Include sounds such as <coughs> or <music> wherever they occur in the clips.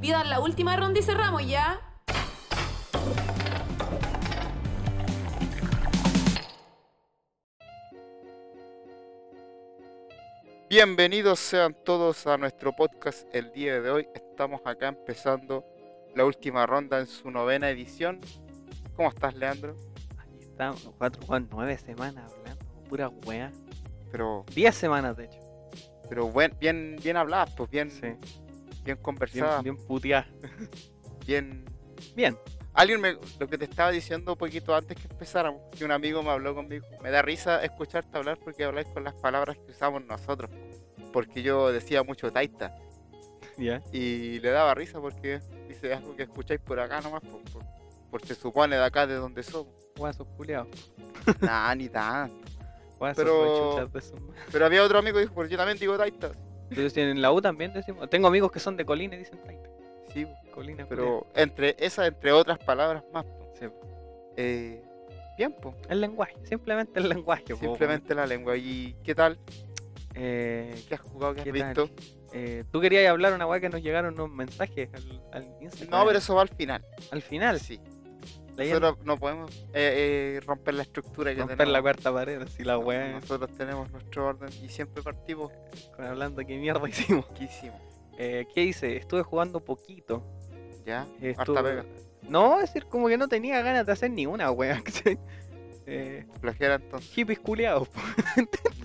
Pidan la última ronda y cerramos ya. Bienvenidos sean todos a nuestro podcast el día de hoy. Estamos acá empezando la última ronda en su novena edición. ¿Cómo estás, Leandro? Aquí estamos, cuatro, Juan, nueve semanas hablando, pura wea. Pero, Diez semanas, de hecho. pero buen- bien, bien habladas, pues bien, Sí, bien bien, conversadas, bien, bien puteada. Bien. Alguien me, lo que te estaba diciendo un poquito antes que empezáramos, que un amigo me habló conmigo. Me da risa escucharte hablar porque habláis con las palabras que usamos nosotros. Porque yo decía mucho taita. Ya. Y le daba risa porque dice algo que escucháis por acá nomás, por, por, por se supone de acá de donde <laughs> somos. Guasos culiados. nah, ni tanto. Guasos Pero- rechuchas de su madre. Pero había otro amigo que dijo, pero yo también digo taitas. Entonces en la U también decimos. Tengo amigos que son de Colina y dicen Taita. Sí, Colina, culiao. pero entre esas, entre otras palabras más. po. Sí. Eh, bien, po. El lenguaje, simplemente el lenguaje. po, Simplemente la lengua. ¿Y qué tal? weón. Eh, ¿Qué has jugado? ¿Qué has ¿Qué tal? visto? eh, Tú querías hablar una weá que nos llegaron unos mensajes al, al Instagram. No, pero eso va al final. Al final, Sí. leyendo, Nosotros no podemos eh, eh, romper la estructura que romper la tenemos. cuarta pared, así la weá, Nosotros tenemos nuestro orden y siempre partimos. con- hablando qué mierda <laughs> hicimos. ¿Qué hicimos? Eh, ¿Qué hice? Estuve jugando poquito. ¿Ya? Estuve... Harta pega. No, es decir, como que no tenía ganas de hacer ni una wea, <laughs> ¿cachai? Eh, Flajera entonces. hippies culiados, po.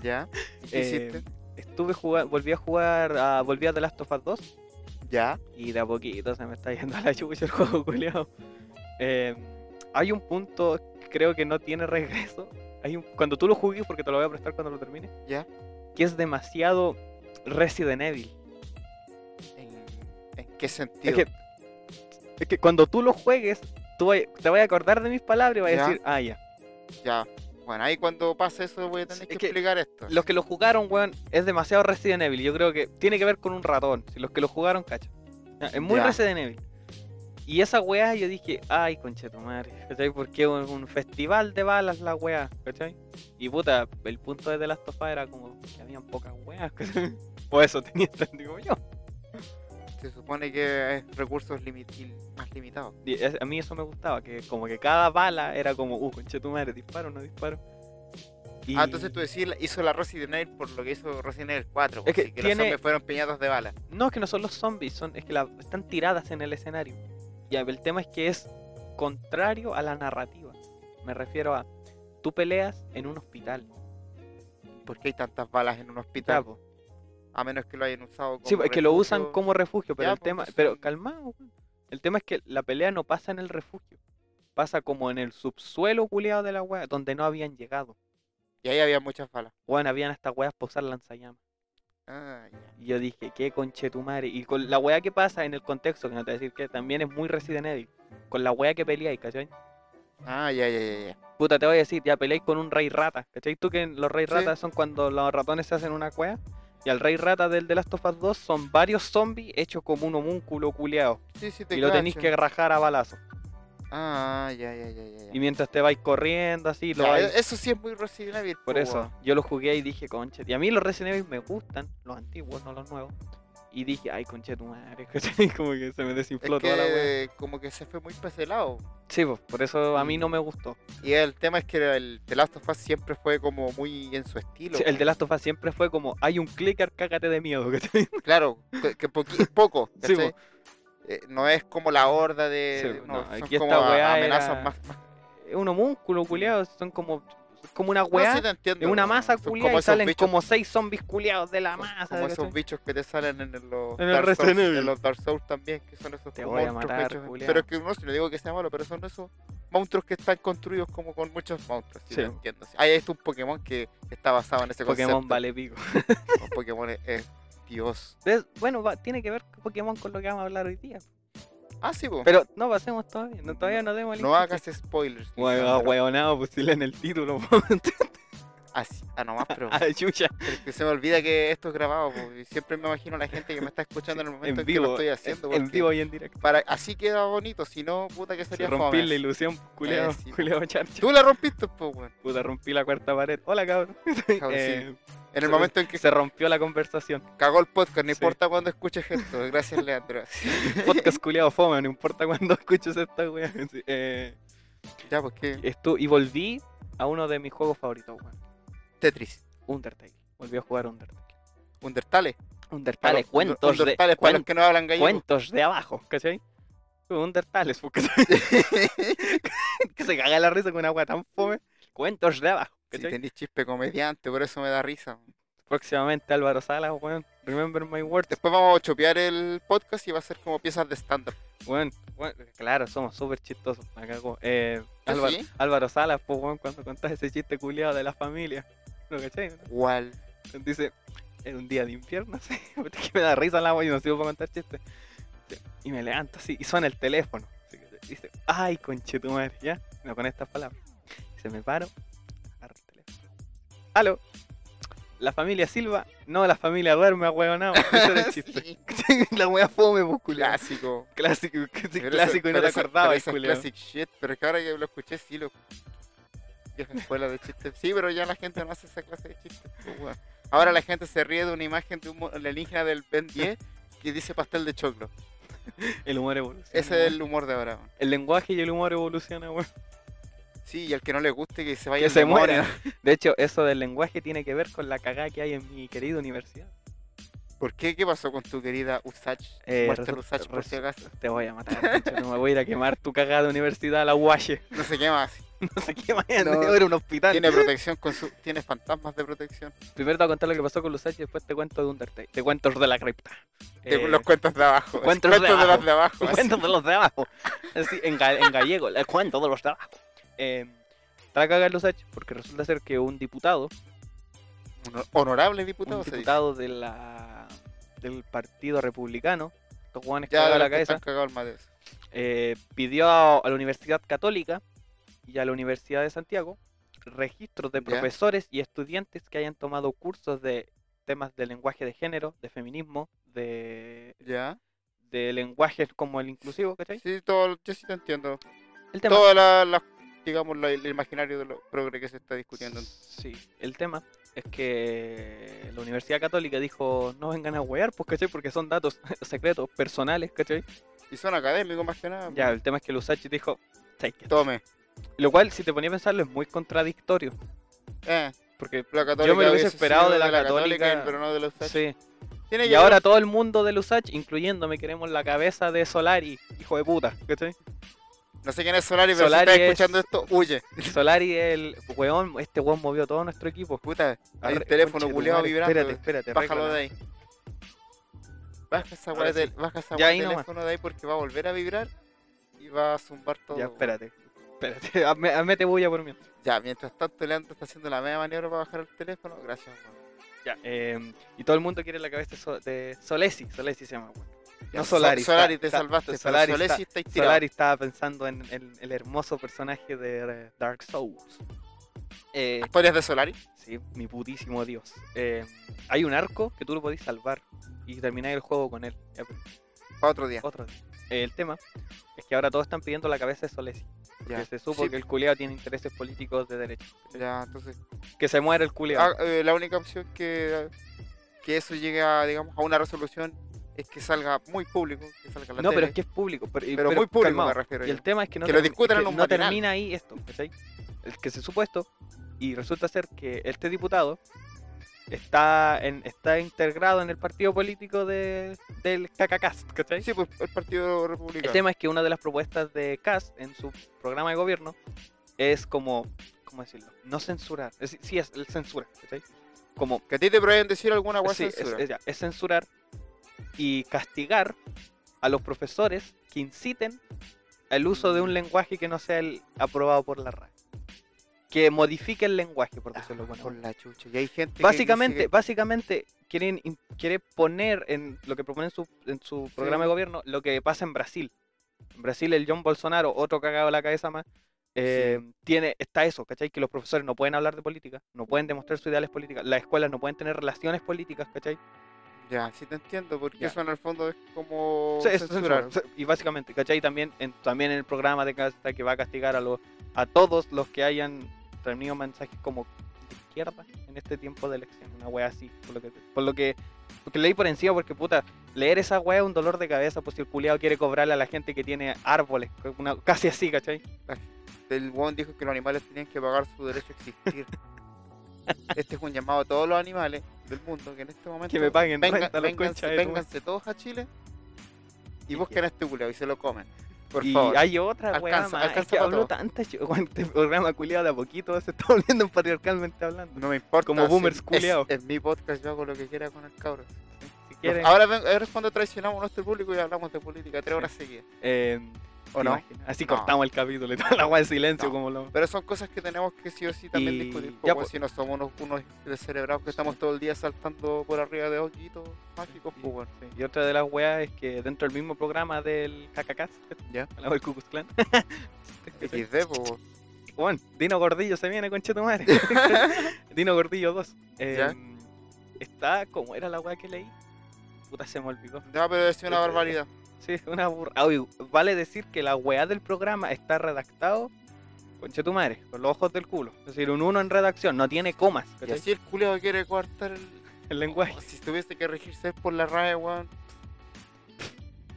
¿Ya? ¿Y ¿Qué Eh, hiciste? Estuve jugando, volví a jugar, a, volví a The Last of Us 2 ¿Ya? y de a poquito se me está yendo a la chucha el juego <laughs> culiado. hay un punto, que creo que no tiene regreso. Hay un- cuando tú lo jugues, porque te lo voy a prestar cuando lo termine, ¿Ya? que es demasiado Resident Evil. ¿En, en qué Es sentido? que, es que cuando tú lo juegues, tú vay- te vas a acordar de mis palabras y vas Ya. a decir, ah, ya. Ya. Bueno, ahí cuando pase eso voy a tener Es que, que explicar esto. Los que lo jugaron, weón, es demasiado Resident Evil. Yo creo que tiene que ver con un ratón. Si los que lo jugaron, cacha. Ya, Es muy Ya. Resident Evil. Y esa weá, yo dije, ay, conchetumare, ¿cachai? Porque es un un festival de balas la weá, ¿cachai? Y puta, el punto de The Last of Us era como que habían pocas weas, ¿cachai? <laughs> O eso tenía entendido yo. Se supone que es recursos limiti- más limitados. Y es- a mí eso me gustaba, que como que cada bala era como, uh, conchetumare, disparo, no disparo. Y- Ah, entonces tú decís, hizo la Resident Evil por lo que hizo Resident Evil 4. Es que así que los tiene- hombres fueron piñados de bala. No, es que no son los zombies, son, es que la- están tiradas en el escenario. Ya, el tema es que es contrario a la narrativa. Me refiero a, tú peleas en un hospital. ¿Por qué hay tantas balas en un hospital? ya, po. A menos que lo hayan usado como Sí, po, es que lo usan refugio. como refugio, pero Ya, el po, tema, pues, pero son- calmado, weón. el tema es que la pelea no pasa en el refugio, pasa como en el subsuelo culeado de la wea, donde no habían llegado. Y ahí había muchas balas. Bueno, habían hasta weas posar lanzallamas. Ah, ya. Y yo dije, qué conchetumare. Y con la weá que pasa en el contexto, que no te voy a decir que también es muy Resident Evil, con la wea que peleáis, ¿cachai? Ah, ya, ya, ya, ya. Puta, te voy a decir, ya peleáis con un rey rata. ¿Cachai tú que los rey Sí. ratas son cuando los ratones se hacen una cueva? Y al rey rata del The Last of Us 2 son varios zombies hechos como un homúnculo culeado. Sí, sí, te Y lo tenéis cacho. que rajar a balazo. Ah, ya, ya, ya, ya. ya. Y mientras te vais corriendo así, lo Ya, vais- Eso sí es muy Resident Evil. Por po, eso, weón. yo lo jugué y dije, conche. Y a mí los Resident Evil me gustan, los antiguos, no los nuevos. Y dije, ay, conche tu madre, <laughs> ¿cachai? Como que se me Es desinfló toda la wea. que como que se fue muy para ese lado. Sí, pues, por eso a mí no me gustó. Y el tema es que el The Last of Us siempre fue como muy en su estilo. Sí, el de Last of Us siempre fue como, hay un clicker, cágate de miedo, <laughs> ¿cachai? Claro, que, que poqui- poco. <laughs> Sí, ¿cachai? Eh, no es como la horda de. Sí, de- no, son aquí como esta a- weá amenazas era- más. más- es un homúnculo, culiado. Son como, como una No, weá. sí te entiendo, es una weón, masa son culiada y esos salen bichos- como seis zombies culiados de la son masa. Como esos ¿cachai? bichos que te salen en el- los, En el Dark Souls, Resident Evil. en los Dark Souls también, que son esos Te como voy a monstruos matar, hechos- culiao. Pero es que no, si no digo que sea malo, pero son esos monstruos que están construidos como con muchos monstruos. Si Sí. te entiendo. Hay esto un Pokémon que está basado en ese Pokémon concepto. vale pico. No, Pokémon es, es Dios. Entonces, bueno, va- tiene que ver Pokémon con lo que vamos a hablar hoy día. Ah, sí, po. Pero no pasemos todavía, no, todavía no demos el no hincapié. hagas spoilers. Bueno, Lisandro. huevonado, pues si leen el título, <laughs> Así, ah, nomás, pero. a la chucha, Pero es que se me olvida que esto es grabado, po, y siempre me imagino a la gente que me está escuchando en el momento en en, que lo vivo, estoy haciendo. en porque vivo y en directo. Para, así queda bonito, si no, puta que Se sería rompí la fome. ilusión, culeado, Eh, sí, po. culeado charcha. Tú la rompiste, pues, weón. Puta, rompí la cuarta pared. Hola, cabrón. Cabrón, Eh, En el momento en que Se rompió la conversación. cagó el podcast, no Sí. importa cuando escuches esto. Gracias, <laughs> Leandro. Podcast culiado fome, no importa cuándo <laughs> escuches esta wea. Sí, eh, ya, pues, porque estu- y volví a uno de mis juegos favoritos, weón. Tetris, Undertale. Volví a jugar Undertale. Undertale. para Undertale, los- cuentos de, Undertale para los cuen- que no hablan gallego. cuentos de abajo, ¿cachai? Undertale, <laughs> ¿cachai? que se caga la risa con agua tan fome. Cuentos de abajo, Si ¿cachai? tenéis chispe comediante, por eso me da risa. Próximamente Álvaro Sala, weón. Remember my words. Después vamos a chopear el podcast y va a ser como piezas de estándar. Weón, weón, claro, somos súper chistosos, me cago. Eh, Yo Álvaro, sí. Álvaro Salas, pues, weón, cuando contás ese chiste culiado de la familia, ¿lo cachai? Igual. Dice, en un día de invierno, <laughs> sí, puta que me da risa la agua y no sigo para contar chistes. Sí, Y me levanto así, y suena el teléfono. Así que Dice, ay, conchetumare, ya, no con estas palabras. Se me paro, agarro el teléfono. ¡Aló! La familia Silva, no, la familia duerme, huevonao. Ese era <laughs> el chiste. Sí, la wea fome, pues, culiao. Clásico. Clásico, <laughs> que sí, Pero eso- clásico y no pero te eso- acordabas, pero eso es culiao. classic shit, pero es que ahora que lo escuché sí lo. Vieja escuela de chistes. Sí, pero ya la gente no hace esa clase de chistes. po, weón. Ahora la gente se ríe de una imagen de un mo- alienígena del Ben 10 que dice pastel de choclo. El humor evoluciona. Ese es el humor de ahora. weón. El lenguaje y el humor evoluciona, weón. Sí, y al que no le guste que se vaya Que al se demonio. muera. De hecho, eso del lenguaje tiene que ver con la cagada que hay en mi querida universidad. ¿Por qué? ¿Qué pasó con tu querida Usach? Eh, Muerta resulta- Usach por si acaso. Te voy a <laughs> matar, concha, no me voy a ir a quemar tu cagada de universidad a la guache. <laughs> No se llama así. No sé qué mañana, No. era un hospital. Tiene protección con su. Tiene fantasmas de protección. Primero te voy a contar lo que pasó con Lusachi y después te cuento de Undertale. Te cuento de la cripta. De Eh, los cuentos de abajo. así, cuentos de de abajo. los de abajo. así. cuento de los de <laughs> abajo. Así, en, ga- en gallego, el cuento de los de abajo. Eh, está cagada Lusachi porque resulta ser que un diputado Honor- Honorable diputado. un se dice. diputado de la, del Partido Republicano, estos jugadores que Ya cagados la, de la que cabeza, están cagados al Mateo. eh, pidió a, a la Universidad Católica y a la Universidad de Santiago registros de Ya. profesores y estudiantes que hayan tomado cursos de temas de lenguaje de género, de feminismo, de, Ya. de lenguajes como el inclusivo, ¿cachai? Sí, todo, yo sí te entiendo. El tema, Todo la, la- digamos, la- el imaginario de lo progre que se está discutiendo. sí, el tema es que la Universidad Católica dijo, no vengan a wear, pues, ¿cachai? Porque son datos <laughs> secretos, personales, ¿cachai? Y son académicos más que nada. Ya, el tema es que Lusachi dijo, "Take it". Tome. Lo cual, si te ponía a pensarlo, es muy contradictorio. Eh, Porque, la católica. Yo me lo hubiese sido esperado de la Católica. Pero no de los Sachs. sí. Tiene Y ya- ahora todo el mundo de Lusach, incluyéndome, queremos la cabeza de Solari, hijo de puta. <laughs> ¿cachai? No sé quién es Solari, pero Solari si es- estás escuchando esto, huye. Solari, el weón, este weón movió todo nuestro equipo. Puta, hay un Arre- teléfono conchetumare, culeado vibrando. Espérate, espérate, Bájalo arréglala. de ahí. Baja esa Ahora weá sí. del baja esa Ya weá ahí del nomás. teléfono de ahí porque va a volver a vibrar y va a zumbar todo. Ya, weón. espérate. Espérate, <laughs> hazme, hazme te bulla por mientras. Ya, mientras tanto Leandro está haciendo la media maniobra para bajar el teléfono. Gracias, weón. Ya, eh, y todo el mundo quiere la cabeza de, So- de Solesi, Solesi se llama. weón. Ya, No Solari. Sol- Solari, está- te está- salvaste. Solari pero Solesi está- estáis tirado. Solari estaba pensando en, en el hermoso personaje de eh, Dark Souls. Eh, Historias de Solari. sí, mi putísimo dios. Eh, hay un arco que tú lo podés salvar y termináis el juego con él. Ya, pero Para otro día. otro día. Eh, el tema es que ahora todos están pidiendo la cabeza de Solesi. Ya. Que se supo Sí, que el culeado tiene intereses políticos de derecha. ya, entonces. Que se muera el culeado. ah, eh, la única opción que, que eso llegue a, digamos, a una resolución es que salga muy público. Que salga en la no, pero tele, es que es público. Pero, y- pero pero muy público calmado. me refiero. Y yo. el tema es que no, Que lo termi- discutan en un no matinal. termina ahí esto, ¿cachai? El que se supo esto, y resulta ser que este diputado está en, está integrado en el partido político de, del KKK, ¿cachai? Sí, pues el Partido El Republicano. tema es que una de las propuestas de Kass en su programa de gobierno es como, ¿cómo decirlo? No censurar, es- sí, es el censura, ¿cachai? Como, Que a ti te prohíben decir alguna guasa sí, es- es ya, es censurar y castigar a los profesores que inciten el uso de un Mm. lenguaje que no sea el aprobado por la RAE. Que modifique el lenguaje, por decirlo de alguna Ah, Por manera. la chucha. Y hay gente que Básicamente, dice que- básicamente quieren in- quiere poner en lo que propone en su, en su programa de gobierno lo que pasa en Brasil. En Brasil el John Bolsonaro, otro cagado de la cabeza más, eh, tiene, está eso, ¿cachai? Que los profesores no pueden hablar de política, no pueden demostrar sus ideales políticas, las escuelas no pueden tener relaciones políticas, ¿cachai? Ya, sí te entiendo, porque Ya. eso en el fondo es como Sí, es censurar. censura, sí, Y básicamente, ¿cachai? También en, también en el programa de casta que va a castigar a los a todos los que hayan tenido mensajes como de izquierda en este tiempo de elección. Una wea así. Por lo que, por lo que porque leí por encima, porque puta, leer esa wea es un dolor de cabeza. Pues si el culiado quiere cobrarle a la gente que tiene árboles, co- una, casi así, ¿cachai? El weón dijo que los animales tenían que pagar su derecho a <laughs> existir. este es un llamado a todos los animales del mundo que en este momento. Que me paguen vengan- renta, los vénganse, conchas de tu madre. vénganse todos a Chile y busquen a este culiao y se lo comen. Por y favor. hay otra wea Alcanza- más. es alcanza que pa' hablo todo. <laughs> tanto, yo- bueno, este programa culiado de a poquito se está volviendo patriarcalmente hablando. No me importa. Como boomers es- culiao. Es, mi podcast, yo hago lo que quiera con el cabro. Si quieren, Ahora, ven- ahora es cuando traicionamos a nuestro público y hablamos de política tres horas seguidas. eh, ¿O te no? imaginas, Así No. cortamos el capítulo y <laughs> toda la wea en silencio, No. como lo. Pero son cosas que tenemos que sí o sí también Y discutir. ya, Como pues. si no somos unos, unos descerebrados que estamos todo el día saltando por arriba de hoyitos mágicos, pues, weón. Sí, Y otra de las weas es que dentro del mismo programa del Cacacast, <laughs> Ya. hablaba el Ku Klux Klan. XD, pues, weón. Bueno, Dino Gordillo se viene, conche tu <laughs> madre. Dino Gordillo 2. Eh, Ya. Está como era la wea que leí. Puta, se me olvidó. No, pero Este, es una barbaridad. Sí, una burra. Ah, oye, vale decir que la weá del programa está redactado, conche tu madre, con los ojos del culo. Es decir, un uno en redacción, no tiene comas. Y ¿cachai? así el culiao quiere coartar el. El <laughs> lenguaje. Si tuviese que regirse por la RAE, weón.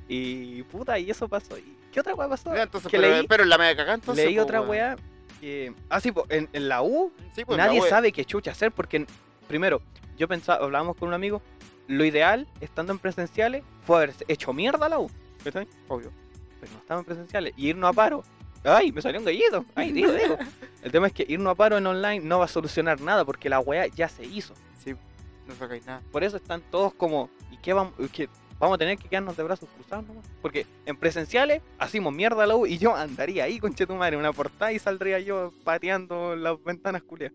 Y puta, y eso pasó. ¿Y ¿Qué otra weá pasó? Ya, entonces, que pero, leí- pero la media cagada, entonces. Leí pues, otra weón. weá que. Ah, sí, po, en, en la U Sí, pues, la nadie wea. sabe qué chucha hacer porque, primero, yo pensaba, hablábamos con un amigo, lo ideal, estando en presenciales, fue haber hecho mierda la U. ¿cachai? Obvio. Pero no estamos en presenciales. Y irnos a paro. ¡Ay, me salió un gallito! ¡Ay, digo, <laughs> digo! El tema es que irnos a paro en online no va a solucionar nada porque la weá ya se hizo. Sí, no sacáis nada. Por eso están todos como, ¿y qué vamos, qué- vamos a tener que quedarnos de brazos cruzados nomás? Porque en presenciales hacimos mierda a la U y yo andaría ahí, conche tu madre, en una portada y saldría yo pateando las ventanas culias.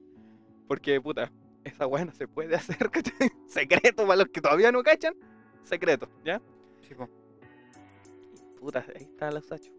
Porque, puta, esa weá no se puede <laughs> hacer, ¿cachai? Secreto para los que todavía no cachan, secreto, ¿ya? Sí, pues. Puta, ahí está la Usacho.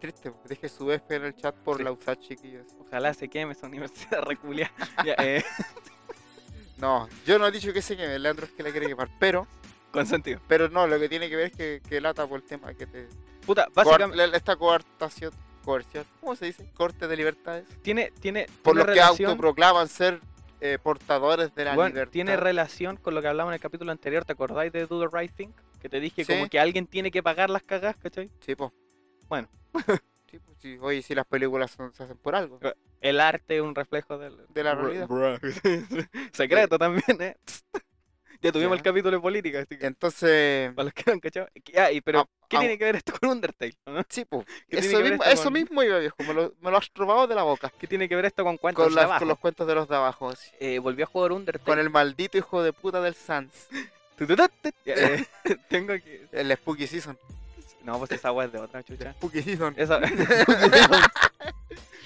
Triste, pues. deje su F en el chat por Sí. la usar, chiquillos. Ojalá se queme esa universidad <laughs> reculia. Ya, eh, <laughs> No, yo no he dicho que se queme, Leandro es que la quiere quemar, pero. con sentido. Pero no, lo que tiene que ver es que, que lata por el tema que te. Puta, básicamente coar- la- esta coartación. Coerción, ¿cómo se dice? Corte de libertades. tiene, tiene, Por tiene los que relación- autoproclaman ser eh, portadores de la Bueno, libertad. tiene relación con lo que hablamos en el capítulo anterior, ¿te acordáis de Do the Right Thing? Que te dije como Sí. que alguien tiene que pagar las cagas, ¿cachai? Sí, po. <laughs> Bueno. Sí, po, sí, Oye, si las películas son- se hacen por algo. El arte es un reflejo del- De la Bru- realidad. bru- <laughs> Secreto también, ¿eh? <laughs> ya tuvimos Ya. el capítulo de política, así que Entonces. para los que no han cachado. que- ah, y pero, Ah, ¿qué ah, tiene que ver esto con Undertale? no? Sí, po. <laughs> ¿Qué tiene Eso, que ver mismo, esto eso con- mismo iba viejo. Me lo, me lo has robado de la boca. ¿Qué tiene que ver esto con cuántos Con, las- con los cuentos de los de abajo. así. Eh, volvió a jugar Undertale. Con el maldito hijo de puta del Sans. Tu, tu, tu, tu. <laughs> <laughs> Ya, eh, tengo que... El Spooky Season. No, pues esa agua es de otra chucha. Spooky Season. <laughs> Esa...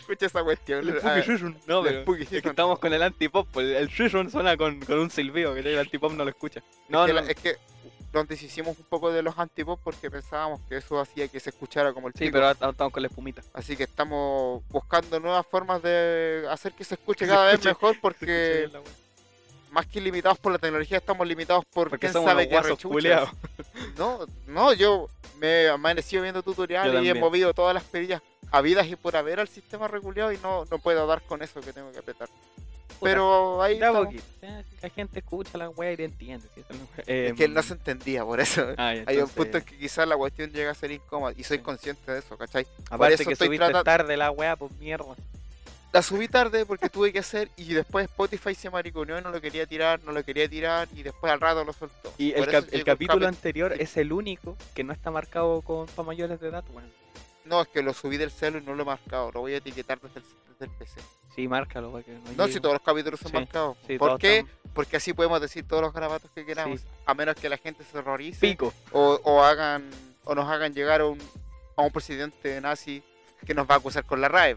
Escucha esa cuestión. El a ver, Spooky Season. <laughs> No, el pero... Spooky Es que Season. estamos con el antipop, pues, el Shishun suena con, con un silbido, que el antipop no lo escucha. No, que no, la- Es que nos deshicimos un poco de los antipop porque pensábamos que eso hacía que se escuchara como el sí, pico. pero ahora estamos con la espumita. Así que estamos buscando nuevas formas de hacer que se escuche Que se cada escuche- vez mejor Se escucha porque bien la wea. más que limitados por la tecnología estamos limitados por Porque quién somos unos sabe qué guasos rechuchas. culeados. No, no, yo me he amanecido viendo Yo tutoriales y he también. movido todas las perillas habidas y por haber al sistema regulado y no, no puedo dar con eso que tengo que apretar. Pero ahí Ya, estamos. poquito. Ya, si La gente escucha la wea y la entiende. si esa es la wea. es Em, que no se entendía por eso. ah, ya, <laughs> Hay un entonces, punto en que quizás la cuestión llega a ser incómoda y soy Sí. consciente de eso, ¿cachai? Aparte eso que estoy subiste tratando- tarde la wea, pues mierda. La subí tarde porque tuve que hacer y después Spotify se mariconeó y no lo quería tirar, no lo quería tirar y después al rato lo soltó. Y Por el, eso cap- el llegó capítulo cable. anterior es el único que no está marcado con para mayores de edad, weón. No, es que lo subí del celu y no lo he marcado, lo voy a etiquetar desde el, desde el PC. Sí, márcalo, para que no No, llegue. si todos los capítulos son Sí, marcados. Sí, ¿Por todos qué? están- Porque así podemos decir todos los garabatos que queramos, Sí. a menos que la gente se horrorice Pico. o, o hagan o nos hagan llegar a un, a un presidente nazi que nos va a acusar con la <laughs> RAE.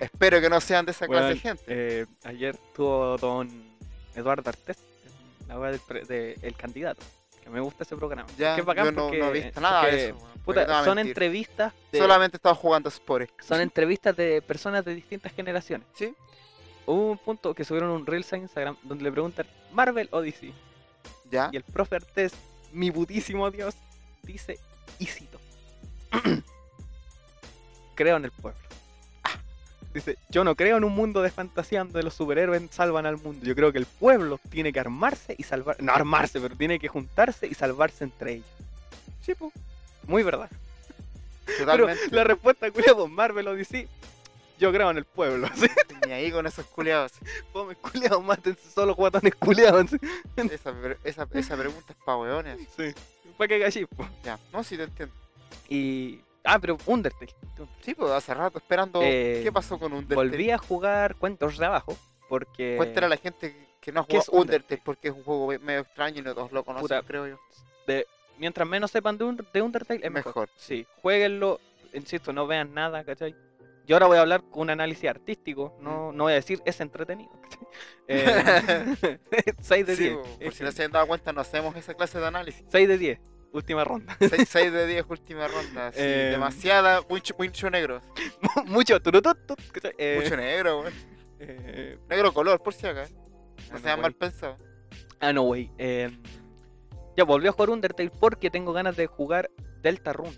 Espero que no sean de esa clase de Weón, gente. eh, ayer tuvo don Eduardo Artés, la wea del pre- de- el candidato. Que me gusta ese programa. Ya, Qué bacán yo no, porque- no he visto nada porque, de eso. weón, puta, porque te voy a son mentir. entrevistas de, Solamente estaba jugando Spore. son entrevistas de personas de distintas generaciones. Sí. Hubo un punto que subieron un Reels a Instagram donde le preguntan Marvel o DC. Ya. Y el profe Artés, mi putísimo Dios, dice <clears throat> y cito. Creo en el pueblo. Ah, Dice, yo no creo en un mundo de fantasía donde los superhéroes salvan al mundo. Yo creo que el pueblo tiene que armarse y salvar... No armarse, pero tiene que juntarse y salvarse entre ellos. Sí, pues. Muy verdad. <laughs> Totalmente. Pero la respuesta, culiado, Marvel o DC, yo creo en el pueblo. <laughs> ¿sí? Ni ahí con esos <laughs> culeados. Fome, culiado, mátense solo guatones <laughs> culiados. ¿sí? Esa, pre- esa, esa pregunta es pa' weones. Sí. Fue que cachis, po. Ya, no, si te entiendo. Y... Ah, pero Undertale. Sí, pues hace rato esperando. Eh, ¿Qué pasó con Undertale? Volví a jugar cuentos de abajo porque... Cuéntale a la gente que no ha ¿Qué jugado es Undertale, Undertale? porque es un juego medio extraño y no todos lo conocen, Puta, creo yo. mientras menos sepan de, un- de Undertale, es mejor. Mejor. Sí, jueguenlo, insisto, no vean nada, ¿cachai? Yo ahora voy a hablar con un análisis artístico, no, Mm. no voy a decir <laughs> es entretenido, ¿cachai? <laughs> 6 de Sí, 10. po, por si no se han dado cuenta, no hacemos esa clase de <laughs> análisis. 6 de 10, última ronda. <laughs> 6, de 10 última ronda. sí, Eh, demasiada, mucho, mucho negro. Mucho turututut, ¿cachai? Eh, Mucho negro, weón. eh, Negro color, por si acá. No Ah, no, sean mal güey. pensados. ah, no, wey. eh, ya volví a jugar Undertale porque tengo ganas de jugar Delta Run.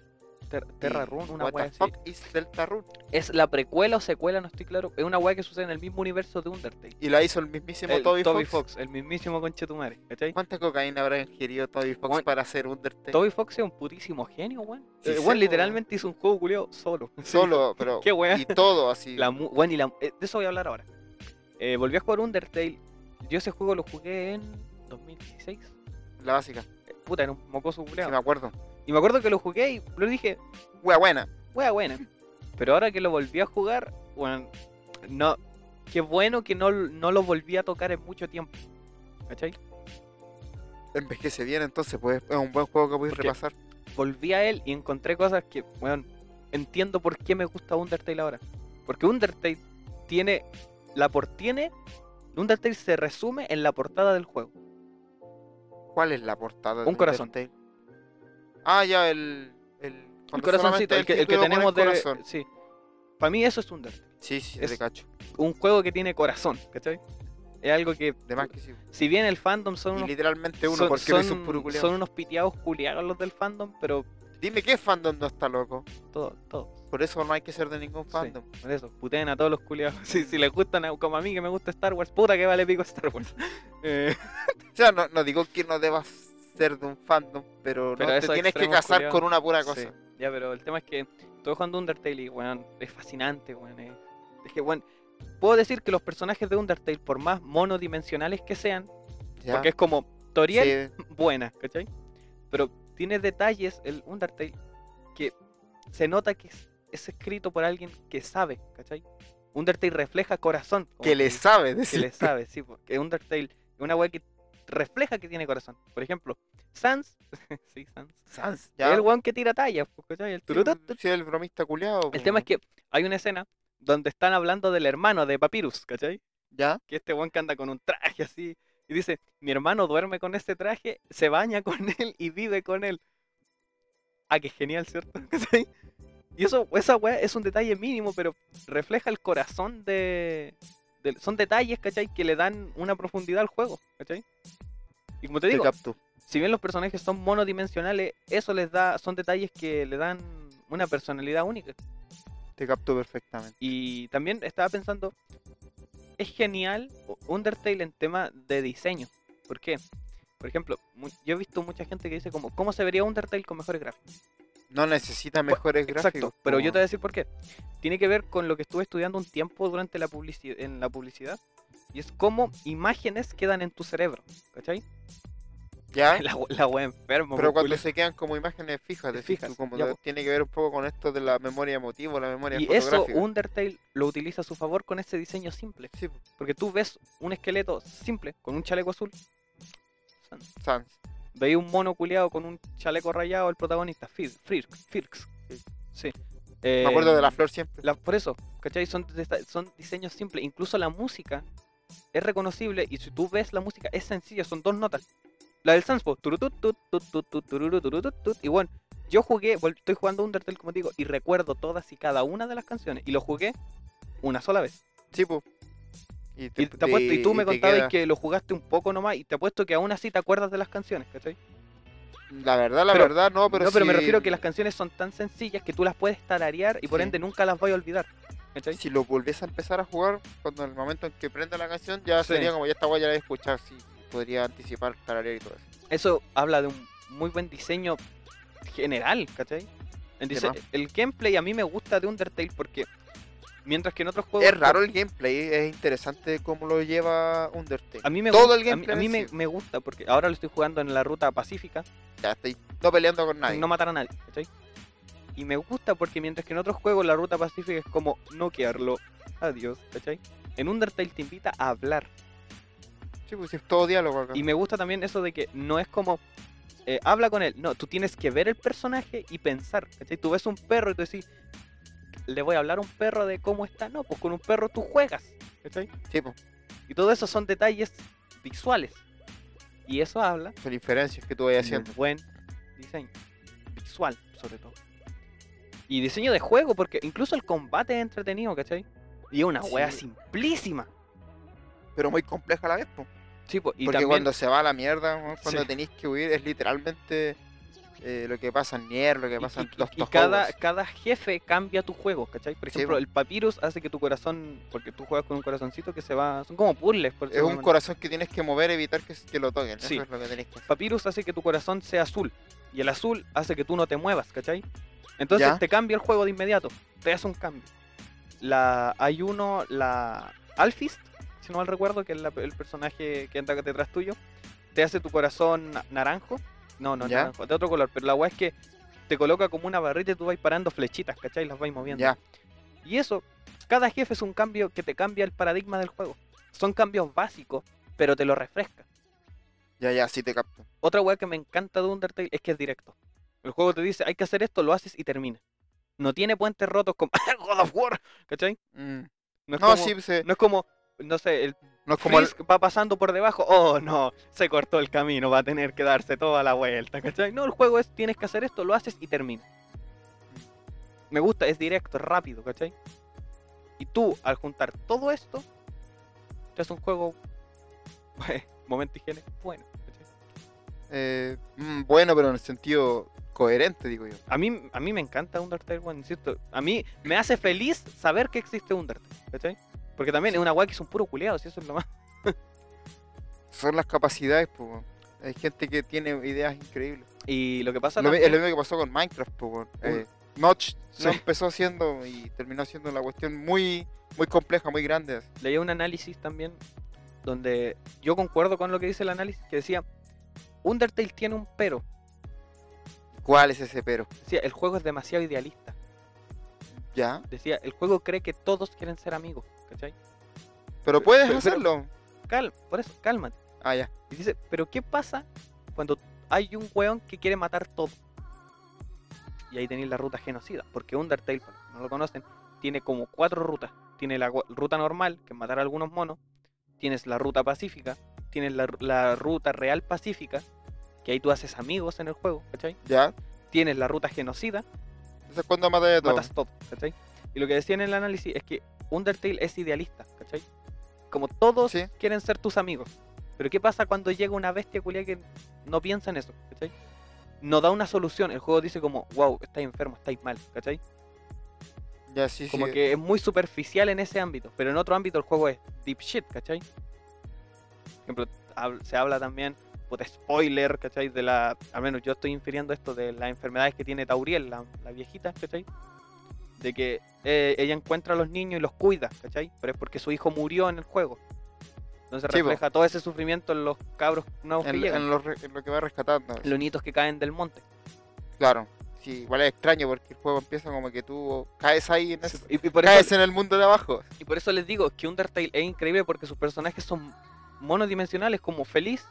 Terra Run, una What wea the así. fuck is Delta Rune? Es la precuela o secuela, no estoy claro. Es una wea que sucede en el mismo universo de Undertale. Y la hizo el mismísimo El pues, Toby, Toby Fox. Fox, el mismísimo conchetumare, ¿cachai? ¿Cuánta cocaína habrá ingerido Toby Fox Juan- para hacer Undertale? Toby Fox es un putísimo genio, weón. Sí, Eh, sé, po, weón, literalmente hizo un juego culiao solo. <laughs> Solo, pero. Qué wea. Y todo así. La mu- weón, y la- eh, de eso voy a hablar ahora. Eh, volví a jugar Undertale. Yo ese juego lo jugué en 2016. La básica. Eh, Puta, era un mocoso Si culiao. me acuerdo. Y me acuerdo que lo jugué y lo dije, Wea buena. wea buena. Pero ahora que lo volví a jugar, weón, no. Qué bueno que no, no lo volví a tocar en mucho tiempo. ¿Cachai? Envejece bien, entonces, pues es un buen juego que puedes ¿Por qué? repasar. volví a él y encontré cosas que, weón, entiendo por qué me gusta Undertale ahora. Porque Undertale tiene, la por tiene, Undertale se resume en la portada del juego. ¿Cuál es la portada? Un de corazón. Undertale? Ah, ya, el. El, El cuando solamente corazoncito, el que, el que título pone tenemos de... corazón. Sí. Para mí eso es Undertale. Sí, sí, Es- te cacho. Un juego que tiene corazón, ¿cachai? Es algo que, De más que sí. si bien el fandom son Y unos... literalmente uno, son- porque lo hizo un puro son, culiao. son unos piteados culiados los del fandom, pero Dime qué fandom no está loco. todo, todo. Por eso no hay que ser de ningún Sí. fandom. Por eso, puteen a todos los culiados. <laughs> Si, si les gustan, a- como a mí que me gusta Star Wars, puta que vale pico Star Wars. <laughs> Eh, O sea, no, no digo que no debas ser de un fandom, pero, no Pero te esos tienes que extremos casar culiaos. con una pura cosa. sí, ya, pero el tema es que estoy jugando Undertale y, weón, es fascinante, weón. Es, es que, weón, puedo decir que los personajes de Undertale, por más monodimensionales que sean, ¿ya? porque es como Toriel, Sí, buena, ¿cachai? Pero tiene detalles el Undertale que se nota que es, es escrito por alguien que sabe, ¿cachai? Undertale refleja corazón. como que le dice. sabe que decir. le sabe, sí, porque Undertale es una weá que refleja que tiene corazón. Por ejemplo, Sans, <laughs> sí, Sans, Sans, es ya. el weón que tira tallas, pues, ¿cachai? El, Sí, turutut. sí, el bromista culiado. el tema es que hay una escena donde están hablando del hermano de Papyrus, ¿cachai? ¿Ya? Que este weón que anda con un traje así y dice, mi hermano duerme con ese traje, se baña con <laughs> él y vive con él. Ah, qué genial, ¿cierto? <laughs> ¿Cachai? Y eso, esa weá es un detalle mínimo, pero refleja el corazón de, del- Son detalles, ¿cachai? Que le dan una profundidad al juego, ¿cachai? Y como te Te digo, capto. si bien los personajes son monodimensionales, eso les da, son detalles que le dan una personalidad única. Te capto perfectamente. Y también estaba pensando, es genial Undertale en tema de diseño. ¿Por qué? Por ejemplo, mu- yo he visto mucha gente que dice como, ¿cómo se vería Undertale con mejores gráficos? No necesita mejores gráficos. Exacto, pero yo te voy a po. decir por qué. Tiene que ver con lo que estuve estudiando un tiempo durante la publici- en la publicidad. Y es cómo imágenes quedan en tu cerebro, ¿cachai? <laughs> ¿Ya? La, we- la wea enfermo. Pero cuando culiao. se quedan como imágenes fijas, decís Fijas, tú, como ya, de- po. tiene que ver un poco con esto de la memoria emotiva, la memoria Y eso fotográfica. Undertale lo utiliza a su favor con ese diseño simple. Sí, pues, po, Porque tú ves un esqueleto simple con un chaleco azul. Sans. Sans. Veis un mono culeado con un chaleco rayado, el protagonista, Fir- Fir- Firx. Sí. Sí. Me acuerdo de Em, la flor siempre. la- por eso, ¿cachai? Son, desta- son diseños simples. Incluso la música es reconocible y si tú ves la música es sencilla, son dos notas. La del Sans, po, turutut, tut, tut, tut, tut, tururu, turutut, tut, y bueno, yo jugué, vol- estoy jugando Undertale como te digo, y recuerdo todas y cada una de las canciones. Y lo jugué una sola vez. Sí, po. Y, Y, te apuesto- y tú me te contabas queda- que lo jugaste un poco nomás y te apuesto que aún así te acuerdas de las canciones, ¿cachai? La verdad, la Pero- verdad, no, pero no, pero me sí- refiero a que las canciones son tan sencillas que tú las puedes tararear y por Sí. ende nunca las vas a olvidar. ¿Cachai? Si lo volviese a empezar a jugar, cuando en el momento en que prenda la canción, ya Sí. sería como ya esta guay ya la he escuchado, sí, podría anticipar, tararear y todo eso. Eso habla de un muy buen diseño general, ¿cachai? El, dise- más? el gameplay a mí me gusta de Undertale porque mientras que en otros juegos... Es raro el gameplay, es interesante cómo lo lleva Undertale. A mí me, Todo el gusta, a mí- gameplay a mí en me, sí. me gusta porque ahora lo estoy jugando en la ruta pacífica, Ya estoy no peleando con nadie. no matar a nadie, ¿cachai? Y me gusta porque mientras que en otros juegos la ruta pacífica es como noquearlo, adiós, ¿cachai? En Undertale te invita a hablar. Sí, pues es todo diálogo acá. Y me gusta también eso de que no es como eh, habla con él. No, tú tienes que ver el personaje y pensar. ¿cachai? Tú ves un perro y tú decís, le voy a hablar a un perro de cómo está. No, pues con un perro tú juegas. ¿cachai? Sí, pues, Y todo eso son detalles visuales. Y eso habla son inferencias que tú vayas de un haciendo. buen diseño. Visual, sobre todo. Y diseño de juego, porque incluso el combate es entretenido, ¿cachai? Y es una wea Sí. simplísima. Pero muy compleja a la vez, pues. Sí, po, y Porque también- cuando se va a la mierda, weón, cuando Sí. tenéis que huir, es literalmente eh, lo que pasa en Nier, lo que Y- pasa y, en los y cada, Tohours. cada jefe cambia tu juego, ¿cachai? Por Sí, ejemplo, po. el papyrus hace que tu corazón, porque tú juegas con un corazoncito que se va, son como puzzles, por Es decirlo de un alguna manera. corazón que tienes que mover, evitar que, que lo toquen. Sí. Eso es lo que tenéis que hacer. Papyrus hace que tu corazón sea azul y el azul hace que tú no te muevas, ¿cachai? Entonces Ya. te cambia el juego de inmediato, te hace un cambio. La, hay uno, la Alfist, si no mal recuerdo, que es la- el personaje que anda detrás tuyo, te hace tu corazón na- naranjo, no, no, Ya. naranjo, de otro color, pero la weá es que te coloca como una barrita y tú vas parando flechitas, ¿cachai? Las vas moviendo. Ya, Y eso, cada jefe es un cambio que te cambia el paradigma del juego. Son cambios básicos, pero te lo refresca. ya, ya, sí te capto. Otra weá que me encanta de Undertale es que es directo. El juego te dice, hay que hacer esto, lo haces y termina. No tiene puentes rotos como <laughs> God of War, ¿cachai? Mm. No No, es, como, sí, se- no es como, no sé, el no es como el- Frisk va pasando por debajo, oh no, se cortó el camino, va a tener que darse toda la vuelta, ¿cachai? No, el juego es, tienes que hacer esto, lo haces y termina. Me gusta, es directo, es rápido, ¿cachai? Y tú, al juntar todo esto, te hace un juego, <laughs> momento higiene, bueno, ¿cachai? eh, mm, bueno, pero en el sentido coherente, digo yo. A mí, a mí me encanta Undertale, weón, insisto. A mí me hace feliz saber que existe Undertale, ¿cachai? Porque también es una guay que son puro culeados, y eso es lo más. <laughs> Son las capacidades, pues. weón. Hay gente que tiene ideas increíbles. Y lo que pasa Lo mi- es también- lo mismo que pasó con Minecraft, pues. weón. Eh, Notch no empezó siendo y terminó siendo una cuestión muy, muy compleja, muy grande. así. leía un análisis también donde yo concuerdo con lo que dice el análisis, que decía, Undertale tiene un pero. ¿Cuál es ese pero? Decía, el juego es demasiado idealista. Ya. Decía, el juego cree que todos quieren ser amigos, ¿cachai? Pero puedes pero- pero- hacerlo. Calma, por eso, cálmate. Ah, ya. Y dice, pero ¿qué pasa cuando hay un weón que quiere matar todo? Y ahí tenéis la ruta genocida, porque Undertale, para los que no lo conocen, tiene como cuatro rutas. Tiene la gua- ruta normal, que es matar a algunos monos. Tienes la ruta pacífica. Tienes la, ru- la ruta real pacífica, que ahí tú haces amigos en el juego, ¿cachai? Ya. Tienes la ruta genocida, Entonces, ¿cuándo matáis a todos? matas todo, ¿cachai? Y lo que decía en el análisis es que Undertale es idealista, ¿cachai? Como todos Sí. quieren ser tus amigos. Pero ¿qué pasa cuando llega una bestia culia que no piensa en eso, ¿cachai? No da una solución, el juego dice como, wow, estáis enfermo, estáis mal, ¿cachai? Ya, sí, Como sí. que es muy superficial en ese ámbito, pero en otro ámbito el juego es deep shit, ¿cachai? Por ejemplo, hab- se habla también, puta spoiler, ¿cachai? De la, al menos yo estoy infiriendo esto de las enfermedades que tiene Tauriel, la, la viejita, ¿cachai? De que eh, ella encuentra a los niños y los cuida, ¿cachai? Pero es porque su hijo murió en el juego. Entonces Sí, po. refleja todo ese sufrimiento en los cabros nuevos que En, llegan, en lo, re- en lo que va rescatando. así. los niños que caen del monte. Claro. Sí, igual es extraño porque el juego empieza como que tú caes ahí, en ese- Y, y por caes eso, en el mundo de abajo. y por eso les digo que Undertale es increíble porque sus personajes son monodimensionales, como feliz,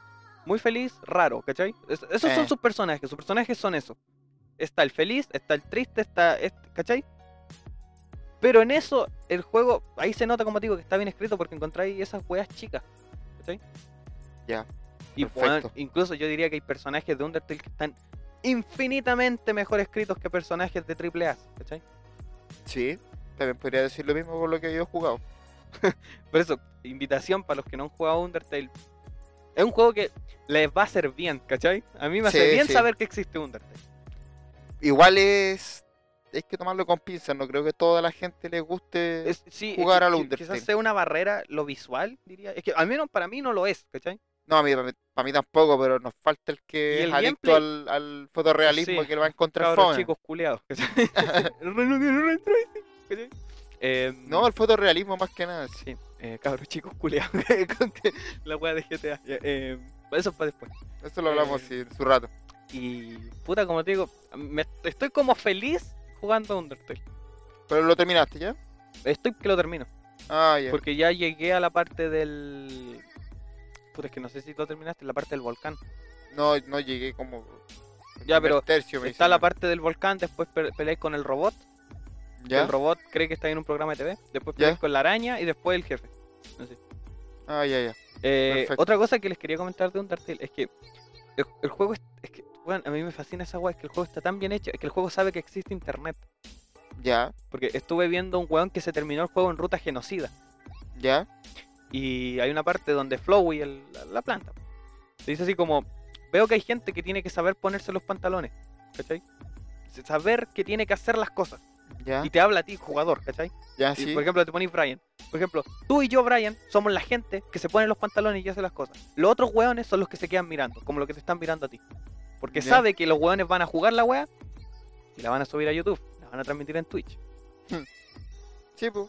muy feliz, raro, ¿cachai? Es- esos son Eh. sus personajes, sus personajes son eso. Está el feliz, está el triste, está. este, ¿cachai? Pero en eso, el juego, ahí se nota, como te digo, que está bien escrito porque encontráis esas weas chicas, ¿cachai? Ya, Y perfecto. weón, incluso yo diría que hay personajes de Undertale que están infinitamente mejor escritos que personajes de AAA, ¿cachai? Sí. También podría decir lo mismo por lo que yo he jugado. Por eso, invitación para los que no han jugado Undertale. Es un juego que les va a hacer bien, ¿cachai? A mí me hace Sí, bien sí. saber que existe Undertale. Igual es hay que tomarlo con pinzas. No creo que toda la gente le guste. Es- sí, es jugar que- al que- Undertale. Quizás sea una barrera lo visual, diría. Es que al menos para mí no lo es, ¿cachai? No, a mí, para, mí, pa' mí tampoco, pero nos falta el ¿Y que el es adicto gameplay? al, al fotorrealismo Sí. que lo va a encontrar Cabros fome. chicos culiados, <laughs> ¿cachai? no tiene ray tracing, ¿cachai? Em, No, el fotorrealismo más que nada. sí. Sí, eh, cabros chicos culiados. <laughs> la wea de GTA. ya, em, eso es para después. Eso lo hablamos Eh. sí, en su rato. Y puta, como te digo, me- estoy como feliz jugando a Undertale. Pero lo terminaste ya. Estoy que lo termino. Ah, ya. Porque ya llegué a la parte del. Puta, es que no sé si lo terminaste, la parte del volcán. No, no llegué como. el Ya, primer pero Tercio, me Está la hicieron. parte del volcán, después pe- peleáis con el robot. que ¿Ya? El robot cree que está en un programa de TV. Después Ya. peleáis con la araña y después el jefe. Ah, ya, ya. Eh, Perfecto. otra cosa que les quería comentar de Undertale es que el, el juego es, es que, weón, a mí me fascina esa weá, es que el juego está tan bien hecho, es que el juego sabe que existe internet. Ya, Porque estuve viendo un weón que se terminó el juego en ruta genocida. ya. Y hay una parte donde Flowey, el- la, la planta, se dice así como, veo que hay gente que tiene que saber ponerse los pantalones, ¿cachai? Saber que tiene que hacer las cosas. Ya, Y te habla a ti, jugador, ¿cachai? ya, Y, Ah. sí. Por ejemplo, te pones Brian. Por ejemplo, tú y yo, Brian, somos la gente que se pone los pantalones y hace las cosas. Los otros hueones son los que se quedan mirando, como los que te están mirando a ti. Porque Ya. sabe que los hueones van a jugar la wea y la van a subir a YouTube, la van a transmitir en Twitch. Sí, pues.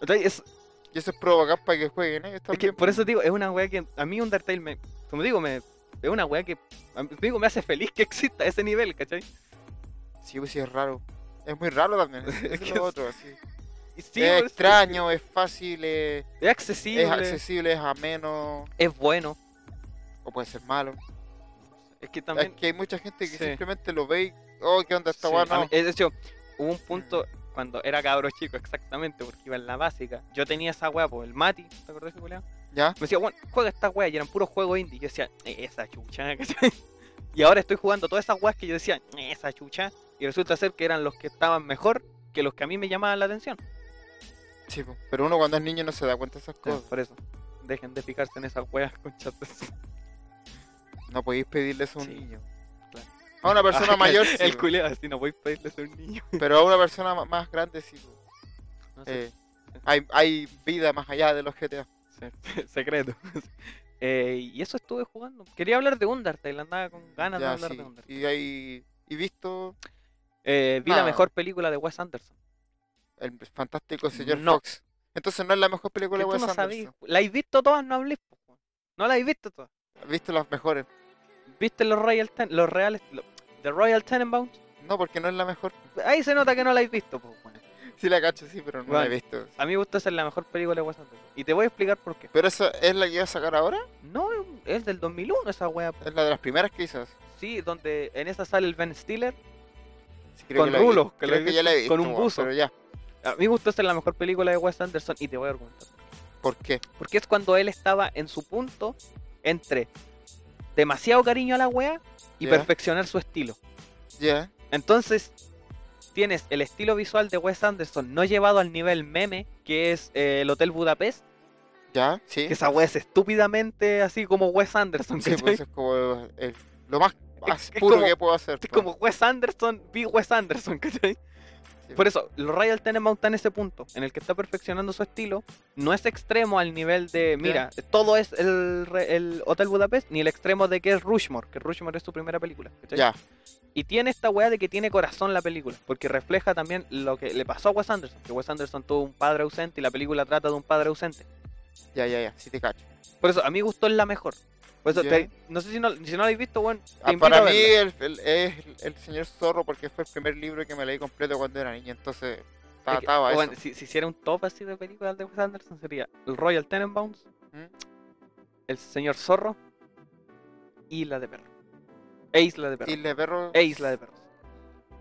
Entonces, es- Y eso es provocar para que jueguen ellos es también. pues. que por po. eso te digo, es una wea que a mí Undertale me. Como digo, me, es una wea que. a mí- digo, me hace feliz que exista ese nivel, ¿cachai? Sí, pues sí, es raro. Es muy raro también. eso <laughs> Es es que lo es- otro, así. Y sí, es por eso- extraño, es fácil, es, Es accesible, es es, accesible, es ameno, bueno. o puede ser malo. Es que también. Es que hay mucha gente que Sí. simplemente lo ve y, oh, ¿qué onda esta Sí, guay? a No. Mm. mí- De hecho, hubo un punto cuando era cabro chico, exactamente, porque iba en la básica. Yo tenía esa wea, por el Mati, ¿te acordás de ese culiao? ¿Ya? Me decía, bueno, juega esta wea, y eran puros juegos indie. Yo decía, "Eh, esa chucha, <laughs> ¿cachai? Y ahora estoy jugando todas esas weas que yo decía, "Eh, esa chucha, y resulta ser que eran los que estaban mejor que los que a mí me llamaban la atención. Sí, po. pero uno cuando es niño no se da cuenta de esas Sí, cosas. Por eso, dejen de fijarse en esas <laughs> weas con chatas. No podéis pedirle eso a, un- Sí, yo- a una <laughs> persona Ah, mayor, sí, El po. culiao, así no voy a pedirle a un niño. pero a una persona ma- más grande sí. po. No sé. Eh, hay, hay vida más allá de los GTA. Se- <laughs> Secreto. Eh, y eso estuve jugando. Quería hablar de Undertale, andaba con ganas de Ya, hablar sí. de Undertale. Y hay y visto Eh, vi la nada. mejor película de Wes Anderson. el fantástico señor No. Fox. Entonces no es la mejor película Que de tú Wes no sabías. Anderson. ¿La habéis visto todas? No hablé. po, weón. No la habéis visto todas. ¿Has visto las mejores? ¿Viste los Royal Ten los reales lo- The Royal Tenenbaums? No, porque no es la mejor. <laughs> Ahí se nota que no la habéis visto. po, weón. Sí la cacho, sí, pero no la he Bueno. visto. A mí me gusta ser la mejor película de Wes Anderson. Y te voy a explicar por qué. Pero esa es la que iba a sacar ahora, No, es del 2001 esa wea. po. es la de las primeras que hizo. Sí, donde en esa sale el Ben Stiller. Sí, creo Con que la he vi- rulos, que lo creo he que ya la he visto, visto. con un weón, buzo. Pero ya, A mí me gusta ser la mejor película de Wes Anderson y te voy a argumentar. ¿por qué? Porque es cuando él estaba en su punto entre demasiado cariño a la wea y Ya. perfeccionar su estilo. Ya, Entonces, tienes el estilo visual de Wes Anderson no llevado al nivel meme, que es eh, el Hotel Budapest, ya, sí. que esa wea es estúpidamente así como Wes Anderson. Sí, ¿cachai? pues eso es como el- lo más, más es puro como- que puedo hacer. Es pues. <laughs> como Wes Anderson, vi Wes Anderson, <laughs> ¿cachai? Sí, Por eso, los Royal Tenenbaums está en ese punto, en el que está perfeccionando su estilo. No es extremo al nivel de, mira, todo es el, re- el Hotel Budapest, ni el extremo de que es Rushmore, que Rushmore es su primera película. ¿cachai? Ya, Y tiene esta weá de que tiene corazón la película, porque refleja también lo que le pasó a Wes Anderson, que Wes Anderson tuvo un padre ausente y la película trata de un padre ausente. ya, ya, ya, sí te cacho. Por eso, a mí gustó es la mejor. Por eso, Ya. te- no sé si no, si no la habéis visto, bueno, Ah, para mí el, el- es el, el señor zorro porque fue el primer libro que me leí completo cuando era niña, entonces ta- Es que, estaba eso. bueno, si, si hiciera un top así de películas de Wes Anderson sería el Royal Tenenbaums, ¿Mm? el Señor Zorro y la de perro. E Isla de perros. Isla de perro, E Isla de perros.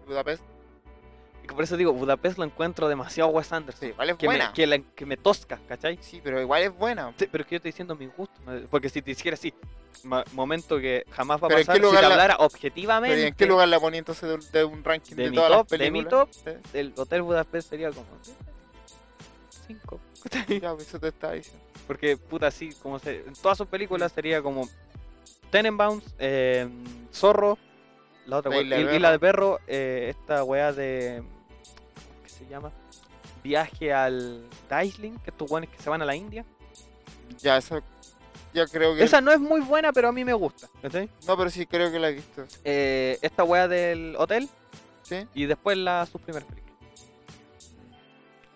Budapest, Y que por eso digo, Budapest lo encuentro demasiado Wes Anderson. sí, igual es que, me, buena. que, la- que me tosca, ¿cachai? Sí, pero igual es buena. Sí, pero es que yo estoy diciendo mi gusto. ¿no? Porque si te hiciera así, ma- momento que jamás va a Pero ¿en pasar, qué lugar si te la- hablara Pero objetivamente, ¿y en qué lugar la ponía entonces de, un- de un ranking De de, mi todas top, las de mi películas? el Hotel Budapest sería como... 5. Sí, ya, pues, eso te estaba diciendo. Porque, puta, así, como se, en todas sus películas sería como Tenenbaums, eh, Zorro, la otra La wea, Isla y- de Isla de Perro, eh, esta weá de se llama? Viaje al Daisling, que estos guanes que se van a la India. Ya, eso. Yo creo que. Esa no es muy buena, pero a mí me gusta. ¿cachai? No, pero sí creo que la he visto. Eh, esta wea del hotel ¿Sí? y después la, sus primeras películas.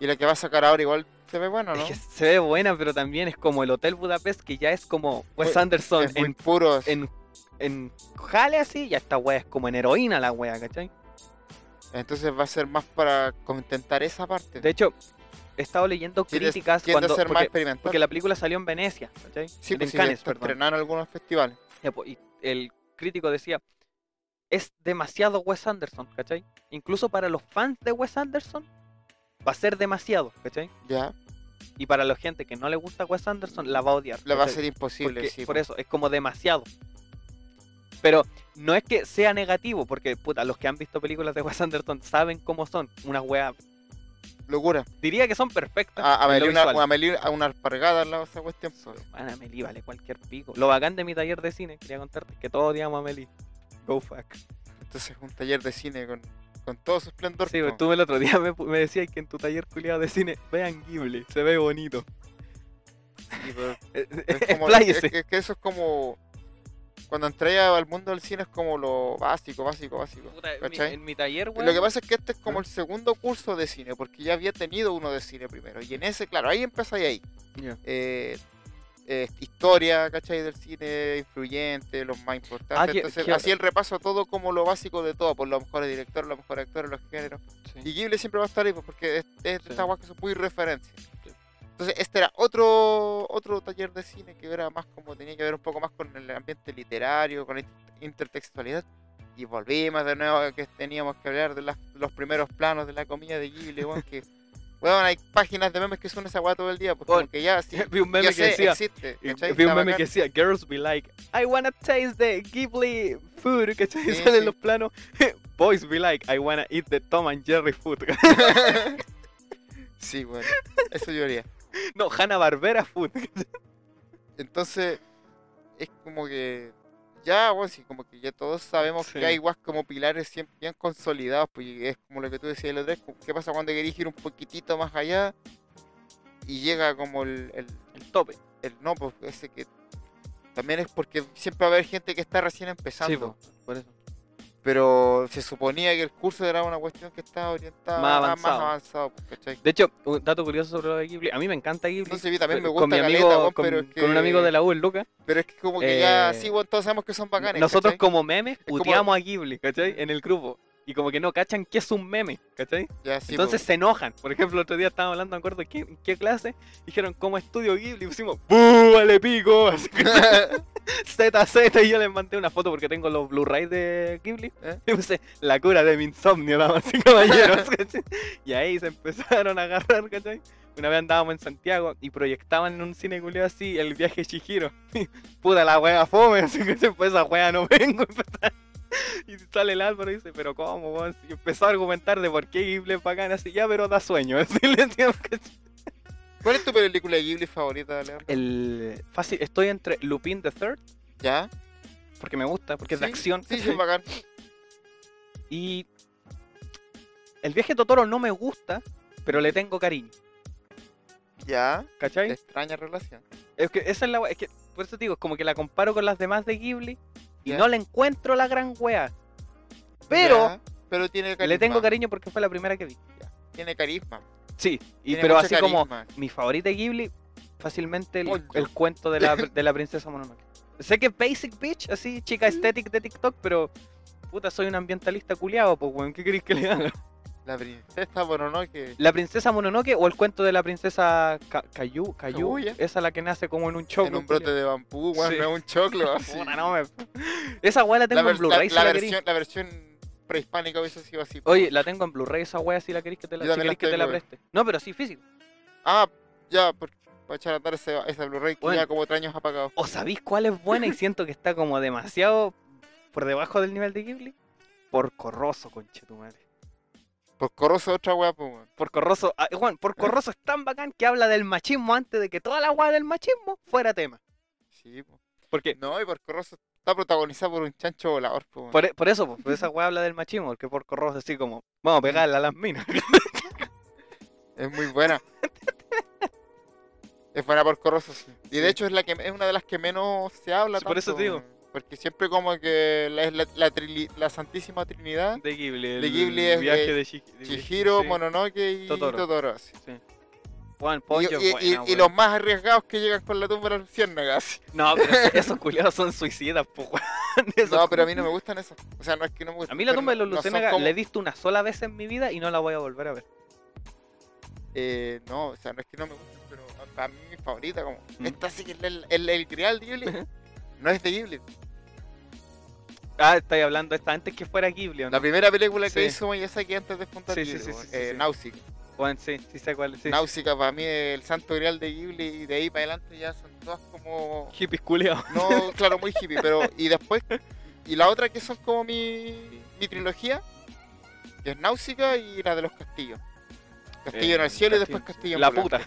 Y la que va a sacar ahora igual se ve bueno, ¿no? Es que se ve buena, pero también es como el Hotel Budapest, que ya es como Wes Oye, Anderson Es muy en, puro. en, en jale así, ya esta wea es como en heroína la wea, ¿cachai? Entonces va a ser más para contentar esa parte. De hecho, he estado leyendo Quiere- críticas quiere cuando, ser más porque, experimental. porque la película salió en Venecia, ¿cachai? sí, En pues sí, Cannes, está perdón. estrenada en algunos festivales. Ya, po, Y el crítico decía, es demasiado Wes Anderson, ¿cachai? Incluso para los fans de Wes Anderson, va a ser demasiado, ¿cachai? Ya, Y para la gente que no le gusta Wes Anderson, la va a odiar. la va a ¿cachai? ser imposible, Porque- sí. Por pues. eso, es como demasiado. Pero no es que sea negativo, porque puta, los que han visto películas de Wes Anderson saben cómo son. Unas weas. Locura. Diría que son perfectas. Ah, A, a Ah, en lo Amelie una, visual. a Amelie a una alpargada al lado de esa cuestión. pues. Man, Amelie vale cualquier pico. Lo bacán de mi taller de cine, quería contarte, es que todos odiamos a Amelie. Go fuck. Entonces un taller de cine con, con todo su esplendor. Sí, pues. tú el otro día me, pu- me decías que en tu taller culiado de cine vean Ghibli, se ve bonito. <laughs> Sí, pues. pero Eh, <laughs> es como- expláyese. es que- es que eso es como... Cuando entré al mundo del cine es como lo básico, básico, básico. Puta, en mi- ¿cachai? en mi taller, Y weón. Lo que pasa es que este es como el segundo curso de cine, porque ya había tenido uno de cine primero. Y en ese, claro, ahí empezáis ahí. Ya. Eh, eh, historia, ¿cachai? Del cine, influyente, los más importantes. Ah, que- Entonces, que- así el repaso todo como lo básico de todo, por los mejores directores, los mejores actores, los géneros. Y Ghibli siempre va a estar ahí, pues, porque es, es de Sí. estas guas que son muy referencias. Sí. Entonces, este era otro otro taller de cine que era más como tenía que ver un poco más con el ambiente literario, con la inter- intertextualidad. Y volvimos de nuevo a que teníamos que hablar de las- los primeros planos de la comida de Ghibli, weón, <laughs> que weón, hay páginas de memes que son esa guay todo el día, porque Weón, ya sí, Vi un <laughs> meme ya que sé, decía, existe. Y ¿cachai? Vi un Está meme bacán. que decía, girls be like, I wanna taste the Ghibli food, ¿cachai? <laughs> Sí, Salen sí. los planos, boys be like, I wanna eat the Tom and Jerry food. <laughs> Sí, bueno, eso yo haría. no, Hanna Barbera food. <laughs> Entonces, es como que ya, bueno, sí, como que ya todos sabemos Sí. que hay guas como pilares siempre bien consolidados, pues y es como lo que tú decías el otro día, como, ¿qué pasa cuando querés ir un poquitito más allá? Y llega como el, el, El tope. el no, pues ese que también es porque siempre va a haber gente que está recién empezando, por eso. pero se suponía que el curso era una cuestión que estaba orientada Más a- avanzado. avanzado, pues, ¿cachai? De hecho, un dato curioso sobre lo de Ghibli, a mí me encanta Ghibli. Entonces, a mí también me pero- gusta con mi caleta, amigo, weón, con, pero es con un amigo que- de la U, el Lucas, Pero es que como que ya, Eh, sí, bueno, todos sabemos que son bacanes. nosotros ¿cachai? como memes como- puteamos a Ghibli, ¿cachai? En el grupo. Y como que no cachan que es un meme, ¿cachai? Ya, sí, Entonces po. se enojan. Por ejemplo, el otro día estábamos hablando, me acuerdo, ¿qué, en qué clase? Dijeron, ¿cómo estudio Ghibli? Y pusimos, ¡buh! ¡Ale pico! Así que <laughs> ZZ y yo les mandé una foto porque tengo los Blu-ray de Ghibli. ¿Eh? <laughs> Y puse la cura de mi insomnio, <laughs> damas y caballeros. ¿cachai? y ahí se empezaron a agarrar, ¿cachai? Una vez andábamos en Santiago y proyectaban en un cine culiao así el viaje de Chihiro. <laughs> Puta la wea fome, <laughs> así que pues esa wea no vengo. <laughs> empezar- Y sale el Álvaro y dice, pero ¿cómo? weón? Y empezó a argumentar de por qué Ghibli es bacán, así, ya, pero da sueño. <laughs> así le decía, ¿cachai? <laughs> ¿Cuál es tu película de Ghibli favorita, Leandro? El... Fácil, estoy entre Lupin the Third, ¿Ya? porque me gusta, porque es de Sí, acción. Sí, sí, ¿cachai? es bacán. Y el viaje de Totoro no me gusta, pero le tengo cariño. ¿Ya? ¿Cachai? Extraña relación. Es que esa es la wea- es que por eso te digo, es como que la comparo con las demás de Ghibli y Ya. no le encuentro la gran wea. Pero Ya, Pero tiene carisma. le tengo cariño porque fue la primera que vi. Tiene carisma. Sí, y, tiene pero mucho así como carisma. mi favorita de Ghibli, fácilmente el, Poncho. el <laughs> cuento de la, de la princesa Mononoke. Sé que es basic bitch, así Mm. chica estética de TikTok, pero puta, soy un ambientalista culiado, pues weón, ¿qué queréis que le haga? La princesa, bueno, <laughs> no, que... ¿La princesa Mononoke o el cuento de la princesa Ca- Cayu? Cayu Kaguya. esa la que nace como en un choclo. en un brote <laughs> de bambú, bueno, Sí. no es un <laughs> choclo. culiao. así. Puta, no me- Esa weá la tengo la, en vers- Blu-ray la- si la la, querís. versión, la versión prehispánica hubiese sido así. po. Oye, la tengo en Blu-ray esa weá si la querís que te la, Yo si también la querís que te la tengo, preste. No, pero sí físico. Ah, ya, por- para echar a andar ese- esa Blu-ray que Bueno. lleva como tres años apagado. ¿O sabéis cuál es buena y siento que está como demasiado por debajo del nivel de Ghibli? Por Corroso, conchetumare. Pues corroso otra wea, pues, weón. Por Corroso, ah, Juan, por Corroso es tan bacán que habla del machismo antes de que toda la weá del machismo fuera tema. Sí, po. Porque No, y por corroso está protagonizado por un chancho volador, pues, weón. Por, e- por eso, pues, esa weá habla del machismo, porque por corroso así como, vamos a pegarla a las minas. Es muy <laughs> buena. es buena por corrosos. Y de hecho es la que es una de las que menos se habla. Sí, por eso te tanto, digo. Porque siempre como que la, es la, la trili- la Santísima Trinidad, <laughs> De Ghibli. El De Ghibli es viaje de de, Shiki- de- Chihiro, sí, Mononoke y Totoro. Totoro. sí. sí. Juan Y, Poncho. y- es y- buena, y weón. los más arriesgados que llegan con la tumba de las ciénagas. <laughs> No, <laughs> pero esos culiados son suicidas, po, weón. <laughs> Esos No, pero a culiados. mí no me gustan esas. O sea, no es que no me gusten. A mí la pero tumba de los no son luciérnagas como- la he visto una sola vez en mi vida y no la voy a volver a ver. Eh, no, o sea, no es que no me gusten, pero a- para mí mi favorita, como. Mm. Esta sí que es el, el, el grial de <laughs> Ghibli. no es de Ghibli. Ah, estáis hablando de esta antes que fuera Ghibli, ¿o ¿no? La primera película que Sí. hizo Miyazaki antes de fundar Sí, sí, Ghibli, sí, weón, sí, sí, eh, sí. Náusica. Juan, sí, sí sé cuál es. Sí. Náusica para mí es el santo grial de Ghibli y de ahí para adelante ya son todas como Hippies culiados. <laughs> no, claro, muy hippie, pero y después y la otra que son como mi mi trilogía que es Náusica y la de los castillos. Castillo en Eh, el cielo y después Castillo- castillo en La Blanco. puta.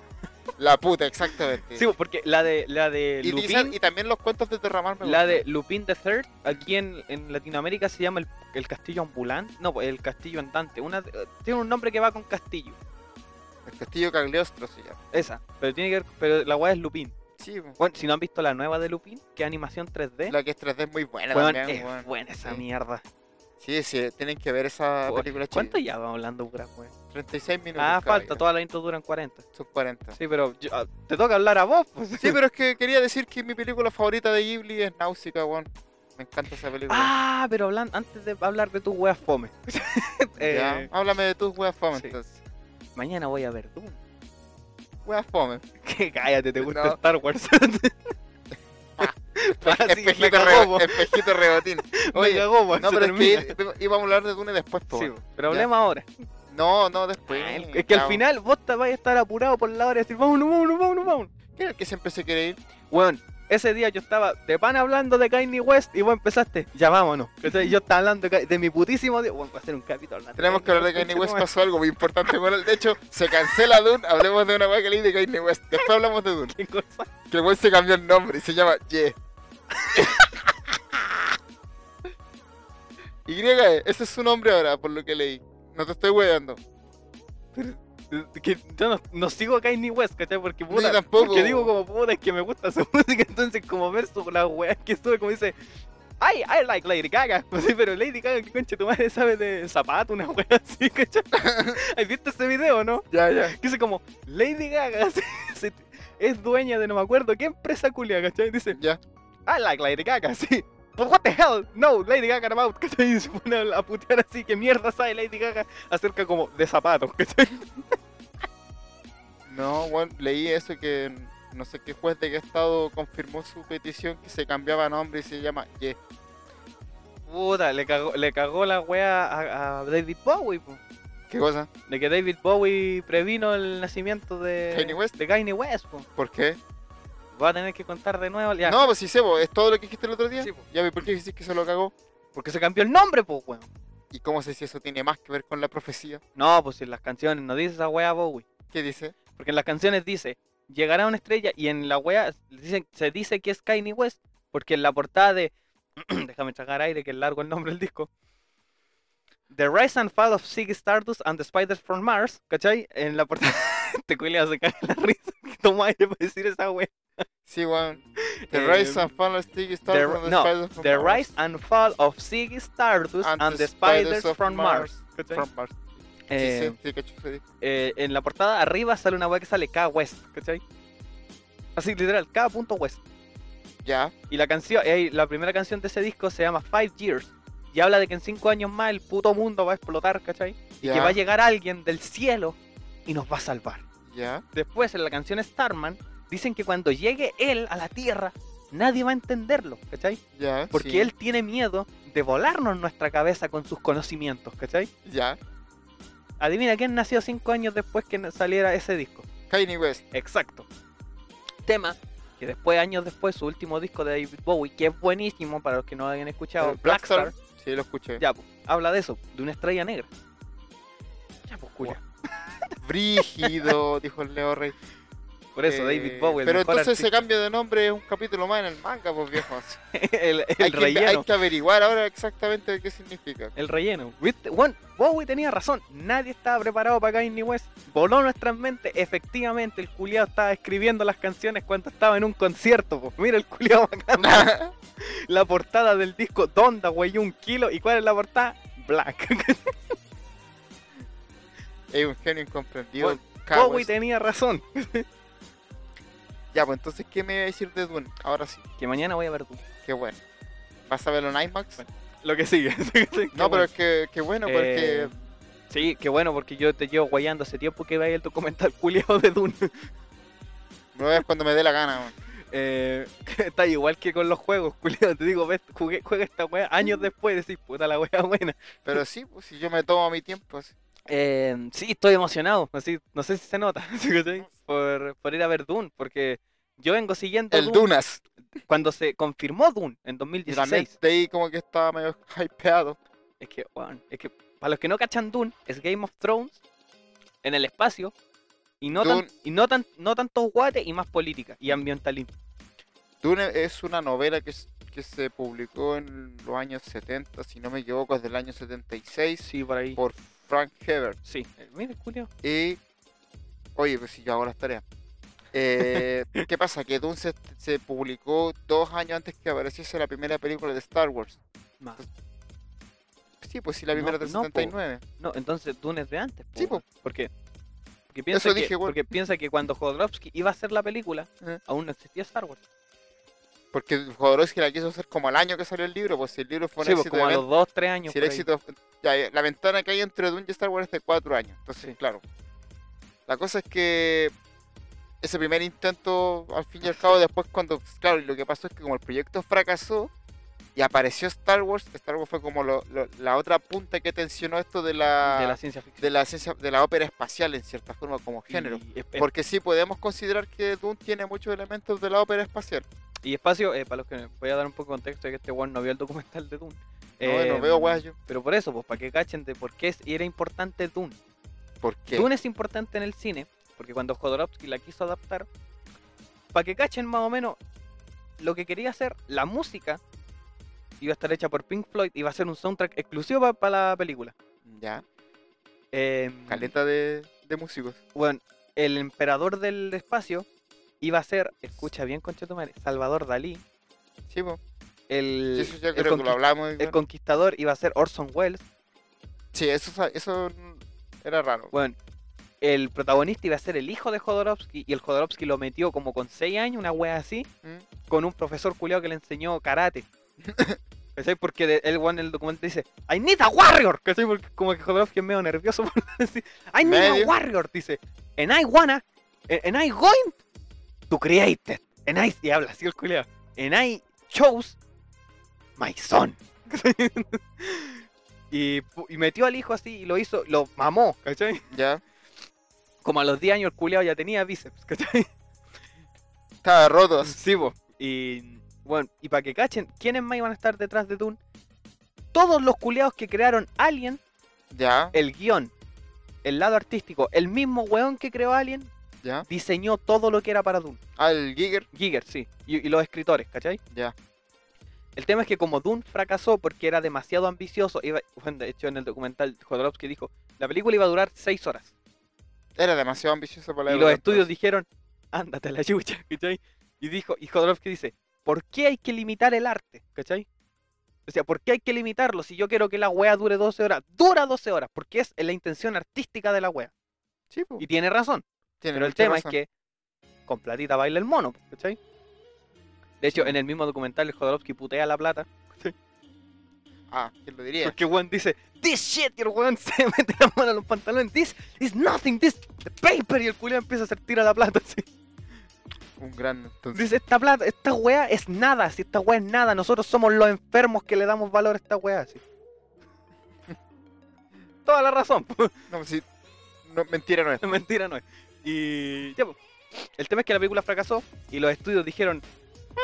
La puta, exactamente. Sí, porque la de, la de y, Lupin, dicen- y también los cuentos de Terramar me la gustan. de Lupin the Third, aquí en, en Latinoamérica se llama el, el castillo ambulante. No, pues, el castillo andante. Una, de- tiene un nombre que va con castillo. El castillo Cagliostro se llama. Esa. Pero tiene que ver- pero la weá es Lupin. Sí, weón. Bueno, si no han visto la nueva de Lupin, que es animación 3D, la que es 3D es muy buena weón, también, es weón. buena esa Sí. mierda. Sí, sí, tienen que ver esa Weón, película chica. ¿Cuánto ya vamos hablando, pura weón? 36 minutos. Ah, falta, caballero. todas las intros duran 40. Son 40. Sí, pero yo- ah, te toca hablar a vos. pues. Sí, pero es que quería decir que mi película favorita de Ghibli es Náusica, weón. Me encanta esa película. Ah, pero hablan, antes de hablar de tus weas fome. Ya, <laughs> Eh, Háblame de tus weas fome, sí. entonces. Mañana voy a ver Doom. Weas <laughs> fome. Que cállate, te gusta No. Star <laughs> Wars. Ahora Ah, sí que me espejito, cagó, re- po. espejito <laughs> rebotín. Oye, Oye, cagó, po, No, se pero termina. es que íbamos a hablar de Dune después, po. Sí, po, pero hablemos ahora. No, no, después. Ah, el- es que al chao. final vos te vas a estar apurado por la hora y decir, vámonos, vámonos, vámonos, vámonos. ¿Quién es el que siempre se quiere ir? Weón, ese día yo estaba de pan hablando de Kanye West y vos empezaste, ya vámonos. Entonces yo estaba hablando de, Ka- de mi putísimo Dios. Weón, voy a hacer un capítulo. hablando Tenemos que hablar de Kanye West. Pasó algo muy importante con él. De hecho, se cancela Dune. Hablemos de una wea que leí de Kanye West. Después hablamos de Dune. <laughs> Qué cosa. Que el weón se cambió el nombre y se llama Ye. y -E, ese es su nombre ahora, por lo que leí. No te estoy weando. que yo no, no sigo a Kanye West, ¿cachai? Porque puta, yo tampoco. porque digo como puta, es que me gusta su <laughs> música, entonces como ver su, la weá que sube, como dice, ay, I like Lady Gaga, <laughs> Pues sí, pero Lady Gaga, que concha tu madre sabe de zapato, una weá así, <laughs> ¿cachai? ¿Has visto ese video, no? Ya, ya. Que dice como, Lady Gaga <laughs> se- se- es dueña de no me acuerdo qué empresa culia, ¿cachai? Dice, Ya. I like Lady Gaga, <laughs> sí. But what the hell? No, Lady Gaga I'm out, <laughs> ¿cachai? Y se pone a- a putear así, que mierda sabe Lady Gaga acerca como de zapatos, <laughs> ¿cachai? No, weón, leí eso que no sé qué juez de qué estado confirmó su petición que se cambiaba nombre y se llama Ye. Puta, le cagó, le cagó la wea a, a David Bowie, po. ¿Qué cosa? De que David Bowie previno el nacimiento de Kanye West. De Kanye West, po. ¿Por qué? Voy a tener que contar de nuevo. Ya. No, pues sí sé, po, es todo lo que dijiste el otro día. Sí, po. Ya, ¿y por qué dijiste que se lo cagó? Porque se cambió el nombre, po, weón. ¿Y cómo sé si eso tiene más que ver con la profecía? No, pues en las canciones no dice esa wea Bowie. ¿Qué dice? Porque en las canciones dice, llegará una estrella y en la wea dicen, se dice que es Kanye West. Porque en la portada de... <clears throat> Déjame sacar aire que es largo el nombre del disco. The Rise and Fall of Ziggy Stardust and the Spiders from Mars, ¿cachai? En la portada... <laughs> Te cuelgas se cae la risa <laughs> que toma aire para decir esa wea. Sí, <laughs> weón. The Eh, Rise and Fall of Ziggy Stardust the- and the no, Spiders from The Mars. Rise and Fall of Ziggy Stardust and, the Spiders, of from Mars. ¿cachai? From Mars. Eh, Sí, sí, sí, cacho, sí. eh, en la portada arriba sale una weá que sale K West, ¿cachai? Así literal, K. punto West. Ya, Y la canción, eh, la primera canción de ese disco se llama Five Years. Y habla de que en cinco años más el puto mundo va a explotar, ¿cachai? Y que va a ya, llegar alguien del cielo y nos va a salvar. ya. Después, en la canción Starman, dicen que cuando llegue él a la Tierra, nadie va a entenderlo, ¿cachai? Ya, Porque sí, él tiene miedo de volarnos nuestra cabeza con sus conocimientos, ¿cachai? Ya. Adivina quién nació cinco años después que na- saliera ese disco. Kanye West. Exacto. Tema que después, años después, su último disco de David Bowie, que es buenísimo para los que no lo hayan escuchado, eh, Blackstar, Sí, lo escuché. ya, pues, habla de eso, de una estrella negra. Ya, pues, culia. <laughs> Brígido, dijo el Leo Rey. Por eso, Eh, David Bowie. el Pero mejor entonces ese artista. cambio de nombre es un capítulo más en el manga, pues viejo. <laughs> el, el hay, que, relleno. hay que averiguar ahora exactamente qué <laughs> significa. El relleno. ¿Viste? Juan, Bowie tenía razón. Nadie estaba preparado para Kanye West. Voló nuestras mentes. Efectivamente, el culiado estaba escribiendo las canciones cuando estaba en un concierto. po. Mira el <laughs> culiado acá. la portada del disco Donda, güey, un kilo. ¿Y cuál es la portada? Black. es un genio incomprendido. Bueno, Cagües. Bowie tenía razón. Ya, pues entonces, ¿qué me iba a decir de Dune? Ahora sí, Que mañana voy a ver tú. qué bueno. ¿Vas a verlo en IMAX? Bueno, Lo que sigue. <laughs> no, pero es que qué bueno, porque Eh, Sí, qué bueno, porque yo te llevo guayando hace tiempo que veía el <laughs> documental culiado de Dune. lo ves cuando me dé la gana. weón. Eh, <laughs> está igual que con los juegos, culiado. Te digo, ves, jugué, juega esta wea años después y decís, puta la wea buena. Pero sí, pues si yo me tomo mi tiempo. así. Eh, sí, estoy emocionado. Así, no sé si se nota <laughs> ¿sí, cachai? por, por ir a ver Dune, porque yo vengo siguiendo El Dunas. cuando se confirmó Dune en Y también 2016. de ahí como que estaba medio <laughs> hypeado. Es que, weón, es que para los que no cachan Dune, es Game of Thrones en el espacio y no, tan, Dune. y no, tan, no tantos guates y más política y ambientalismo. Dune es una novela que, s- que se publicó en los años 70, si no me equivoco, es del año 76, Sí, por ahí. por Frank Herbert. Sí, Eh, mira, Julio. Y. Oye, pues si yo hago las tareas. <laughs> Eh, ¿Qué pasa? Que Dune se, se publicó dos años antes que apareciese la primera película de Star Wars. Más. Pues Sí, pues sí, la No, primera del no, po. 79. No, entonces Dune es de antes. Sí, po. po, weón. ¿Por qué? Porque piensa, Eso que, dije, weón. Eh. porque piensa que cuando Jodorowsky iba a hacer la película, Ajá. aún no existía Star Wars. Porque Jodorowsky la quiso hacer como al año que salió el libro, pues si el libro fue un Sí, pues éxito. como a de los 2, 3 años. Si el por ahí. éxito. ya, ya, la ventana que hay entre Dune y Star Wars es de cuatro años. Entonces, Sí. claro. La cosa es que. Ese primer intento, al fin y al cabo, después cuando. Claro, y lo que pasó es que como el proyecto fracasó y apareció Star Wars, Star Wars fue como lo- lo- la otra punta que tensionó esto de la. de la ciencia ficción. de la ciencia- de la ópera espacial, en cierta forma, como género. Y, esp- Porque sí, podemos considerar que Dune tiene muchos elementos de la ópera espacial. y espacio, eh, para los que voy a dar un poco de contexto, de que este one no vio el documental de Dune. No, no Em, veo, guayo. Pero por eso, pues para que cachen de por qué es- era importante Dune. ¿Por qué? Dune es importante en el cine, porque cuando Jodorowsky la quiso adaptar, para que cachen más o menos lo que quería hacer, la música iba a estar hecha por Pink Floyd, iba a ser un soundtrack exclusivo para la película. Ya, Eh, caleta de, de músicos. bueno, el emperador del espacio iba a ser, escucha bien, conchetumare, Salvador Dalí. Sí, po. El, Sí, eso ya el creo que conquist- lo hablamos. el weón. conquistador iba a ser Orson Welles. Sí, eso, sa- eso mm, era raro. Bueno, el protagonista iba a ser el hijo de Jodorowsky y el Jodorowsky lo metió como con 6 años, una wea así, ¿Mm? con un profesor culiao que le enseñó karate. ¿Cachai? Porque de- el one en el documento dice, I need a warrior. ¿Cachai? Porque como que Jodorowsky es medio nervioso <laughs> por decir, I need Medio. a warrior. Dice, and I wanna, eh, and I going to create it. And I, y habla así el culiao, and I chose my son. <laughs> y, pu- y metió al hijo así y lo hizo, lo mamó, ¿cachai? Ya. como a los 10 años el culiao ya tenía bíceps, <laughs> ¿cachai? Estaba roto. Sí, po. Y bueno, y para que cachen, ¿quiénes más iban a estar detrás de Dune? Todos los culiados que crearon Alien, Ya, el guión, el lado artístico, el mismo weón que creó Alien, ya. diseñó todo lo que era para Dune. Al Giger. Giger, sí. Y, y los escritores, ¿cachai? Ya. El tema es que como Dune fracasó porque era demasiado ambicioso, iba, <laughs> bueno, de hecho en el documental Jodorowsky dijo, la película iba a durar 6 horas. Era demasiado ambicioso para la Y los época, estudios entonces. dijeron, ándate a la chucha, <laughs> ¿cachai? Y dijo, y Jodorowsky dice, ¿por qué hay que limitar el arte? ¿Cachai? O sea, ¿por qué hay que limitarlo si yo quiero que la wea dure 12 horas? Dura 12 horas, porque es la intención artística de la wea. Sí, po. Y tiene razón, Tiene pero el mucha tema razón. es que con platita baila el mono, ¿cachai? De hecho, en el mismo documental, el Jodorowsky putea la plata. Ah, ¿quién lo diría? Porque Juan dice, this shit, y el weón <laughs> se mete la mano en los pantalones, this is nothing, this the paper, y el culiao empieza a hacer tira la plata, <laughs> así. Un gran. Entonces. Dice, esta plata, esta weá es nada, si esta weá es nada, nosotros somos los enfermos que le damos valor a esta weá, así. <laughs> Toda la razón, <laughs> po, No, pues sí. No, mentira no es. mentira no es. Y... ya, po. El tema es que la película fracasó y los estudios dijeron,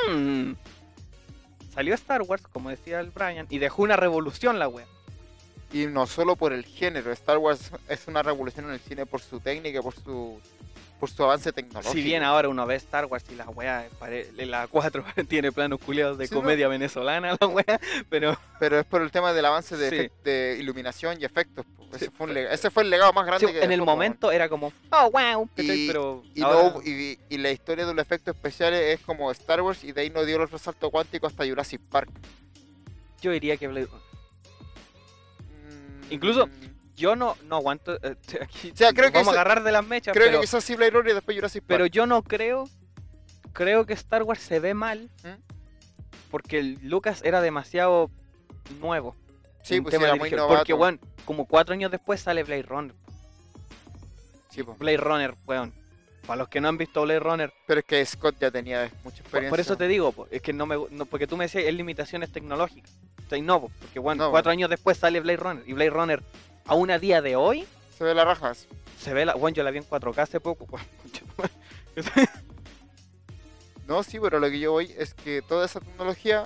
"Hmm". salió Star Wars, como decía el Brian, y dejó una revolución la weá. Y no solo por el género. Star Wars es una revolución en el cine por su técnica, por su por su avance tecnológico. Si bien ahora uno ve Star Wars y la weá, pare- la 4 <laughs> tiene planos culiados de Sí, no. comedia venezolana, la weá, <laughs> pero Pero es por el tema del avance de, Sí. efect- de iluminación y efectos. po. Ese, Sí, fue un lega- ese fue el legado más grande sí, que en el dejó, po, momento era como, oh wow, ¿cachai? Y- pero Y, no ahora- hubo- y- y la historia de los efectos especiales es como Star Wars y de ahí no dio el resalto cuántico hasta Jurassic Park. yo diría que Blade Runner. Mm, Incluso- Yo no, no aguanto, eh, <laughs> aquí O sea, creo nos que vamos esa- a agarrar de las mechas, Creo pero, que quizás sí Blade Runner y después Jurassic pero Park. yo no creo, creo que Star Wars se ve mal, ¿Mm? porque el Lucas era demasiado nuevo. sí, en pues tema era de muy dirigir, novato. Porque, weón, como cuatro años después sale Blade Runner. Sí, po. Blade Runner, weón. Para los que no han visto Blade Runner, Pero es que Scott ya tenía mucha por, experiencia. por eso te digo, po, es que no me gu- no, porque tú me decías, es limitaciones tecnológicas. O sea, y no, po, porque weón, No, cuatro años después sale Blade Runner. Y Blade Runner, aún a día de hoy, Se ve las rajas. se ve la. Weón, yo la vi en 4K hace poco, <laughs> weón. No, sí, pero lo que yo voy es que toda esa tecnología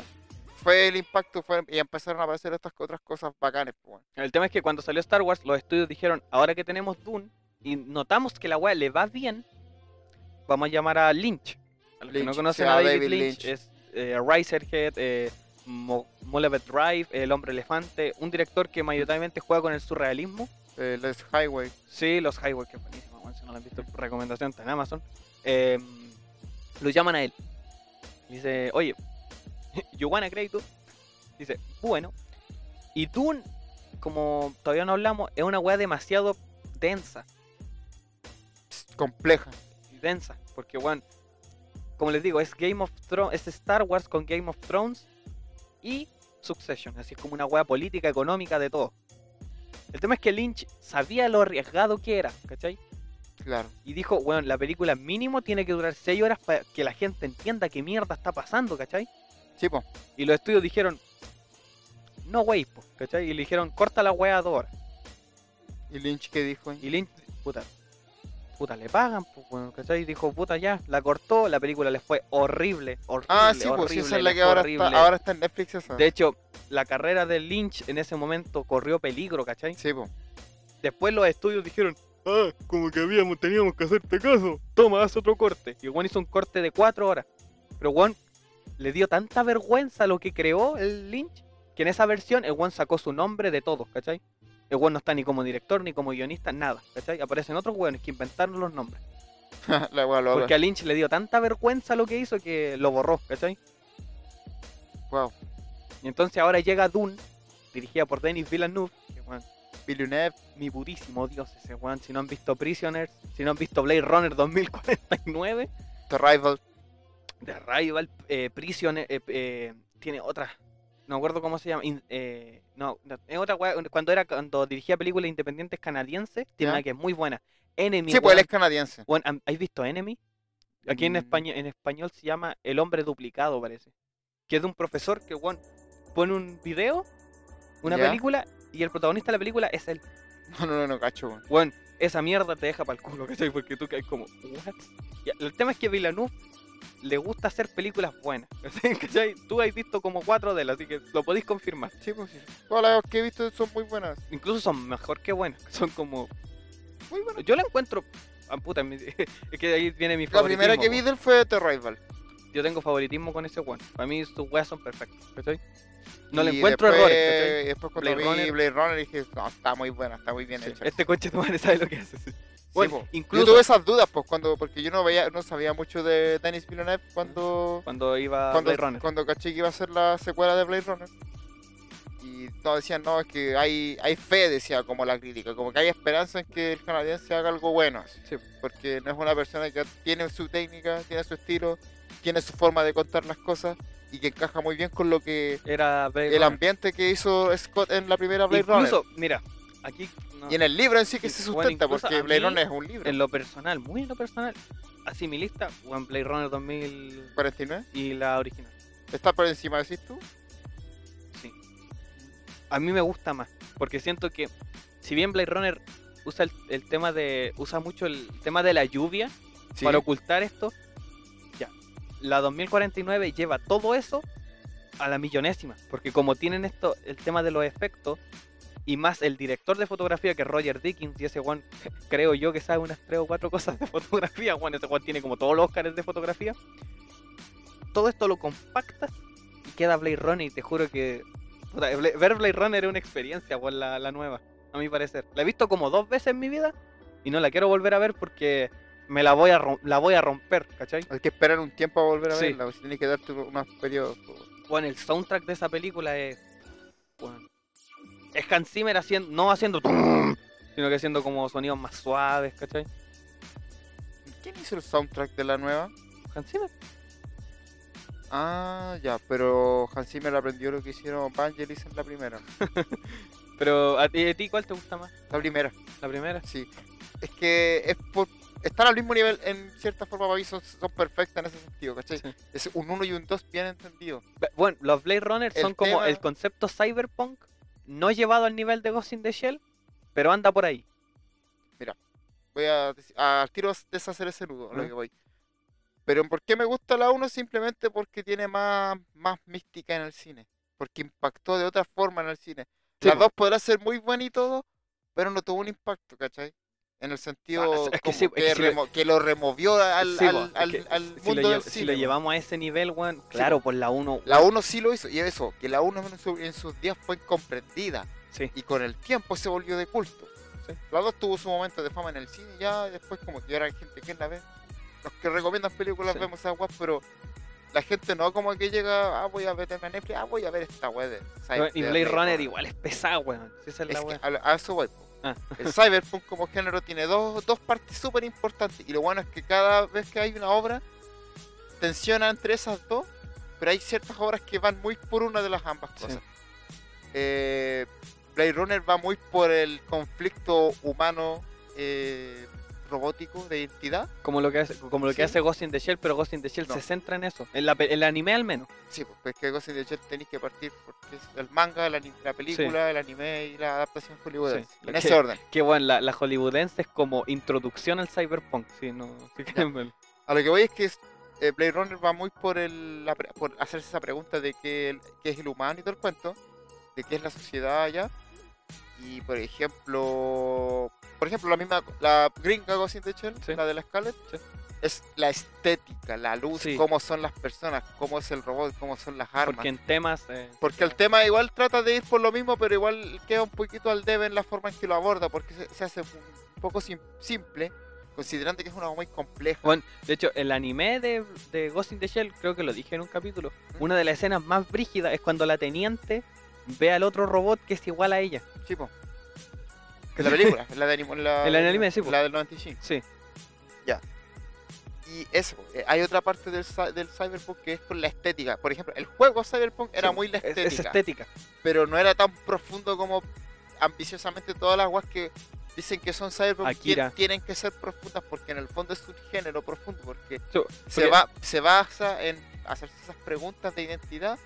fue el impacto fue, y empezaron a aparecer estas otras cosas bacanes. Pues, bueno. El tema es que cuando salió Star Wars, los estudios dijeron, ahora que tenemos Dune, y notamos que la weá le va bien, vamos a llamar a Lynch. A los que no Lynch, conocen sí, a a David, David Lynch, Lynch. es eh, Riserhead, eh, Mo- Mulholland Drive, El Hombre Elefante, un director que mayoritariamente juega con el surrealismo. Eh, Les Highway. Sí, los Highway, que es buenísimo, bueno, si no lo han visto, recomendación está en Amazon. Eh, lo llaman a él. Y Dice, oye, <laughs> you wanna create Dune?" Dice, bueno. Y Dune, como todavía no hablamos, es una weá demasiado densa. Compleja. y Densa, porque bueno, como les digo, es Game of Thrones, es Star Wars con Game of Thrones y Succession. Así es como una weá política, económica, de todo. El tema es que Lynch sabía lo arriesgado que era, ¿cachai? Claro. y dijo, bueno, la película mínimo tiene que durar 6 horas para que la gente entienda qué mierda está pasando, ¿cachai? Sí, po. Y los estudios dijeron, no wey, po", ¿cachai? Y le dijeron, corta la weá a dos horas. ¿Y Lynch qué dijo? Y Lynch, puta, puta, le pagan, pues, bueno, ¿cachai? Y dijo, puta, ya, la cortó, la película le fue horrible, horrible, ah, sí, pues horrible, esa es le la que fue ahora horrible. está, ahora está en Netflix esa. De hecho, la carrera de Lynch en ese momento corrió peligro, ¿cachai? Sí, po. <laughs> Después los estudios dijeron, ah, como que habíamos, teníamos que hacerte caso. Toma, haz otro corte. Y Juan hizo un corte de cuatro horas. Pero Juan le dio tanta vergüenza lo que creó el Lynch, que en esa versión el Juan sacó su nombre de todos, ¿cachai? El Juan no está ni como director, ni como guionista, nada, ¿cachai? Aparecen otros weones que inventaron los nombres. la wea loca. Porque a Lynch le dio tanta vergüenza lo que hizo que lo borró, ¿cachai? Wow. Y entonces ahora llega Dune, dirigida por Denis Villeneuve, que weón, Villeneuve. mi putísimo Dios ese weón. Si no han visto Prisoners, si no han visto Blade Runner 2049, The Rival. The Rival, eh, Prisoner, eh, eh, tiene otra, no me acuerdo cómo se llama. in- eh, no, no, es otra weá, cuando era cuando dirigía películas independientes canadienses, tiene ¿Ya? una que es muy buena. Enemy. sí, pues él weón. es canadiense. <laughs> Weón, ¿han- ¿Has visto Enemy? Aquí en, Mm. español, en español se llama El hombre duplicado, parece. Que es de un profesor que weón, pone un video, una ¿Ya? película, y el protagonista de la película es él. No, no, no, no, cacho, weón. Bueno, esa mierda te deja para el culo, <laughs> ¿cachai? Porque tú caes como, ¿what? Ya, el tema es que Villeneuve le gusta hacer películas buenas, <laughs> ¿cachai? ¿cachai? Tú has visto como cuatro de él, así que lo podéis confirmar. Sí, pues sí. Todas las que he visto son muy buenas. Incluso son mejor que buenas, son como... Muy buenas. Yo la encuentro... Ah, puta, mi- <laughs> es que ahí viene mi La favoritismo. primera que vi weón. de él fue The Rival. Yo tengo favoritismo con ese one. Para mí sus weas son perfectas, ¿cachai? No le Y encuentro después- errores, ¿cachai? y Después cuando Blade vi Runner. Blade Runner dije, no, está muy buena, está muy bien Sí, hecha. Este coche <laughs> tu madre sabe lo que hace. sí. Sí, Bueno, po. incluso Yo tuve esas dudas, pues, cuando, porque yo no veía, no sabía mucho de Dennis Villeneuve cuando, cuando iba a cuando, Blade Runner. cuando caché que iba a ser la secuela de Blade Runner. Y no decían, no, es que hay, hay fe, decía como la crítica, como que hay esperanza en que el canadiense haga algo bueno. así. Sí. Porque no es una persona que tiene su técnica, tiene su estilo, tiene su forma de contar las cosas y que encaja muy bien con lo que Era Blade el Runner. ambiente que hizo Scott en la primera Blade incluso, Runner. mira, aquí no, Y en el libro en sí que Y, se bueno, sustenta, incluso porque a Blade mí, Runner es un libro. en lo personal, muy en lo personal, así mi lista, One Blade Runner 2000 49. y la original. ¿Está por encima, decís tú? Sí. A mí me gusta más, porque siento que si bien Blade Runner usa el, el tema de usa mucho el tema de la lluvia Sí. para ocultar esto, ya. La 2049 lleva todo eso a la millonésima, porque como tienen esto el tema de los efectos Y más el director de fotografía que es Roger Dickens, y ese Juan, <laughs> creo yo que sabe unas tres o cuatro cosas de <laughs> fotografía, Juan, ese Juan tiene como todos los Oscars de fotografía. Todo esto lo compactas y queda Blade Runner y te juro que puta, Bla- ver Blade Runner es una experiencia, Juan, la, la nueva, a mi parecer. La he visto como dos veces en mi vida y no la quiero volver a ver porque me la voy a, rom- la voy a romper, ¿cachai? Hay que esperar un tiempo a volver a Sí. verla, o si tienes que darte unos periodos. Bueno, el soundtrack de esa película es. Bueno, es Hans Zimmer haciendo, no haciendo. tum, Sino que haciendo como sonidos más suaves, ¿cachai? ¿Quién hizo el soundtrack de la nueva? Hans Zimmer. Ah, ya, pero Hans Zimmer aprendió lo que hicieron Vangelis en la primera. Pero, ¿a ti, a ti cuál te gusta más? La primera, ¿La primera? sí. Es que es por, están al mismo nivel, en cierta forma, para mí son, son perfectas en ese sentido, ¿cachai? Sí. Es un 1 y un 2 bien entendido. Ba- Bueno, los Blade Runner El son como tema- el concepto cyberpunk, no llevado al nivel de Ghost in the Shell, pero anda por ahí. voy a, deci- al tiro deshacer ese nudo, a lo Ujú. que voy. Pero ¿por qué me gusta la 1? Simplemente porque tiene más, más mística en el cine. Porque impactó de otra forma en el cine. Sí, Las po. dos podrán ser muy buenas y todo, pero no tuvo un impacto, ¿cachai? En el sentido Ah, es- es que como sí, es que, que si lo- remo- que lo removió al, Sí, al- bo, es al- que al si lo mundo lle- del Si cine. lo bo. llevamos a ese nivel, weón, claro, por la 1. La 1 sí lo hizo, y eso, que la 1 en, su- en sus días fue incomprendida. Sí. Y con el tiempo se volvió de culto. Sí. La 2 tuvo su momento de fama en el cine, ya y después como que ahora hay gente que la ve. Los que recomiendan películas Sí. vemos esas guas, pero la gente no como que llega, ah, voy a ver en Netflix, ah, voy a ver esta wea de... Cyber- Y de Blade Runner Runner". igual es pesado, weón. Sí, esa es la Es que weá. a, lo- a eso voy. po. Ah. El cyberpunk como género tiene dos, dos partes súper importantes. Y lo bueno es que cada vez que hay una obra, tensiona entre esas dos. Pero hay ciertas obras que van muy por una de las ambas Sí. cosas. Eh, Blade Runner va muy por el conflicto humano eh, robótico de identidad. Como lo que hace, como lo que Sí. hace Ghost in the Shell, pero Ghost in the Shell No. se centra en eso. En la, pe- el anime al menos. Sí, pues que Ghost in the Shell tenéis que partir porque es el manga, la, ani- la película, el anime y la adaptación hollywoodense. Sí, lo en que- ese orden. Que bueno, la, la hollywoodense es como introducción al cyberpunk. Sí, no. <laughs> sí que- A lo que voy es que es- eh, Blade Runner va muy por, el, la pre- por hacerse esa pregunta de qué, el- qué es el humano y todo el cuento, de qué es la sociedad allá. Y por ejemplo, por ejemplo la misma, la gringa Ghost in the Shell, Sí. la de la Scarlett, Sí. es la estética, la luz, Sí. cómo son las personas, cómo es el robot, cómo son las armas. porque en temas. eh, Porque el tema igual trata de ir por lo mismo, pero igual queda un poquito al debe en la forma en que lo aborda, porque se, se hace un poco sim- simple, considerando que es una cosa muy compleja. Bueno, de hecho, el anime de, de Ghost in the Shell, creo que lo dije en un capítulo, Ujú. una de las escenas más brígidas es cuando la teniente ve al otro robot que es igual a ella. Sí, po. <laughs> La película, la de animo- la, El anime, sí, po. la del 95. Sí, Y eso, po. Eh, hay otra parte del, cy- del Cyberpunk que es con la estética. Por ejemplo, el juego Cyberpunk era Sí, muy la es- estética, Es, estética. pero no era tan profundo como ambiciosamente todas las guas que dicen que son Cyberpunk tien- Akira. tienen que ser profundas porque en el fondo es un género profundo, porque Sí, se, porque- va, se basa en hacerse esas preguntas de identidad.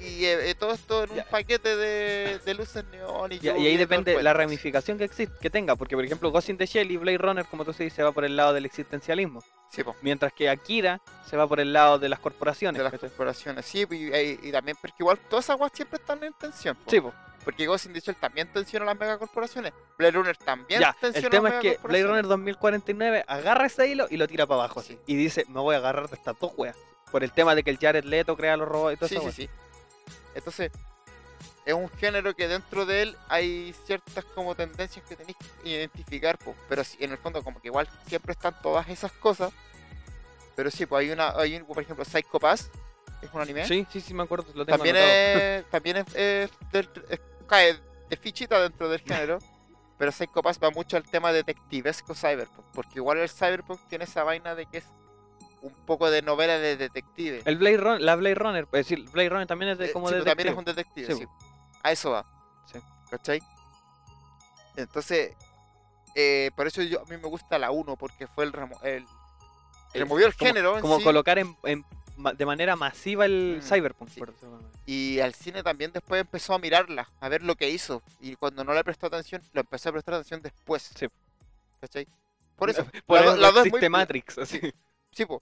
Y eh, eh, todo esto en un Ya. paquete de, de luces neón y Y, y lluvia ahí todo el depende la cuento. ramificación que existe, que tenga, porque por ejemplo Ghost in the Shell y Blade Runner, como tú dices, se va por el lado del existencialismo, Sí, po. mientras que Akira se va por el lado de las corporaciones. de las ¿cachai? corporaciones, sí, y, y- y también porque igual todas esas guas siempre están en tensión. po. Sí, po. Porque Ghost in the Shell también tensiona a las megacorporaciones, Blade Runner también ya. tensiona El a tema las es que Blade megacorporaciones. Runner 2049 agarra ese hilo y lo tira para abajo. Sí. así, Y dice, me voy a agarrar de estas dos weas. Por el tema de que el Jared Leto crea los robots y todo Sí, eso. sí, sí. Entonces, es un género que dentro de él hay ciertas como tendencias que tenéis que identificar, po, pero sí, en el fondo como que igual siempre están todas esas cosas. Pero sí, pues hay una, hay un, por ejemplo, Psycho Pass, es un anime. Sí, sí, sí, me acuerdo. Lo tengo ¿eh? también anotado. es, también es, es del- es- cae de fichita dentro del género, <laughs> pero Psycho Pass va mucho al tema detectivesco cyberpunk, porque igual el cyberpunk tiene esa vaina de que es un poco de novela de detective. El Blade Runner, la Blade Runner, es decir, Blade Runner también es de, Eh, como sí, de pues, también es un detective, Sí, pues. sí. A eso va. Sí. ¿Cachai? Entonces, eh, por eso yo, a mí me gusta la 1, porque fue el... remo- el Eh, removió el como- género en como sí. colocar en, en- ma- de manera masiva el Mm, cyberpunk. sí. por decirlo de alguna manera. y al cine también después empezó a mirarla, a ver lo que hizo. Y cuando no le prestó atención, lo empezó a prestar atención después. Sí. ¿Cachai? Por <laughs> eso, Por la, eso do- la dos es muy- existe <laughs> Matrix. así. Sí, po.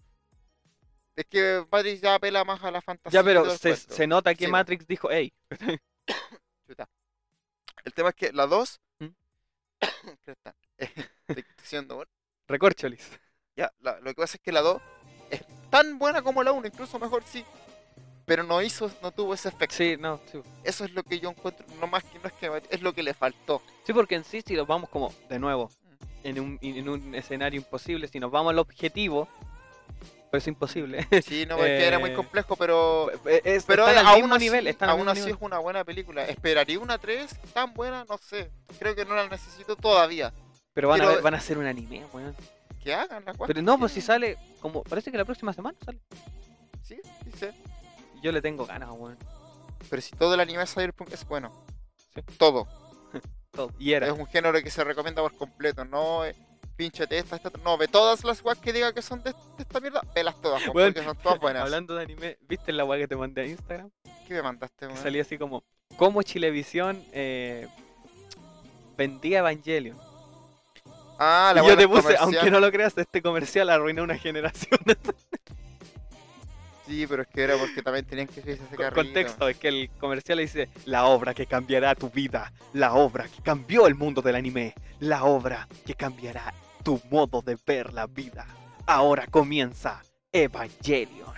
Es que Matrix ya apela más a la fantasía. Ya, y pero todo el se, cuento. se nota que Sí, po. Matrix dijo, hey, El tema es que la 2. <coughs> ¿Mm? Cresta, eh, <laughs> estoy diciendo, bueno, <laughs> Recorcholis. ya, la- lo que pasa es que la 2 es tan buena como la 1, incluso mejor sí. Pero no hizo, no tuvo ese efecto. Sí, no, sí. Eso es lo que yo encuentro, no más que no es que me- es lo que le faltó. Sí, porque en sí, si nos vamos como, de nuevo, en un, en un escenario imposible, si nos vamos al objetivo, pues es imposible. <laughs> Sí, no, porque era muy Eh, complejo, pero. Es- eh, es- Pero están al aún mismo así, nivel, están al aún mismo así nivel. es una buena película. ¿Esperaría una 3 tan buena? No sé. Creo que no la necesito todavía. Pero van, quiero- a ver, van a hacer un anime, weón. Que hagan la cuarta. Pero no, pues si sí. sale, como, parece que la próxima semana sale. Sí, sí sé. Yo le tengo ganas, weón. Pero si todo el anime cyberpunk es bueno. Sí. Todo. Todo. Y era. Es un género que se recomienda por completo. No, eh, pínchate esta, esta. No, ve todas las weas que diga que son de, de esta mierda. Velas todas, weón, Weón, porque son <laughs> todas buenas. Hablando de anime, ¿viste la weá que te mandé a Instagram? ¿Qué me mandaste, Que weón? salía así como, ¿cómo Chilevisión eh, vendía Evangelion? Ah, la y wea yo de te los puse, comerciales. aunque no lo creas, este comercial arruinó una <laughs> generación. Sí, pero es que era porque también tenían que subirse ese Con- este carrito. contexto, es que el comercial dice la obra que cambiará tu vida, la obra que cambió el mundo del anime, la obra que cambiará tu modo de ver la vida. Ahora comienza Evangelion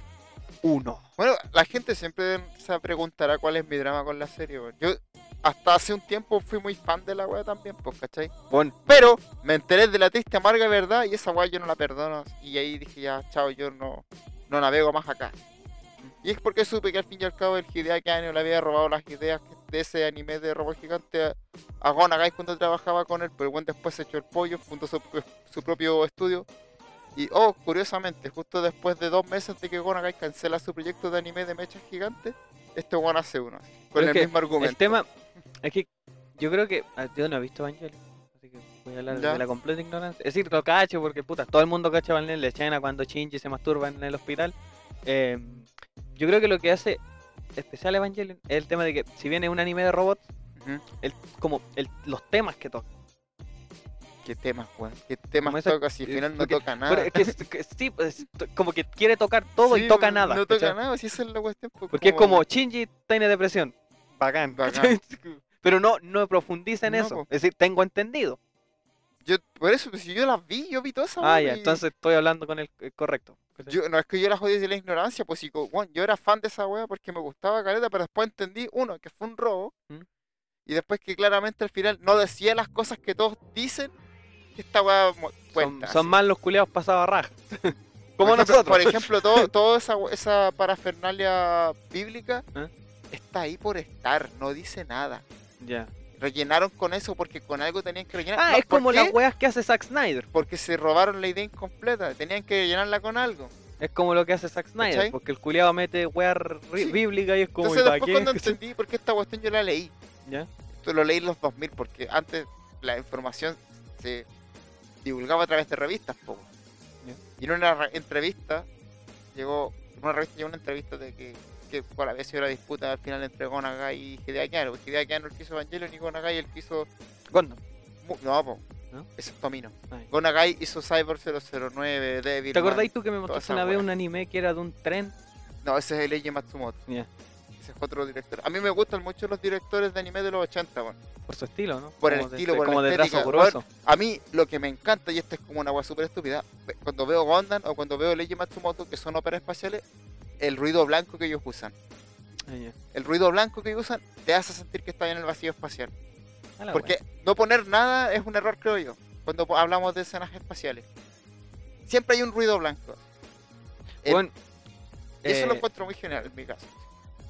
1. Bueno, la gente siempre se preguntará cuál es mi drama con la serie, weón. Yo hasta hace un tiempo fui muy fan de la wea también, pues, ¿cachai? Bueno, Pero me enteré de la triste amarga verdad y esa weá yo no la perdono. Y ahí dije ya, chao, yo no, no navego más acá. Y es porque supe que al fin y al cabo el Hideaki Anno le había robado las ideas que- de ese anime de robot gigante a- a Gon Agai cuando trabajaba con él, pero el buen después se echó el pollo, fundó su, pro- su propio estudio. Y oh, curiosamente, justo después de dos meses de que Gon Agai cancela su proyecto de anime de mechas gigantes, este one hace uno. Con Pero es el que mismo argumento. el tema es que yo creo que ah, yo no he visto Evangelion, así que voy a hablar Ya. de la completa ignorancia. Es decir, lo cacho porque puta, todo el mundo cacha Evangelion, le echan a cuando Shinji se masturba en el hospital. Eh, yo creo que lo que hace especial Evangelion es el tema de que si viene un anime de robots Ujú. el- como el- los temas que toca. ¿Qué temas, weón? ¿Qué temas Como esa- toca si al eh, final no porque- toca nada? Pero es que es- que sí, pues, to- como que quiere tocar todo Ah. Sí, y toca no- nada. No ¿cachai? toca nada, si esa es la cuestión. pues, Porque es como Shinji tiene depresión. <laughs> Bacán. <laughs> Bacán. ¿cachai? Pero no, no profundiza en No, eso. po. Es decir, tengo entendido. Yo, por eso, pues, si yo las vi, yo vi todas esas Ah, weas, ya, y entonces estoy hablando con el el correcto. ¿cachai? yo- no es que yo las odio de la ignorancia, pues si, co- weón, yo era fan de esa wea porque me gustaba Caleta, pero después entendí, uno, que fue un robo, ¿Mm? y después que claramente al final no decía las cosas que todos dicen que esta wea mu- son, cuenta. son así. más los culeados pasados <laughs> a raja. Por Como ejemplo- nosotros. Por ejemplo, <laughs> todo- toda esa, we- esa parafernalia bíblica ¿Eh? está ahí por estar, no dice nada. Ya. rellenaron con eso porque con algo tenían que rellenar. Ah, No, es ¿por como qué? las weas que hace Zack Snyder. Porque se robaron la idea incompleta, tenían que rellenarla con algo. Es como lo que hace Zack Snyder. ¿Cachai? Porque el culeado mete weas ri- Sí. bíblicas y es como. Entonces ¿y pa' después qué? cuando entendí por qué esta cuestión yo la leí, Ya. esto lo leí en los 2000 porque antes la información se divulgaba a través de revistas. po. Ya. Y en una re- entrevista llegó, en una revista llegó una entrevista de que, que cuál había sido la disputa al final entre Gonagai y Hideaki Anno. porque Hideaki Anno el que hizo Evangelion y Gonagai el que hizo... Gundam. Mu- No, po. ¿No? Ese es Tomino. Ah, ya. Gonagai hizo Cyber 009, Devil. ¿Te acordáis tú que me todas mostraste esas una vez weas. un anime que era de un tren? No, ese es el Eiji Matsumoto. Ya. Ese es otro director. A mí me gustan mucho los directores de anime de los 80, weón. Por su estilo, ¿no? Por el de- este, estilo, por la como de brazo estética, grueso. A mí lo que me encanta, y esto es como una agua súper estúpida, ve- cuando veo Gondan o cuando veo el Eiji Matsumoto, que son óperas espaciales, el ruido blanco que ellos usan. Ah, ya. El ruido blanco que ellos usan te hace sentir que estás en el vacío espacial. A Ah, la Porque no poner nada es un error, creo yo, cuando po- hablamos de escenas espaciales. Siempre hay un ruido blanco. wea. Weón, Y eso lo eh, encuentro muy genial en mi caso.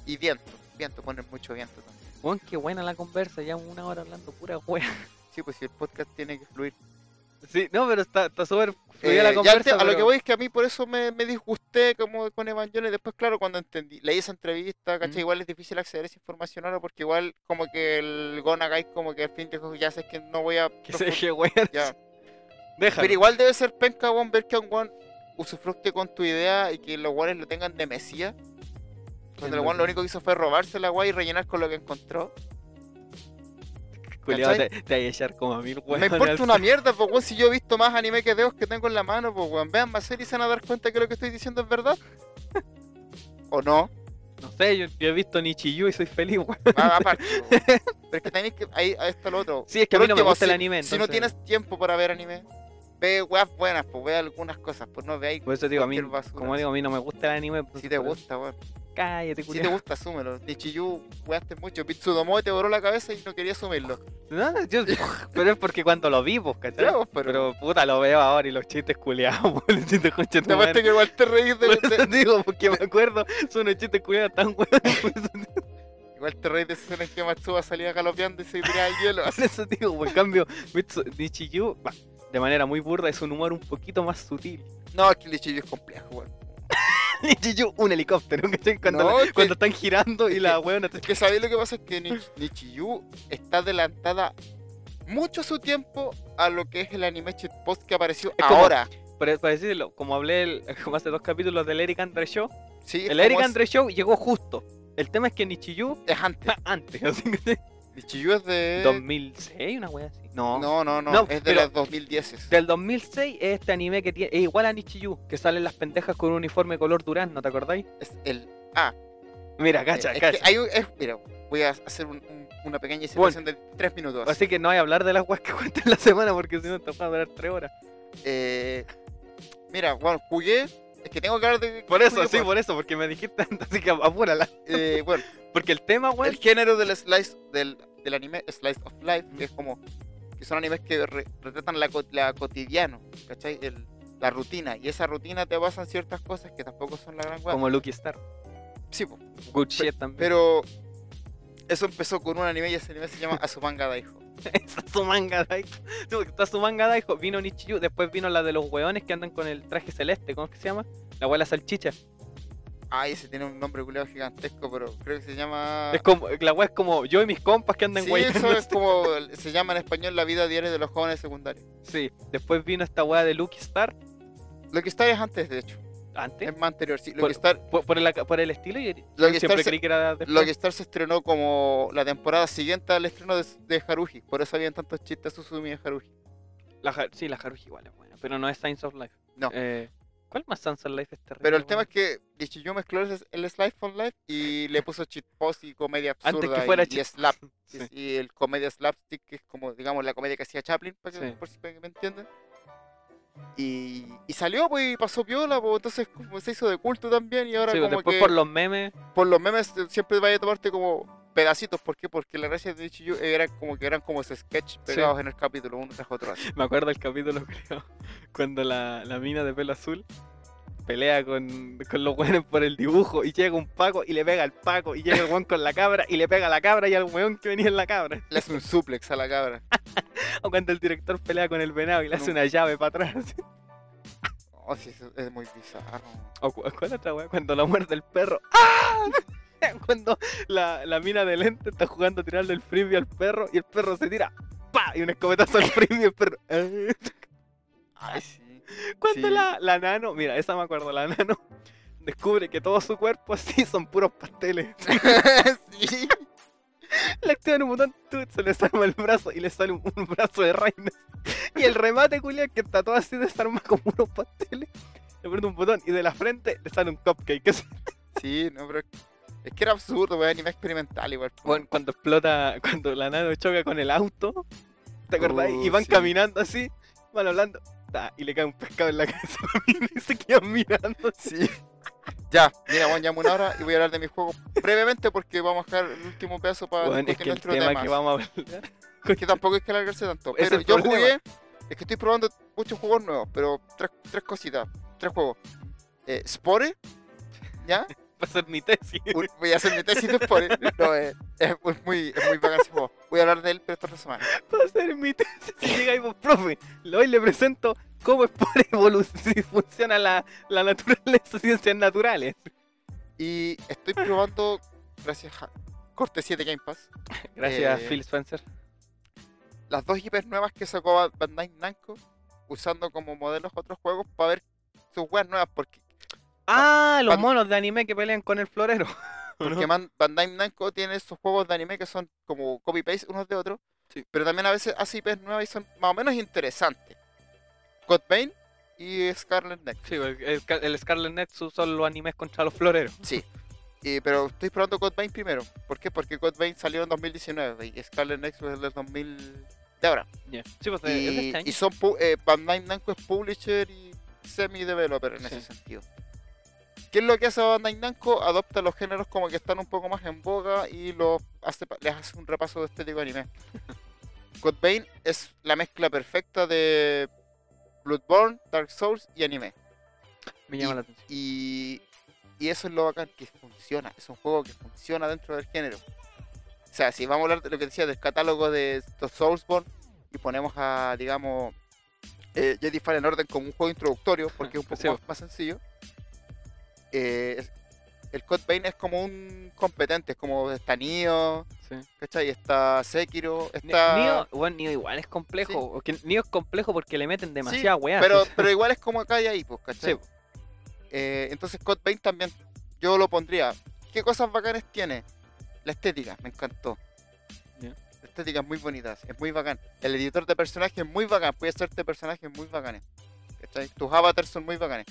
Y viento, viento, ponen mucho viento también. Weón, qué buena la conversa, ya una hora hablando pura <laughs> wea. Sí, pues si el podcast tiene que fluir. Sí, no, pero está está súper Eh, fluida ya la el conversa. te- A lo pero- que voy es que a mí por eso me, me disgusté como con Evangelion. Después, claro, cuando entendí, leí esa entrevista, ¿cachai? Mm. Igual es difícil acceder a esa información ahora porque igual como que el Gonagai como que al fin dijo, ya sé que no voy a... <laughs> <laughs> Que profund- se deje wea. <laughs> ya". Deja. Pero igual debe ser penca, weón, ver que a un weón usufructe con tu idea y que los weones lo tengan de mesía. Cuando el weón lo único que hizo fue robarse la weá y rellenar con lo que encontró. Culeado, ¿cachai? te, te vas a echar como a mil weón. Me importa <laughs> una mierda, pues, weón, si yo he visto más anime que dedos que tengo en la mano, pues, weón. Vean más series y se van a dar cuenta que lo que estoy diciendo es verdad. ¿O no? No sé, yo, yo he visto Nichiyu y soy feliz, weón. Ah, Aparte, pues, weón. Pero es que tenéis que. Ahí, ahí está lo otro. Sí, es que a Por mí no me último, gusta el si- anime. Si no entonces- tienes tiempo para ver anime, ve weas buenas, pues ve algunas cosas, pues no veáis. Por eso digo, a mí, cualquier basura, como digo, a mí no me gusta el anime. Si entonces te por eso- gusta, weón. Si Cállate, te culiao. gusta, asúmelo. Nichiyu, weaste mucho. Pitsudomoe te voló la cabeza y no quería asumirlo. No, no, <laughs> yo- pero es porque cuando lo vi, pues, ¿cachai? Ya, pues, pero- pero... puta, lo veo ahora y los chistes culiados, <laughs> los chistes concha de tu Te madre. muestra que igual te reís de, Por de- eso digo, <laughs> porque me acuerdo, son unos chistes culiados tan <laughs> buenos. Por eso Igual te reís de esas escenas que Matsuba salía galopeando y se tiraba al hielo. Por eso digo, pues, en cambio, Mitsu- Nichiyu, bah, de manera muy burda, es un humor un poquito más sutil. <laughs> No, es que el Nichiyu es complejo, weón. Nichiyu, un helicóptero, ¿cachai? Cuando, No, la- que- cuando están girando y la weona te... <laughs> Es que sabéis lo que pasa es que Nich- Nichiyu está adelantada mucho su tiempo a lo que es el anime post que apareció Es como- ahora. Para, para decirlo, como hablé el- <laughs> como hace dos capítulos del Eric Andre Show, Sí, es el como Eric es- Andre Ah. Show llegó justo. El tema es que Nichiyu es antes. está <laughs> antes, así que... Nichiyu es de. 2006, una wea así. No. Eh. No, no, no, No, es de pero- los 2010. Del 2006 es este anime que tiene, es igual a Nichiyu, que salen las pendejas con un uniforme color durazno, ¿te acordáis? Es el. Ah, Mira, cacha, es que cacha. hay un- es- mira, voy a hacer un- un- una pequeña inserción de tres minutos. Así que no hay a hablar de las weas que <laughs> cuentan la semana porque si no te va a durar tres horas. Eh, mira, bueno, jugué. Es que tengo que hablar de. Por eso, jugué, sí, pues. por eso, porque me dijiste antes, así que apúrala. Eh, bueno, Porque el tema, el weón, género del slice del, del anime Slice of Life que es como que son animes que re- retratan la, co- la cotidiano ¿cachai? El- la rutina y esa rutina te pasan ciertas cosas que tampoco son la gran hueá como Lucky Star, sí po. Good Shit también. <laughs> pero eso empezó con un anime y ese anime se <laughs> llama Azumanga Daioh Está su manga Daigo. Tú, Está su manga Daigo. Vino Nichiyu, después vino la de los weones que andan con el traje celeste, ¿cómo es que se llama? La abuela salchicha. ay ese tiene un nombre culiado gigantesco pero creo que se llama Es como, la wea es como yo y mis compas que andan Ah. sí weyando. eso es como se llama en español la vida diaria de los jóvenes secundarios <laughs> Sí, después vino esta weá de Lucky Star, lo que está es antes de hecho antes, es más anterior sí lo Por- que está por, por el, por el estilo, y lo que siempre está creí que era después. Lo que Star se estrenó como la temporada siguiente al estreno de, de Haruhi. Por eso habían tantos chistes Susumi de Haruhi. La Har- sí, la Haruhi igual es buena, pero no es Science of Life. No. Eh, ¿Cuál más Science of Life es terrible? Pero el tema es weón? que Ichiyu mezcló el- el Slice for Life y le puso cheat post y comedia absurda. Antes que fuera y, y chis- slap. Sí. Y el comedia slapstick, que es como, digamos, la comedia que hacía Chaplin, para que- Sí. por si me me entienden. Y, y salió, pues, y pasó piola, pues, entonces como se hizo de culto también. Y ahora, Sí, pues, como después que por los memes, <laughs> por los memes eh, siempre vaya a tomarte como pedacitos. ¿Por qué? Porque la gracia de Ichiyu era como que eran como esos sketch pegados en el capítulo, uno tras otro. así. me acuerdo el capítulo, <laughs> creo, cuando la, la mina de pelo azul pelea con, con los weones por el dibujo y llega un paco y le pega al paco y llega el weón con la cabra y le pega a la cabra y al weón que venía en la cabra. <laughs> Le hace un suplex a la cabra. O cuando el director pelea con el venado y le hace No. una llave para atrás. Oh, sí, eso es muy bizarro. ¿O cu- cuál otra weá? Cuando la muerde el perro. ¡Ah! <laughs> Cuando la, la mina de lente está jugando a tirarle el frisbee al perro y el perro se tira. ¡Pa! Y un escopetazo al frisbee y el perro. <laughs> "Ah". Ay, sí. <laughs> Cuando Sí. la, la nano, mira, esa me acuerdo, la nano <laughs> descubre que todo su cuerpo así son puros pasteles. sí. Le activan un botón, tut, se le desarma el brazo y le sale un, un brazo de reina. Y el remate, culia, que está todo así desarma con puros pasteles. Le prende un botón y de la frente le sale un cupcake. Sí, no, pero es que era absurdo, weón, anime experimental igual. po. Bueno, cuando explota, <laughs> cuando la nano choca con el auto, ¿te acordás? Uh, y van sí. caminando así, van hablando, ta, y le cae un pescado en la <laughs> cabeza a la mina y se quedan mirando. Sí. Ya, mira, bueno, llamo una hora y voy a hablar de mis juegos brevemente porque vamos a dejar el último pedazo para Bueno, es discutir que el nuestro tema tema. que vamos a hablar. <laughs> Que tampoco hay que alargarse tanto. Es Pero el yo problema. jugué, es que estoy probando muchos juegos nuevos, pero tres, tres cositas, tres juegos. Eh, Spore, ¿ya? Va a ser mi tesis. <laughs> Un- voy a hacer mi tesis de Spore. No, eh, es, es muy, es muy bacán ese juego. Voy a hablar de él, pero esta otra semana. Va a ser mi tesis. Si llega ahí, vos, profe, hoy le presento cómo es por <laughs> evolución si funciona la, la naturaleza, <laughs> ciencias naturales. Y estoy probando, gracias a cortesía de Game Pass, Gracias, Eh, Phil Spencer. las dos IPs nuevas que sacó Ba- Bandai Namco, usando como modelos otros juegos para ver sus weas nuevas, porque, Ah, los Pan- monos de anime que pelean con el florero. ¿O no? <laughs> porque Man- Bandai Namco tiene sus juegos de anime que son como copy-paste unos de otros, Sí. pero también a veces hace IPs nuevas y son más o menos interesantes. God Bane y Scarlet Neck. Sí, el, el Scarlet Nexus son los animes contra los floreros. Sí. Eh, pero estoy probando Codebane primero. ¿Por qué? Porque Codebane salió en 2019 y Scarlet Nexus es del 2000 de ahora. Ya. Sí, pues es de Y, este año. y son pu- eh, Bandai Namco es publisher y semi-developer en ese Sí. sentido. ¿Qué es lo que hace Bandai Namco? Adopta los géneros como que están un poco más en boga y los hace, pa- les hace un repaso de estético <laughs> anime. Code Vein es la mezcla perfecta de Bloodborne, Dark Souls y anime. Me llama la atención. Y, y eso es lo bacán, que funciona. Es un juego que funciona dentro del género. O sea, si vamos a hablar de lo que decía del catálogo de los Soulsborne y ponemos a, digamos, eh, Jedi Fallen Order como un juego introductorio, porque es <laughs> un poco Sí. más, más sencillo, eh, es- el Code Vein es como un competente, es como está Nioh, Sí. ¿cachai? Está Sekiro, Ni- está... Nioh, bueno, Nioh igual es complejo. Sí. porque Nioh es complejo porque le meten Sí, demasiada weá. Pero, entonces- pero igual es como acá y ahí, pues, ¿cachai? pues. Sí. Eh, entonces Code Vein también yo lo pondría. ¿Qué cosas bacanes tiene? La estética, me encantó. Ya. La estética es muy bonita, es muy bacán. El editor de personajes es muy bacán, puedes hacerte personajes muy bacanes. ¿cachai? Tus avatars son muy bacanes.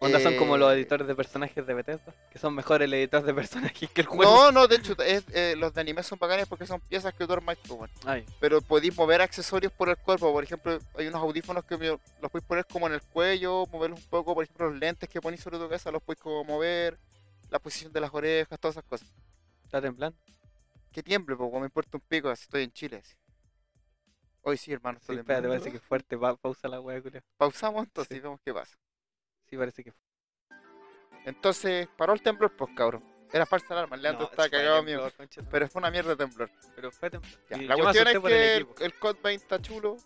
Onda son como los Eh, editores de personajes de Bethesda, que son mejores el editor de personajes que el juego. No, no, de hecho, es, eh, los de anime son bacanes porque son piezas que tú armas, pues, bueno. Ay, pero podéis mover accesorios por el cuerpo. Por ejemplo, hay unos audífonos que me- los podéis poner como en el cuello, moverlos un poco. Por ejemplo, los lentes que ponéis sobre tu cabeza los podéis como mover, la posición de las orejas, todas esas cosas. está temblando. Que tiemble, porque me importa un pico, así estoy en Chile. así. Hoy sí, hermano, Sí, estoy espérate, parece que es fuerte. Pa- pausa la weá, culiao. <laughs> Pausamos entonces Sí. y vemos qué pasa. Sí, parece que es Entonces, paró el temblor, pues cabrón. Era falsa alarma, el Leandro No, estaba fue cagado temblor, mío. concha tu madre, Pero fue una mierda de temblor. pero fue temblor. Ya, Y la yo me cuestión es asusté por el que el, equipo. el Code Vein está chulo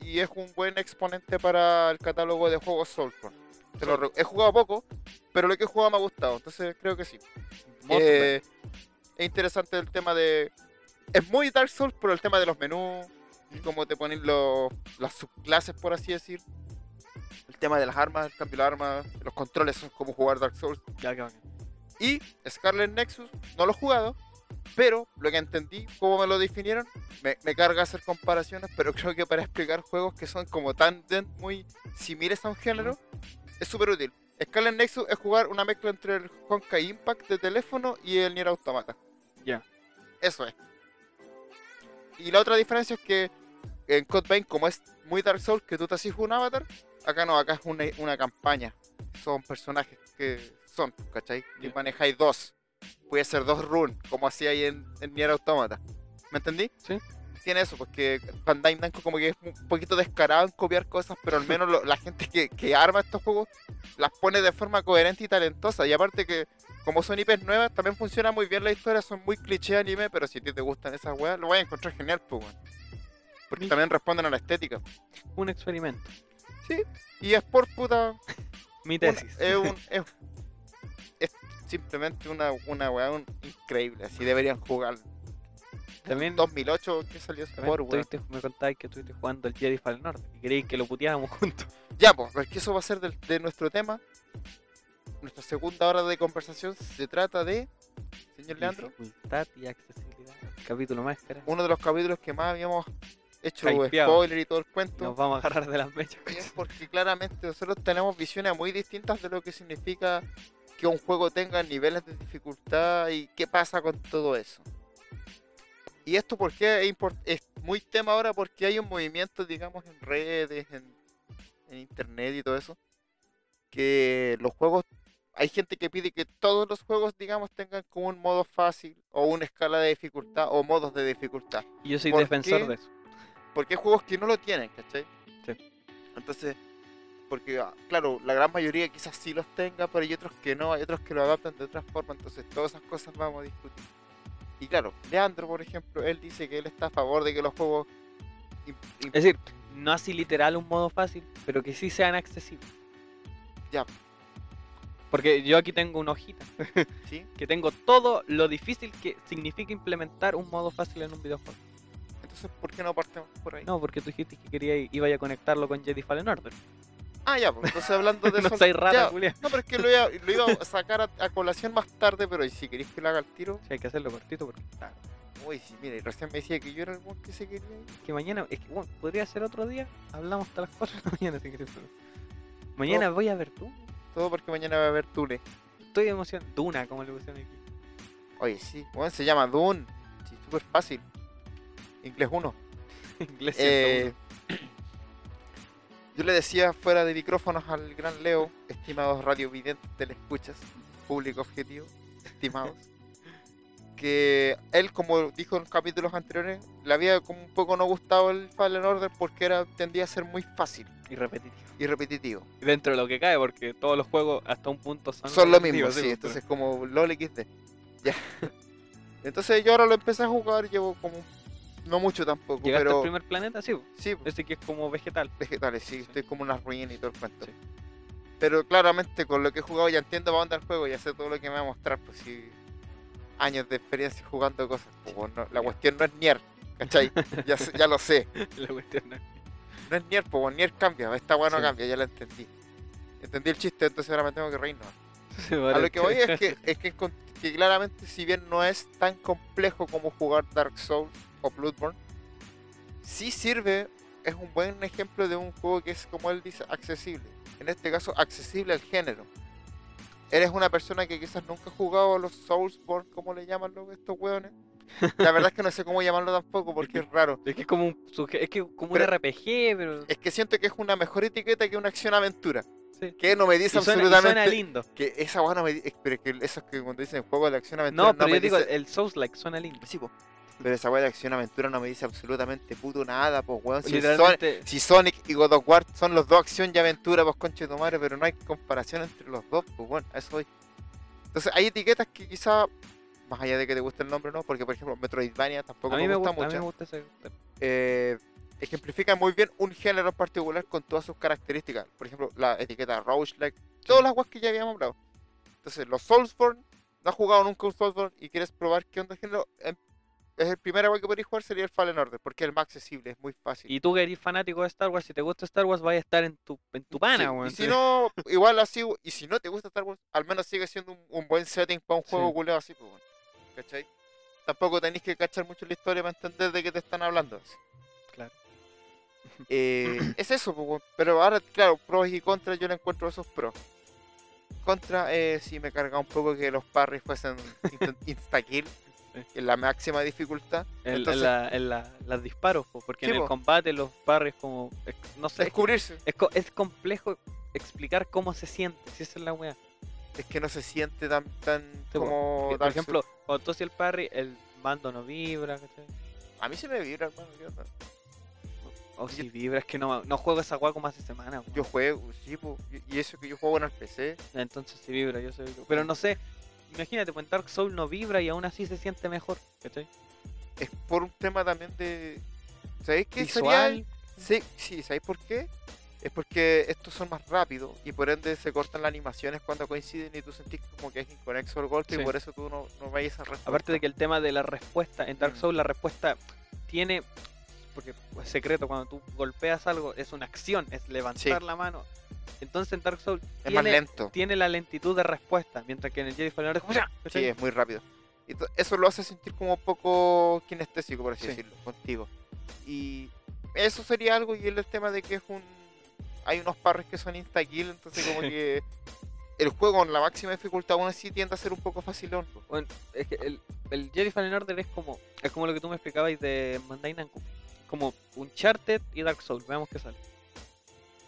y es un buen exponente para el catálogo de juegos Soulsborne. Te lo re- he jugado poco, pero lo que he jugado me ha gustado, entonces creo que sí. Mothman. Eh, es interesante el tema de... Es muy Dark Souls por el tema de los menús, y cómo te ponen los, las subclases, por así decir. El tema de las armas, el cambio de las armas, los controles son como jugar Dark Souls. Ya, qué bacán. Y Scarlet Nexus, no lo he jugado, pero lo que entendí, cómo me lo definieron, me, me carga hacer comparaciones, pero <laughs> creo que para explicar juegos que son como tan de- muy similares a un género, es súper útil. Scarlet Nexus es jugar una mezcla entre el Honkai Impact de teléfono y el Nier Automata. Ya. Eso es. Y la otra diferencia es que en Code Vein, como es muy Dark Souls, que tú te haces un avatar, acá no, acá es una, una campaña. Son personajes que son, ¿cachai? Que Ya. manejáis dos. Puede ser dos runes, como hacía ahí en, en Nier Automata. ¿Me entendí? Sí. Tiene eso, porque Bandai Namco como que es un poquito descarado en copiar cosas, pero al menos lo- la gente que, que arma estos juegos las pone de forma coherente y talentosa. Y aparte que como son IPs nuevas, también funciona muy bien la historia, son muy cliché anime, pero si a ti te gustan esas weas, lo vas a encontrar genial, pues, weón. Porque Mish. también responden a la estética. Un experimento. Y es por puta, Mi una- tesis. es un. eh, Es, es simplemente una, una weá un- increíble. Así deberían jugar. También, 2008, que salió ese también por weón? estuviste- me contabas que estuviste jugando el Jedi Fallen Order y creí que lo puteábamos <laughs> juntos. Ya, pues, porque eso va a ser del- de, nuestro tema. Nuestra segunda hora de conversación se trata de. Señor Leandro, Dificultad y accesibilidad. Capítulo más, cara. uno de los capítulos que más habíamos hecho Hypeado. spoiler y todo el cuento. Nos vamos a agarrar de las mechas. bien porque claramente nosotros tenemos visiones muy distintas de lo que significa que un juego tenga niveles de dificultad y qué pasa con todo eso. Y esto porque es, import- es muy tema ahora porque hay un movimiento, digamos, en redes, en, en internet y todo eso, que los juegos, hay gente que pide que todos los juegos, digamos, tengan como un modo fácil o una escala de dificultad o modos de dificultad Y yo soy ¿Por defensor qué? de eso. porque hay juegos que no lo tienen, ¿cachai? Sí. Entonces, porque ah, claro, la gran mayoría quizás sí los tenga, pero hay otros que no, hay otros que lo adaptan de otra forma, entonces todas esas cosas vamos a discutir. Y claro, Leandro, por ejemplo, él dice que él está a favor de que los juegos... im- im- Es decir, no así literal un modo fácil, pero que sí sean accesibles. Ya. Porque yo aquí tengo una hojita ¿sí? que tengo todo lo difícil que significa implementar un modo fácil en un videojuego. Entonces, ¿por qué no partimos por ahí? No, porque tú dijiste que quería i- iba a conectarlo con Jedi Fallen Order. Ah, ya, pues entonces hablando de <laughs> No eso... soy rata, ya, Julia. no, pero es que lo iba, lo iba a sacar a, a colación más tarde, pero si queréis que lo haga al tiro... Sí, hay que hacerlo cortito porque Uy, sí, mire, recién me decía que yo era el buen que se quería ir. que mañana es que, bueno, podría ser otro día. Hablamos hasta las 4 de la mañana si querés, pero- Mañana voy a ver tú. Todo porque mañana va a haber Tule. estoy emocionado. Duna, como le pusieron aquí. <laughs> Oye, sí. Bueno, se llama Dune. Sí, súper fácil. Inglés 1. Inglés Eh, 101. <clears throat> yo le decía fuera de micrófonos al gran Leo, estimados radiovidentes, telescuchas, público objetivo, estimados, que él, como dijo en los capítulos anteriores, le había como un poco no gustado el Fallen Order porque era, tendía a ser muy fácil y repetitivo. y repetitivo. Dentro de lo que cae, porque todos los juegos hasta un punto son. Son lo mismo, repetitivos, sí, pues, entonces como LOL XD. Ya. <laughs> Entonces yo ahora lo empecé a jugar, llevo como, no mucho tampoco, pero- ¿Llegaste pero Mm. al primer planeta? Sí, pues. sí, ese que es como vegetal. vegetales, sí, Sí. estoy como una ruina y todo el cuento. Sí. <laughs> Pero claramente con lo que he jugado ya entiendo para dónde va el juego, ya sé todo lo que me va a mostrar, pues sí. Años de experiencia jugando cosas. pues, bueno, la cuestión no es Nier, <laughs> ¿cachai? ya, sé- ya lo sé. La cuestión no es- No es Nier, pues bueno, Nier cambia, esta bueno Sí. cambia, ya la entendí. Entendí el chiste, entonces ahora me tengo que reír, ¿no? se va A lo que voy <laughs> rechazar. es que, es que, encont- que claramente, si bien no es tan complejo como jugar Dark Souls o Bloodborne, sí sirve, es un buen ejemplo de un juego que es, como él dice, accesible. En este caso, accesible al género. Eres una persona que quizás nunca ha jugado a los Soulsborne, como le llaman los- estos hueones. La verdad es que no sé cómo llamarlo tampoco porque es raro. Es que es como un, suje- es que como Pero- un RPG, pero. Es que siento que es una mejor etiqueta que una acción-aventura. sí. Que no me Y dice suena, y suena absolutamente. lindo. que esa hueá no me dice. Pero es que eso es que cuando dicen juego de acción-aventura. No, pero me yo digo, dice- el Souls like suena lindo. Sí, po. Pero esa weá de acción aventura no me dice absolutamente puto nada, pues weón. Si, Son- Literalmente, si Sonic y God of War son los dos acción y aventura, pues conche tu madre, pero no hay comparación entre los dos, pues bueno, a eso voy. Entonces hay etiquetas que quizá, más allá de que te guste el nombre, ¿no? Porque por ejemplo Metroidvania tampoco a mí me me gusta gusta, a mí me mucho. gusta ese. Eh, ejemplifica muy bien un género en particular con todas sus características. Por ejemplo, la etiqueta Roguelike, todas las weas que ya habíamos hablado. Entonces, los Soulsborne, no has jugado nunca un Soulsborne y quieres probar qué onda el género, em, es el primer agua que podéis jugar sería el Fallen Order, porque es el más accesible, es muy fácil. Y tú que eres fanático de Star Wars, si te gusta Star Wars, vaya a estar en tu, en tu pana, Sí, weón. y si no, igual así, y si no te gusta Star Wars, al menos sigue siendo un, un buen setting para un Sí. juego culeado así, pues, bueno, ¿cachai? Tampoco tenéis que cachar mucho la historia para entender de qué te están hablando. así. Claro. <laughs> <laughs> Eh, es eso, pues, weón. pero ahora, claro, pros y contras, yo le encuentro esos pros. Contra, eh, sí me carga un poco que los parries fuesen instant- <laughs> insta-kill Sí. en la máxima dificultad. En- en entonces- la- en la- las disparos, po, porque Sí, en el po. combate los parries como. es- No sé, es, Descubrirse. es co- es complejo explicar cómo se siente, si esa es la weá. Es que no se siente tan, tan po. como... Por Dark ejemplo, cuando tú haces el parry, el mando no vibra, ¿cachai? Souls. A mí se me vibra, hermano. ¿qué onda? O si vibra, es que no, no juego esa weá como hace semana, weón. Yo juego, sí, po, y- y eso que yo juego en el PC. Entonces sí vibra, yo sé. Pero Mm. no sé, imagínate, pues en Dark Souls no vibra y aún así se siente mejor, ¿cachai? Es por un tema también de. ¿Sabéis qué Visual. sería? Sí, sí, ¿sabéis por qué? Es porque estos son más rápidos y por ende se cortan las animaciones cuando coinciden y tú sentís como que es inconexo el golpe Sí. y por eso tú no, no vayas a respuesta. Aparte de que el tema de la respuesta, en Dark Mm. Souls la respuesta tiene, porque es secreto, cuando tú golpeas algo es una acción, es levantar la mano. Entonces en Dark Souls es más tiene, lento. tiene la lentitud de respuesta, mientras que en el Jedi Fallen Order es como ¡ya! Sí, ¿cachai? es muy rápido. Y to- eso lo hace sentir como un poco kinestésico, por así Sí. decirlo, contigo. Y eso sería algo, y el tema de que es un... Hay unos parres que son insta-kill, entonces como <laughs> Sí. que el juego en la máxima dificultad aún así tiende a ser un poco facilón. po. Bueno, es que el, el Jedi Fallen Order es como, es como lo que tú me explicabais de Mandai Namco. Como Uncharted y Dark Souls, veamos qué sale.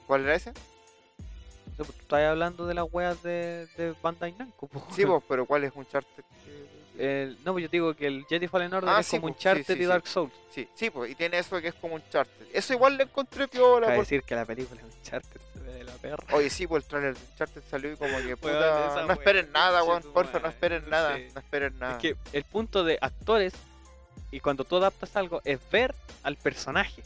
¿Cuál era ese? No sé, pues, tú estás hablando de las weas de, de Bandai Namco. po. Sí, vos, pero ¿cuál es un charter? <laughs> El- no, pues yo te digo que el Jedi Fallen Order Ah, es sí, po, como sí, Uncharted sí, y sí. Dark Souls. Sí, sí, pues, y tiene eso que es como un charter. Eso igual le encontré piola. Cabe por- decir que la película Uncharted se ve de la perra. Oye, sí, pues el trailer de Uncharted salió y como <laughs> que puta, esa no wea, esperen nada, conche weón, tu porfa, no madre, esperen no nada, sé. no esperen nada. Es que el punto de actores y cuando tú adaptas algo es ver al personaje.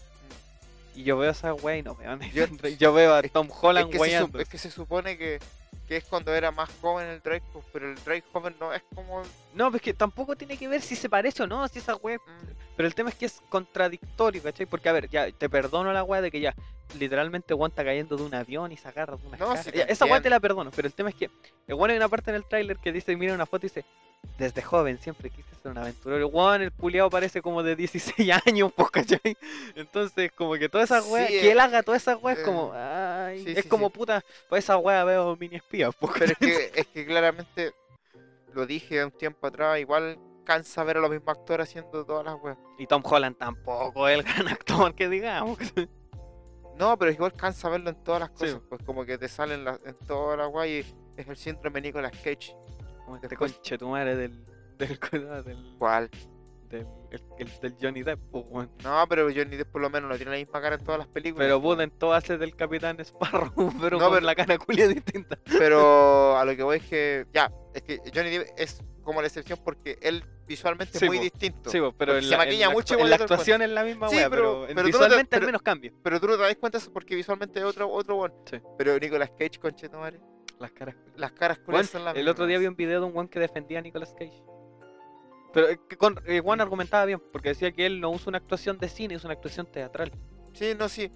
Y yo veo a esa wea y no veo a Yo- Nathan Drake, <laughs> Yo veo a Mm. es- Tom es Holland que, se, weyando. sup- es que se supone que, que es cuando era más joven el Drake, pues, pero el Drake joven no es como. No, pues que tampoco tiene que ver si se parece o no, si esa wea. mm, Pero el tema es que es contradictorio, ¿cachai? Porque, a ver, ya te perdono la wea de que ya literalmente Juan está cayendo de un avión y se agarra de una No, caja. sí, Ya, te Esa wea te entiendo. la perdono, pero el tema es que, el bueno, hay una parte en el tráiler que dice, mira una foto y dice, desde joven siempre quise ser un aventurero. Juan, el culiao parece como de <laughs> 16 años, pues, ¿cachai? Entonces, como que toda esa wea, Sí, que él eh, haga toda esa wea es eh, como, ah, ¿cachai? Sí, es sí, como sí. puta, pues esa wea veo mini espías, pues, Pero es que, es que claramente lo dije un tiempo atrás, igual cansa ver a los mismos actores haciendo todas las weas. <laughs> Y Tom Holland tampoco es el gran <laughs> actor que digamos. <laughs> No, pero igual cansa verlo en todas las Sí. cosas, pues como que te salen las- en todas las weas y es el síndrome de Nicolas Cage. Como este Después- conche tu madre del. del. <laughs> cosa, del. ¿Cuál? del, el- el- del Johnny Depp, pues, weón. No, pero Johnny Depp por lo menos no tiene la misma cara en todas las películas. Pero puta, en todas es del Capitán Sparrow, <laughs> pero No, con pero- la cara culia distinta. Pero a lo que voy es que, ya, es que Johnny Depp es como la excepción porque él visualmente Sí, es muy po. distinto. Sí, pues, pero Porque en se la, en maquilla la- mucho en igual la de todo el actuación es la misma Sí, wea, pero- pero pero, en- tú no te- visualmente al pero- menos cambia. Pero tú no te das cuenta eso porque visualmente es otro, otro weón. Sí. Pero Nicolas Cage, conchetumare, Las caras. las caras Weón, culias son las el otro día vi un video de un Juan que defendía a Nicolas Cage. Pero eh, que con, eh, Juan argumentaba bien, porque decía que él no usa una actuación de cine, es una actuación teatral. Sí, no, sí.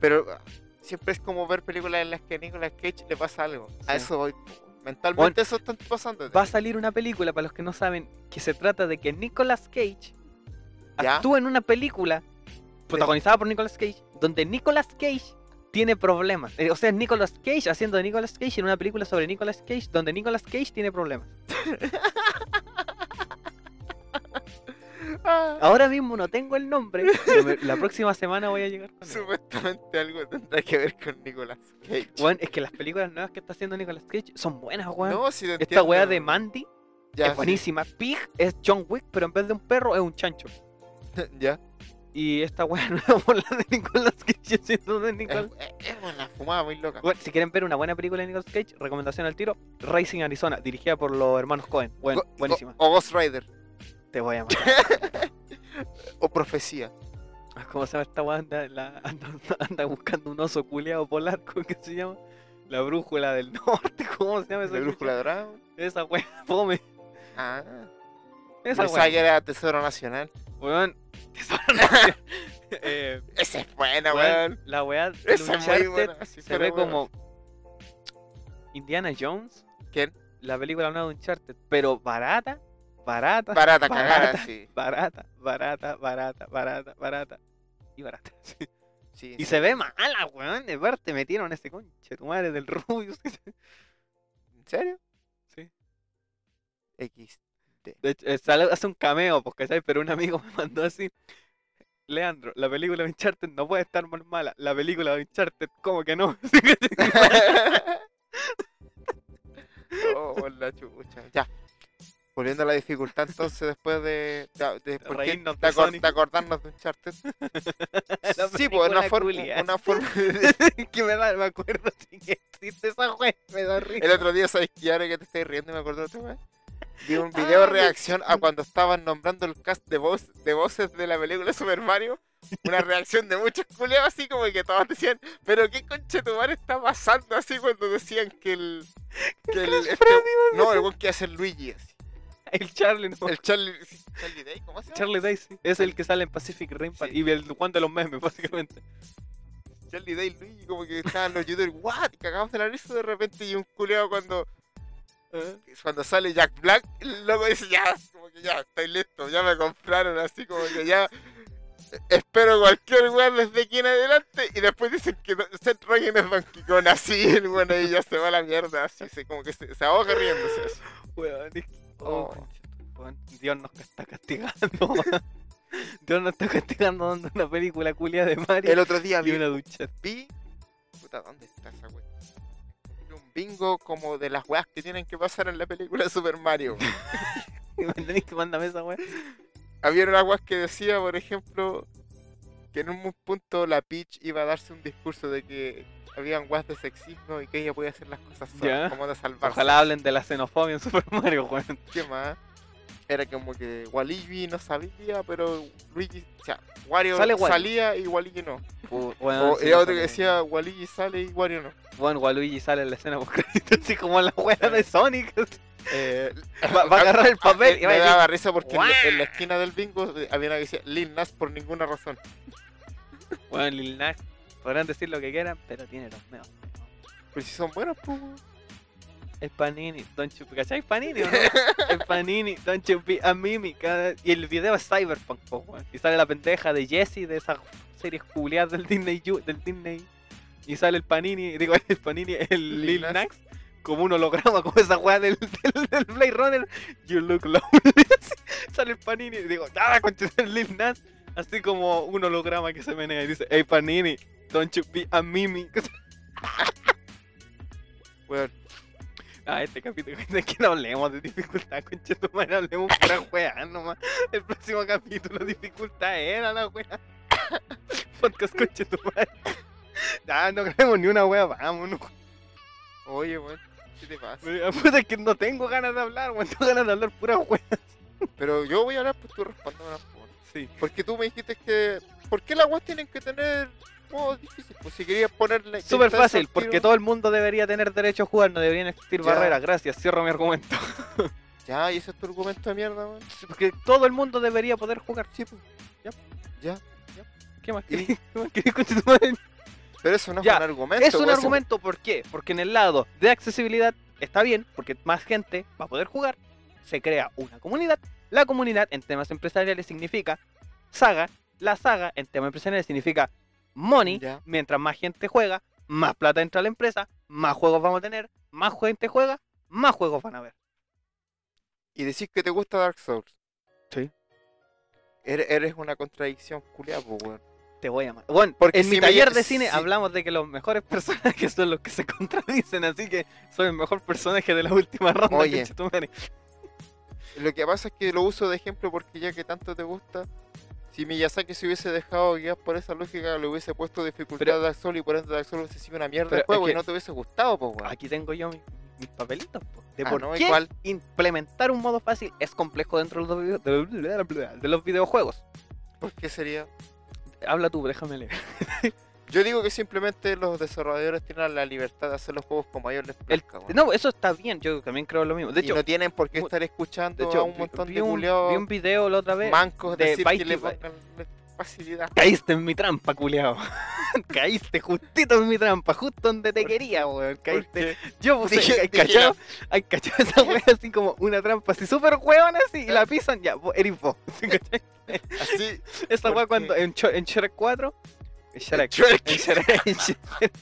Pero ah, siempre es como ver películas en las que a Nicolas Cage le pasa algo. A Sí. eso voy. Mentalmente eso está pasando. Va a salir una película, para los que no saben, que se trata de que Nicolas Cage ¿Ya? actúa en una película protagonizada por Nicolas Cage, donde Nicolas Cage tiene problemas. Eh, O sea, es Nicolas Cage haciendo de Nicolas Cage en una película sobre Nicolas Cage, donde Nicolas Cage tiene problemas. Ah, Ahora mismo no tengo el nombre, pero me- la próxima semana voy a llegar con él. <laughs> Supuestamente algo tendrá que ver con Nicolas Cage. Weón, es que las películas nuevas que está haciendo Nicolas Cage son buenas, weón. No, si te Esta entiendo. weá de Mandy Ya, es buenísima. Pig es John Wick, pero en vez de un perro es un chancho. sí, <laughs> ya. Y esta weá <laughs> nueva por la de Nicolas Cage haciendo de Nicolas Es, es una fumada muy loca. Bueno, si quieren ver una buena película de Nicolas Cage, recomendación al tiro, Racing Arizona, dirigida por los hermanos Cohen. Buen- Go- buenísima. O, o Ghost Rider. Te voy a matar. O Profecía. <laughs> ¿Cómo se llama esta weá? Anda, la- anda- anda buscando un oso culeado polar, ¿cómo que se llama? La brújula del <laughs> norte, ¿cómo se llama esa La chucha? brújula dorada. Esa weá, fome. Ah. Esa Pensaba que weá. era Tesoro Nacional. Weón. <laughs> que- eh, Esa es buena, weón, weón. La weá del Esa es muy Uncharted buena. si se fuera ve buena. como Indiana Jones. ¿Quién? La película nueva de Uncharted, pero barata, barata, Barata, barata. cagada, sí. <laughs> barata, barata, barata, barata, barata y barata. <laughs> sí, sí. Y se ve mala, weón. De parte metieron ese conche, tu madre del Rubius. <laughs> ¿En serio? Sí. <laughs> X. De hecho, eh, sale- hace un cameo, pues, ¿cachai? Pero un amigo me mandó así. Leandro, la película de Uncharted no puede estar más mala. La película de Uncharted, ¿cómo que no? <laughs> pues, oh, por la chucha. Ya. Volviendo a la dificultad, entonces, después de. de, de- ¿por qué? reírnos de de acor- Sonic. de acordarnos de un charter. <laughs> sí, La pues, película una forma. culia. Una forma de- <laughs> que me, da, me acuerdo así que existe esa wea, me da risa. El otro día, ¿sabes que ahora que te estás riendo me acordé de otra vez? Vi un video Ah, reacción a cuando estaban nombrando el cast de, voz, de voces de la película Super Mario. Una reacción de muchos culeados así como que todos decían, pero qué conchetumar está pasando así cuando decían que el... Que el este- no, el buen que hace el Luigi así. <laughs> El Charlie, no. El Charlie... Charlie Day, ¿cómo se llama? Charlie Daisy es el que sale en Pacific Rim Sí. y el Juan de los memes, <laughs> básicamente. Charlie Day Luigi, como que estaban los youtubers, what, cagamos de la risa de repente y un culeado cuando ¿Eh? cuando sale Jack Black, el loco dice ya, como que ya, estoy listo, ya me compraron así como que ya espero cualquier weón desde aquí en adelante y después dicen que no- Seth Rogen es Donkey Kong así, el weón ahí ya se va a la mierda, así se, como que se, se ahoga riéndose así. Weón, es que- Oh. oh, conchetum- weón, Dios nos está castigando. <laughs> weón. Dios nos está castigando dando una película culia de Mario El otro día y vi, una ducha. <laughs> vi- puta, ¿dónde está esa weón? Un bingo como de las weas que tienen que pasar en la película de Super Mario. ¿Me entendés que mándame esa weón? había una guas que decía, por ejemplo, que en un punto la Peach iba a darse un discurso de que habían guas de sexismo y que ella podía hacer las cosas sola, Ya. como de salvarse. Ojalá hablen de la xenofobia en Super Mario, weón. ¿Qué más? Era como que Waluigi no sabía, pero Luigi, o sea, Wario Sale Wario. salía y Waluigi no. Weón, O sí, era otro sale- que decía, Waluigi sale y Wario no. Weón, Waluigi sale en la escena <laughs> por crédito, así como la weón de Sonic. Eh, <laughs> Va, va a agarrar el papel y va Ah, me a daba risa porque en la, en la esquina del bingo eh, había una que decía Lil Nas por ninguna razón. decir, weón, Lil Nas, podrán decir lo que quieran, pero tiene los meos. Pero si son buenos, pues. weón. El Panini, Don Chupi, ¿cachai? <laughs> Panini, ¿o ¿no? El Panini, Don Chupi, a Mimi, cada- y el video es Cyberpunk, po, weón. Y sale la pendeja de Jessie de esas series culiadas del Disney, Ju- del Disney y sale el Panini, digo, <laughs> el Panini, el Lil Lil Nas. Nax, como un holograma, como esa weá del, del, del Blade Runner. You look lonely. <laughs> sale el Panini, digo, nada, concha, el <laughs> Lil Nas, así como un holograma que se menea y dice, hey Panini, don't you be a mimi. <laughs> Weón, Ah, este capítulo, <laughs> es que no hablemos de dificultad, concha, tu madre, hablemos <laughs> pura weá nomás. El próximo capítulo, dificultad era la weá. <laughs> Podcast, concha, tu madre. Ah, no creemos ni una weá, vámonos. oye, weón, ¿qué te pasa? Pero, Puta, es que no tengo ganas de hablar, weón. Tengo ganas de hablar pura weá. Pero yo voy a hablar, pues tú respondes ahora, po, weón. Sí. Porque tú me dijiste que. ¿Por qué las weas tienen que tener modo difícil? Pues si querías ponerle. Súper intentarse fácil, al porque tiro- todo el mundo debería tener derecho a jugar, no deberían existir Ya. barreras. Gracias, cierro mi argumento. Ya, y ese es tu argumento de mierda, weón. Porque todo el mundo debería poder jugar, sí, pues. Ya. Ya. <laughs> ¿Qué más Y- querés? ¿Qué más querés, concha tu madre? Pero eso no Ya, es un argumento. Es un weón, ese- argumento, ¿por qué? Porque en el lado de accesibilidad está bien, porque más gente va a poder jugar, se crea una comunidad. La comunidad en temas empresariales significa saga, la saga en temas empresariales significa money, Ya. mientras más gente juega, más plata entra a la empresa, más juegos vamos a tener, más gente juega, más juegos van a haber. Y decís que te gusta Dark Souls. Sí. Eres, eres una contradicción culia, po, weón. Te voy a amar. Bueno, Porque en si mi me taller lle- de cine si- hablamos de que los mejores <laughs> personajes son los que se contradicen, así que soy el mejor personaje de la última ronda. Oye. conchetumare. Lo que pasa es que lo uso de ejemplo porque ya que tanto te gusta, si Miyazaki se hubiese dejado guiar por esa lógica, le hubiese puesto dificultad Pero- a Dark Souls y por ende Dark Souls se hicieron una mierda Pero de es juego que- y no te hubiese gustado, po, weón. Aquí tengo yo mi- mis papelitos po, de Ah, por no, qué igual. implementar un modo fácil es complejo dentro de los video- de los- de los videojuegos. ¿Por pues, qué sería? Habla tú, déjame leer. Yo digo que simplemente los desarrolladores tienen la libertad de hacer los juegos como a ellos les El- plazca, weón. no, eso está bien, yo también creo lo mismo. De y hecho, no tienen por qué mu- estar escuchando de hecho a un vi- montón vi, de un, vi un culiados video la otra vez. mancos de decir que Viking- le pongan facilidad. Caíste en mi trampa, culiao. <laughs> Caíste justito en mi trampa, justo donde te quería, weón. Porque Caíste. Yo puse, Dije- ¿hay dije, cachado? ¿Hay cachado esa wea así como una trampa así súper hueona así y <laughs> la pisan? Ya, vos, eres vos. ¿sí, cachai? así, Esa ¿Por wea qué? cuando en, Cho- en Shrek 4. En Shrek. Shrek. En Shrek.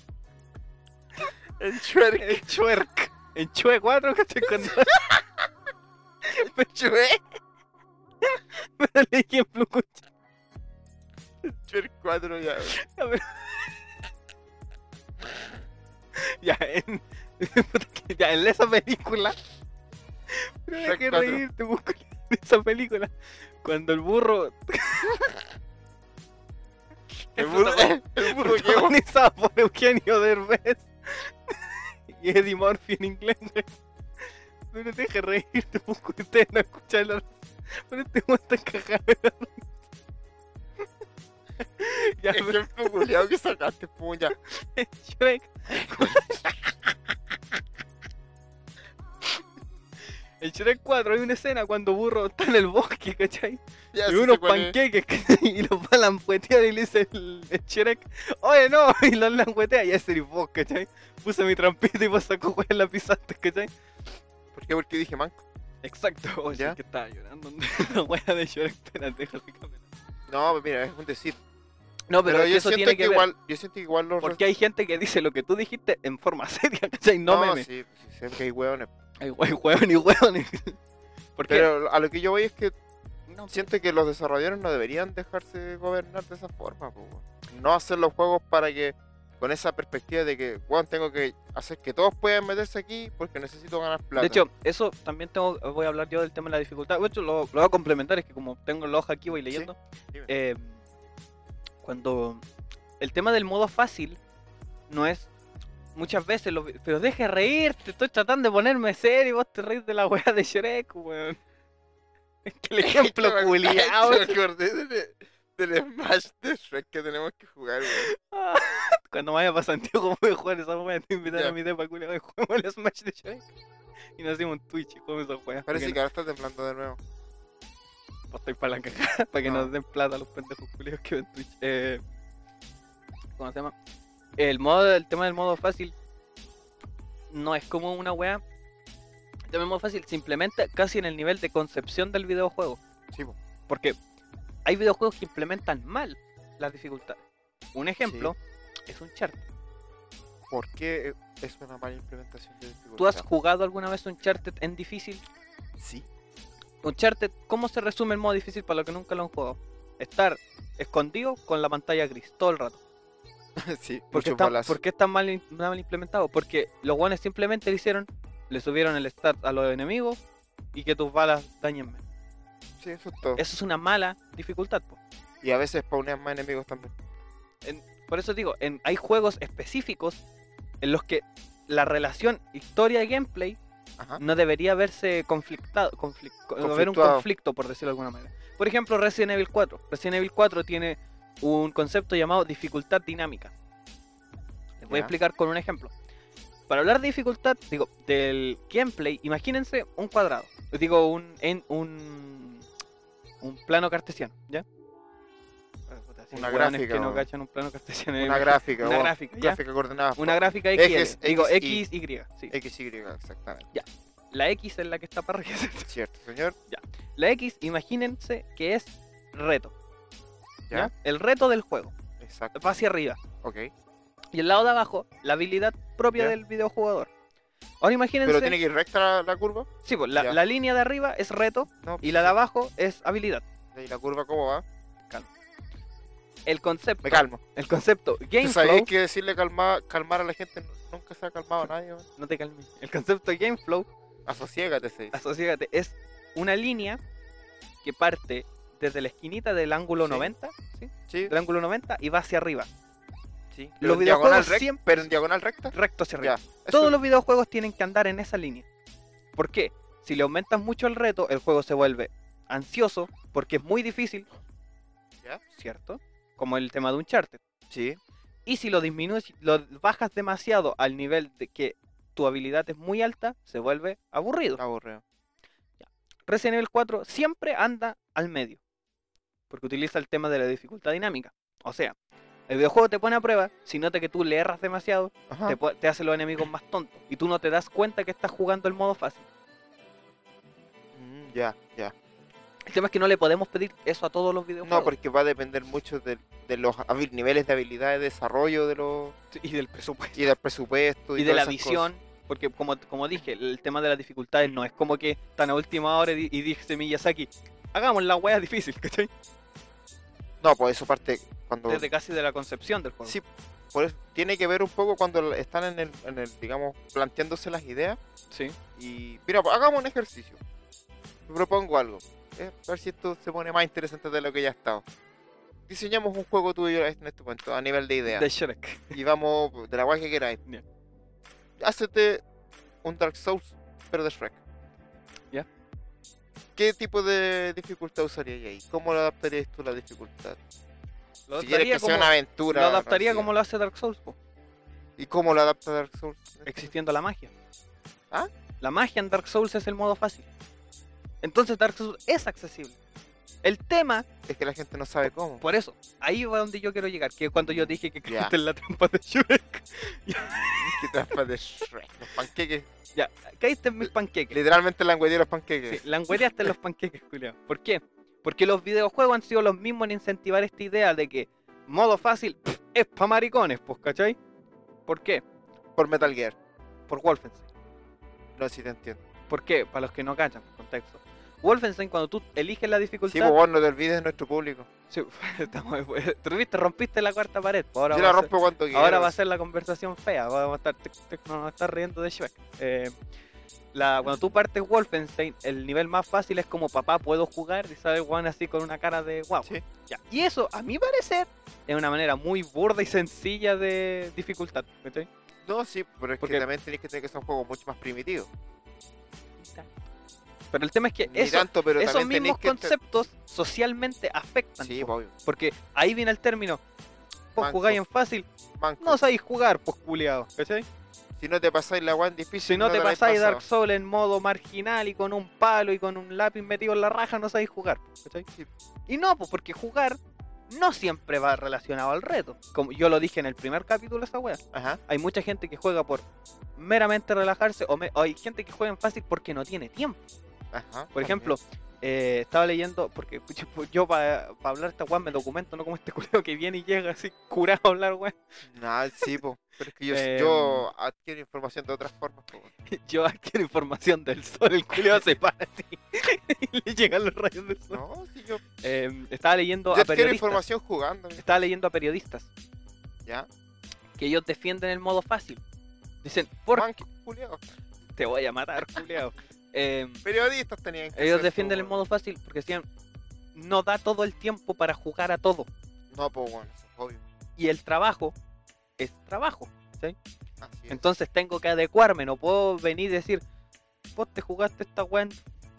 En Shrek. el chuerque, <laughs> En Shrek. En Shrek 4, ¿cachai? <laughs> Cuando <laughs> me da el ejemplo, cucha. chuer 4 ya. weón. Ya, en. <laughs> puta que- Ya, en esa película. No Shrek dejé 4. reírte, pues, culiao, en esa película. Cuando el burro El Eso burro, <laughs> tampoco- el burro que weón. protagonizada por Eugenio Derbez y Eddie Murphy en inglés. güey. No te dejes reírte, porque ustedes no escuchan la Pero este weón está cagado. de la risa. ya, pero ejemplo culiado que sacaste, puña. Shrek. En Shrek 4 hay una escena cuando Burro está en el bosque, ¿cachai? Ya, y sí sé unos cuál es. panqueques que- <laughs> y los va a languetear y le dice el, el Shrek, oye no, <laughs> y los languetea y ese eres vos, ¿cachai? Puse mi trampita y vos sacó weas la pisaste, ¿cachai? ¿Por qué? Porque dije, man. Exacto, <laughs> oye, ¿Ya? es que estaba llorando <laughs> la wea de Shrek, espérate, déjame cambiar. No, pues mira, es un decir. No, Pero, pero, es que yo eso siento tiene que, que, ver, igual, yo siento que igual los porque hay gente que dice lo que tú dijiste en forma <laughs> seria, ¿cachai? No, me memes. Sí, sí, sé que hay hueones. Ay, hue- hueón y <laughs> hueón. Porque Pero a lo que yo voy es que no, siento que los desarrolladores no deberían dejarse gobernar de esa forma, po, weón. no hacer los juegos para que con esa perspectiva de que, weón, tengo que hacer que todos puedan meterse aquí porque necesito ganar plata. <laughs> De hecho, eso también tengo, voy a hablar yo del tema de la dificultad. De hecho, lo, lo voy a complementar, es que como tengo la hoja aquí, voy leyendo. dime. Eh, cuando el tema del modo fácil no es muchas veces, lo, pero deje reírte, estoy tratando de ponerme serio y vos te reís de la weá de Shrek, weón. Es <laughs> que el ejemplo culiao. Me acordé del, del Smash de Shrek que tenemos que jugar, weón. <laughs> Cuando vaya para Santiago voy a jugar esa weá, te invitar Ya. a mi depa, culiao, y jugamos el Smash de Shrek. Y nos hacemos un Twitch y jugamos esa weá. porque Parece que ahora está temblando de nuevo. Pues estoy para la <laughs> cagada, para que No. nos den plata los pendejos culiados que ven Twitch. Eh, ¿Cómo se llama? El, modo, el tema del modo fácil no es como una wea. El tema del modo fácil simplemente casi en el nivel de concepción del videojuego. Sí, po. Porque hay videojuegos que implementan mal las dificultades. Un ejemplo es un chart. por qué eh, es una mala implementación de este ¿Tú has jugado alguna vez Uncharted en difícil? Sí. <laughs> Uncharted, ¿cómo se resume el modo difícil para los que nunca lo han jugado? Estar escondido con la pantalla gris todo el rato. sí, ¿Por muchos qué, está, balazos. por qué está mal, in- mal implementado? Porque los guanes simplemente le hicieron, le subieron el stat a los enemigos y que tus balas dañen menos. Sí, eso es todo. Eso es una mala dificultad. po. Y a veces spawnean más enemigos también. Por eso digo, en, hay juegos específicos en los que la relación historia y gameplay Ajá. no debería verse conflictado, conflic- haber un Ah. Conflictuado. conflicto, por decirlo de alguna manera. Por ejemplo, Resident Evil 4. Resident Evil 4 tiene un concepto llamado dificultad dinámica. Les Mm, Ya. voy a explicar con un ejemplo. Para hablar de dificultad, digo, del gameplay, imagínense un cuadrado. Digo, un, en, un, un plano cartesiano, ¿ya? Ah, puta, si Una hay hueones gráfica, Que no weón. cachan un plano cartesiano. Una gráfica, Una weón. gráfica, ¿ya? Gráfica coordenada. Una gráfica X, eh, Ejes, digo, X, X, Y. sí. XY, exactamente. La X es la que está para arriba. Cierto, señor. <laughs> La X, imagínense que es reto. Ya. ¿ya? El reto del juego. Exacto. Va hacia arriba. Ok. Y el lado de abajo, la habilidad propia Ya. del videojugador. Ahora imagínense. Pero tiene que ir recta la, la curva. Sí, pues, la, Ya. la línea de arriba es reto No, y la de abajo es habilidad. ¿Y la curva cómo va? El concepto. Me calmo. El concepto. Game ¿Tú sabías flow- que decirle calma, calmar a la gente n- nunca se ha calmado a nadie? weón? No te calmes. El concepto game flow, Asociégate, se Ah, dice. asociate, es una línea que parte desde la esquinita del ángulo Sí. 90, ¿sí? Sí, Del ángulo 90 y va hacia arriba. sí. Pero Los en diagonal videojuegos recta, siempre- Pero en diagonal recta. Recto hacia arriba. Ya. eso- Todos los videojuegos tienen que andar en esa línea. ¿Por qué? Si le aumentas mucho el reto, el juego se vuelve ansioso porque es muy difícil, ¿Ya? ¿cierto? Como el tema de Uncharted. Sí. Y si lo disminuyes, lo bajas demasiado al nivel de que tu habilidad es muy alta, se vuelve aburrido. Aburrido. Resident Evil 4 siempre anda al medio. Porque utiliza el tema de la dificultad dinámica. O sea, el videojuego te pone a prueba, si nota que tú le erras demasiado, Ajá. te, po- te hace los enemigos más tontos. Y tú no te das cuenta que estás jugando el modo fácil. Mm, ya, ya. El tema es que no le podemos pedir eso a todos los No, videojuegos. porque va a depender mucho del- de, los habil- niveles de habilidad, de desarrollo de los, Y del presupuesto. y del presupuesto. Y de la todas esas visión. Porque como, como dije, el tema de las dificultades no es como que tan a última hora y, di- y dice Miyazaki, hagamos la wea difícil, <laughs> ¿cachai? cosas. No, pues eso parte cuando... Desde casi de la concepción del juego. Sí, por eso tiene que ver un poco cuando están en el, en el, digamos, planteándose las ideas. sí. Y mira, pues, hagamos un ejercicio. Te propongo algo. eh, a ver si esto se pone más interesante de lo que ya ha estado. Diseñamos un juego tuyo en este momento, a nivel de idea. De Shrek. Y vamos pues, de la guay que queráis. Ya. Hácete un Dark Souls, pero de Shrek. Ya. ¿Qué tipo de dificultad usarías ahí? ¿Cómo lo adaptarías tú la dificultad? Lo si quieres adaptaría, que sea como, una aventura. lo, adaptaría no sé. como lo hace Dark Souls, po, ¿Y cómo lo adapta Dark Souls? existiendo la magia. ¿Ah? La magia en Dark Souls es el modo fácil. Entonces Dark Souls es accesible. El tema Es que la gente no sabe cómo. Por eso, ahí va donde yo quiero llegar, que es cuando yo dije que Ya. caíste en la trampa de Shrek. <laughs> Qué <laughs> trampa de Shrek. Los panqueques. Ya, caíste en mis panqueques. Literalmente la de los Sí, panqueques. langueteaste en los panqueques, culiao. ¿Por qué? Porque los videojuegos han sido los mismos en incentivar esta idea de que modo fácil pff, es pa' maricones, pues, ¿cachai? ¿Por qué? Por Metal Gear. Por Wolfenstein. No, si te entiendo. ¿Por qué? Para los que no cachan, contexto. Wolfenstein, cuando tú eliges la Sí, dificultad. pues vos no te olvides de nuestro público. <laughs> Sí, estamos- eh, te viste, rompiste la cuarta pared. pues Ahora Yo va la a ser- rompo cuando quiera. Ahora va a ser la conversación fea, vamos a estar, tic, tic, nos vamos a estar riendo de Shrek. Eh, la, cuando tú partes Wolfenstein, el nivel más fácil es como papá, puedo jugar, y sale Juan así con una cara de wow. Sí. Ya. Y eso, a mi parecer, es una manera muy burda y sencilla de dificultad. ¿cachai? No, sí, pero es Porque- que también tenés que tener que ser un juego mucho más primitivo. Pero el tema es que Ni eso- tanto, pero esos también mismos tenés que... ente- conceptos socialmente afectan. Sí, po, pues, obvio. porque ahí viene el término. Vos Manco. jugáis en fácil, Manco. no sabéis jugar, pues culiado. ¿Cachai? Si no te pasáis la guan difícil, Si no, te la habéis pasáis pasado. Dark Souls en modo marginal y con un palo y con un lápiz metido en la raja, no sabéis jugar. ¿cachai? Sí. Y no, pues porque jugar no siempre va relacionado al reto. Como yo lo dije en el primer capítulo de esa wea. Ajá. Hay mucha gente que juega por meramente relajarse o, me- o hay gente que juega en fácil porque no tiene tiempo. Ajá. Por también. ejemplo, eh, estaba leyendo, porque <laughs> pucha, pues, yo para hablar esta weá me documento, no como este <laughs> culeo que viene y llega así curado a hablar weá. Nah, sí, po. Pero es que <laughs> yo, Em. yo adquiero información de otras formas, <laughs> po. weón. Yo adquiero información del sol, el culeo se para así, <laughs> y le llegan los rayos del sol. No, sí, yo, Eh, estaba leyendo yo a adquiero periodistas. información jugando, mira, Estaba leyendo a periodistas ¿ya? que ellos defienden el modo fácil. Dicen, por Manqui, culiao. te voy a matar, <laughs> culiao. Em, Periodistas tenían que ellos ser, po, defienden el weón. modo fácil porque decían, no da todo el tiempo para jugar a todo. No, po, bueno, eso es obvio. Y el trabajo es trabajo. Así es. Entonces tengo que adecuarme, no puedo venir y decir, vos te jugaste esta weá en,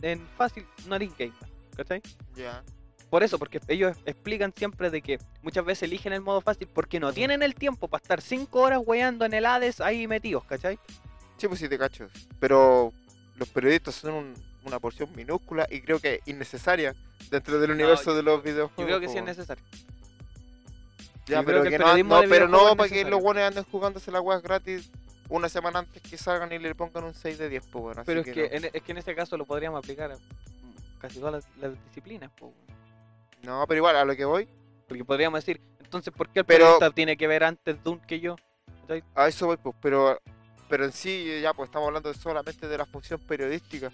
en fácil, no eres gamer. ¿Cachai? Ya. Por eso, porque ellos explican siempre de que muchas veces eligen el modo fácil porque no tienen el tiempo para estar 5 horas weando en el Hades ahí metidos, ¿cachai? Sí, pues sí, te cacho. Pero los periodistas son un- una porción minúscula y creo que innecesaria dentro del universo yo de los videojuegos. Yo creo que po, sí es weón. necesario. Ya, Yo creo pero que que, el no, periodismo no, del pero videojuego no es para que los necesario. buenos anden jugándose las weas gratis una semana antes que salgan y le pongan un 6 de 10, pues bueno. así Pero es que, no. en, es que en este caso lo podríamos aplicar a mm, casi todas las, las disciplinas, po, weón. no. pero igual, a lo que voy, porque podríamos decir, entonces, ¿por qué el Pero- periodista tiene que ver antes Dune que yo? a eso voy, pues, pero, pero en sí, ya, pues estamos hablando solamente de la función periodística.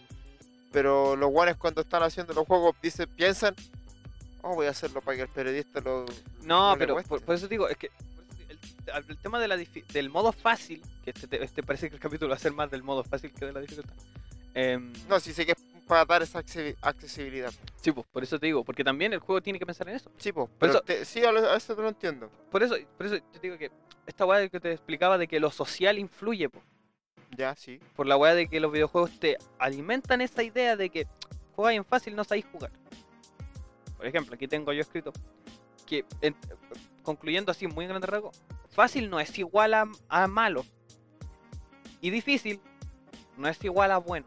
Pero los guanes cuando están haciendo los juegos dicen, piensan, oh, voy a hacerlo para que el periodista lo. No, le pero cueste". por, por eso digo, es que por eso digo, el, al- el tema de la difi- del modo fácil, que este, te- este parece que el capítulo va a ser más del modo fácil que de la dificultad. em, No, sí sé que es para dar esa accesi- accesibilidad. Sí, pues, por eso te digo, porque también el juego tiene que pensar en eso. Sí, pues, pero eso- te- sí, a, lo- a eso te lo entiendo. Por eso, por eso yo te digo que esta weá que te explicaba de que lo social influye, po, Ya, sí. por la weá de que los videojuegos te alimentan esa idea de que jugáis en fácil, no sabéis jugar. Por ejemplo, aquí tengo yo escrito que, en- concluyendo así, muy en grande rasgo, fácil no es igual a, a malo. Y difícil no es igual a bueno.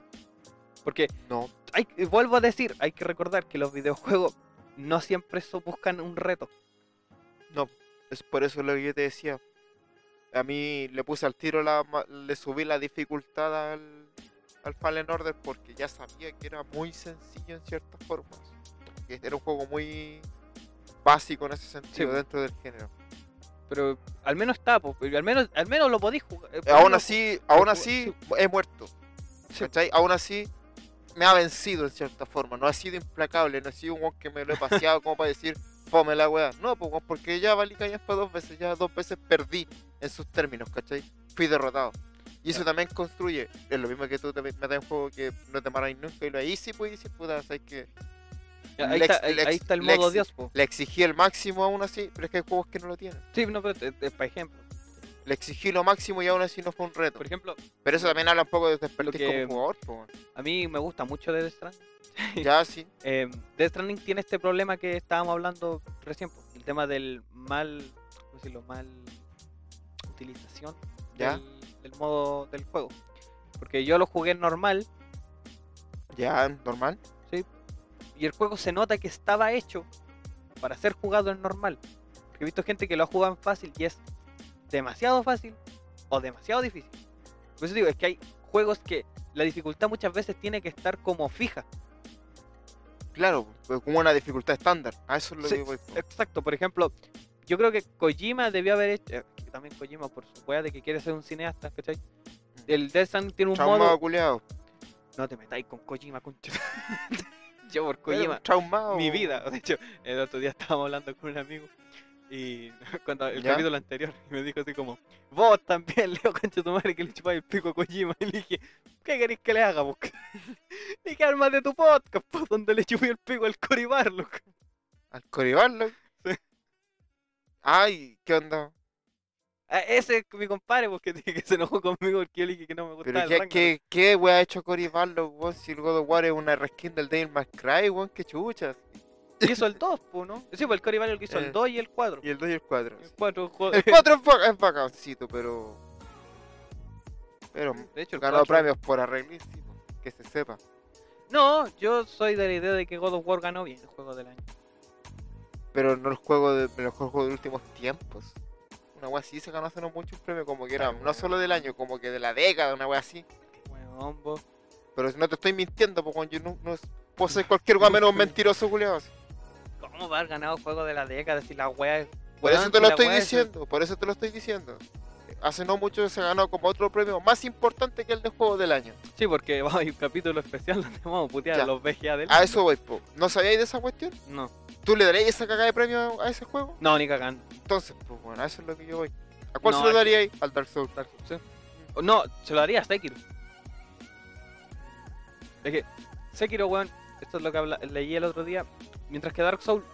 Porque No, hay, y vuelvo a decir, hay que recordar que los videojuegos no siempre so- buscan un reto. No, es por eso lo que yo te decía. A mí le puse al tiro, la, ma- le subí la dificultad al, al Fallen Order porque ya sabía que era muy sencillo en ciertas formas. Que Era un juego muy básico en ese sentido pues. dentro del género. Pero al menos está, po, y al menos, al menos lo podéis jugar. eh, aún ponerlo- así, aún ju- así he muerto. pues, Sí. ¿Cachai? Aún así me ha vencido en cierta forma. No ha sido implacable, no ha sido un weón que me lo he paseado como para decir, <laughs> fome la weá. No, pues weón, porque ya valí para dos veces, ya dos veces perdí en sus términos, ¿cachai? Fui derrotado. Y eso también construye, es lo mismo que tú te metas en un juego que no te maráis nunca y lo ahí sí puedes decir, puta, sabes que Ahí, Lex- está, ahí- Lex- ahí está el Lex- modo Dios, po. le exigí el máximo aún así, pero es que hay juegos que no lo tienen. Sí, no, pero te- te- por ejemplo, Le exigí lo máximo y aún así no fue un reto. por ejemplo, Pero eso también habla un poco de despertar que- como jugador, po, <laughs> weón. a mí me gusta mucho Death Stranding. Ya, sí. Eh, Death Stranding tiene este problema que estábamos hablando recién, po, el tema del mal, ¿cómo decirlo? Mal utilización Ya. Del, del modo del juego. Porque yo lo jugué normal Ya, normal. y el juego se nota que estaba hecho para ser jugado en normal. Porque he visto gente que lo ha jugado en fácil y es demasiado fácil o demasiado difícil. Por eso digo, es que hay juegos que la dificultad muchas veces tiene que estar como fija. Claro, pues, como una dificultad estándar. A eso es lo Sí, que voy. po. Exacto, por ejemplo, yo creo que Kojima debió haber hecho, eh, que también Kojima por su wea de que quiere ser un cineasta, ¿cachai? El Death Stranding tiene un Traumado modo... culiado. No te metáis con Kojima, concha. <laughs> yo por Kojima. Traumado. mi po. vida. <laughs> De hecho, el otro día estábamos hablando con un amigo y <laughs> cuando el ¿Ya? capítulo anterior y me dijo así como, vos también, <laughs> Leo Concha tu madre, que le chupáis el pico a Kojima. <laughs> Y le dije, ¿qué queréis que le haga, vos? <laughs> Y que armas de tu podcast, po, donde le chupé el pico al Coribar, loco. Al Coribarlo. <laughs> Sí. Ay, ¿qué onda? A Ah, ese es mi compadre, porque <laughs> que se enojó conmigo porque yo le dije que no me gustaba Pero el ¿qué, Ragnarok. qué, qué wea ha hecho Coribarlo, weón? Si el God of War es una reskin del Devil May Cry, weón, qué chuchas. Y hizo el 2, po, ¿no? Sí, pues el Coribar el que hizo Eh. el 2 y el 4. Y el 2 y el 4. <laughs> El 4, <laughs> El 4 es, ba- es bacancito, pero. Pero De hecho, el ganó 4. premios por arreglísimo. Que se sepa. No, yo soy de la idea de que God of War ganó bien el juego del año. pero no el juego de el mejor juego de últimos tiempos. Una wea así se ganó hace no mucho un premio, como que era no solo del año, como que de la década, una wea así. Weón, vos. Pero si no te estoy mintiendo, porque pues, yo no, no es- Puedo ser cualquier weá <laughs> menos un mentiroso, culiado. ¿Cómo va a haber ganado juego de la década si la wea es- Por eso Weón, te si lo la estoy weá es- diciendo, por eso te lo estoy diciendo. Hace no mucho se ganó como otro premio más importante que el de juego del año. Sí, porque <laughs> va, hay un capítulo especial donde vamos a putear Ya. Ah. a los BGA del. A eso voy, po. ¿No sabíais de esa cuestión? No, ¿Tú le darías esa cagada de premio a ese juego? no, ni cagando. Entonces, pues bueno, a eso es lo que yo voy. ¿A cuál No, se lo es que- daríais? Al Dark Souls. Dark Souls, sí. O No, se lo daría a Sekiro. Es que Sekiro, weón, esto es lo que habla- leí el otro día. Mientras que Dark Souls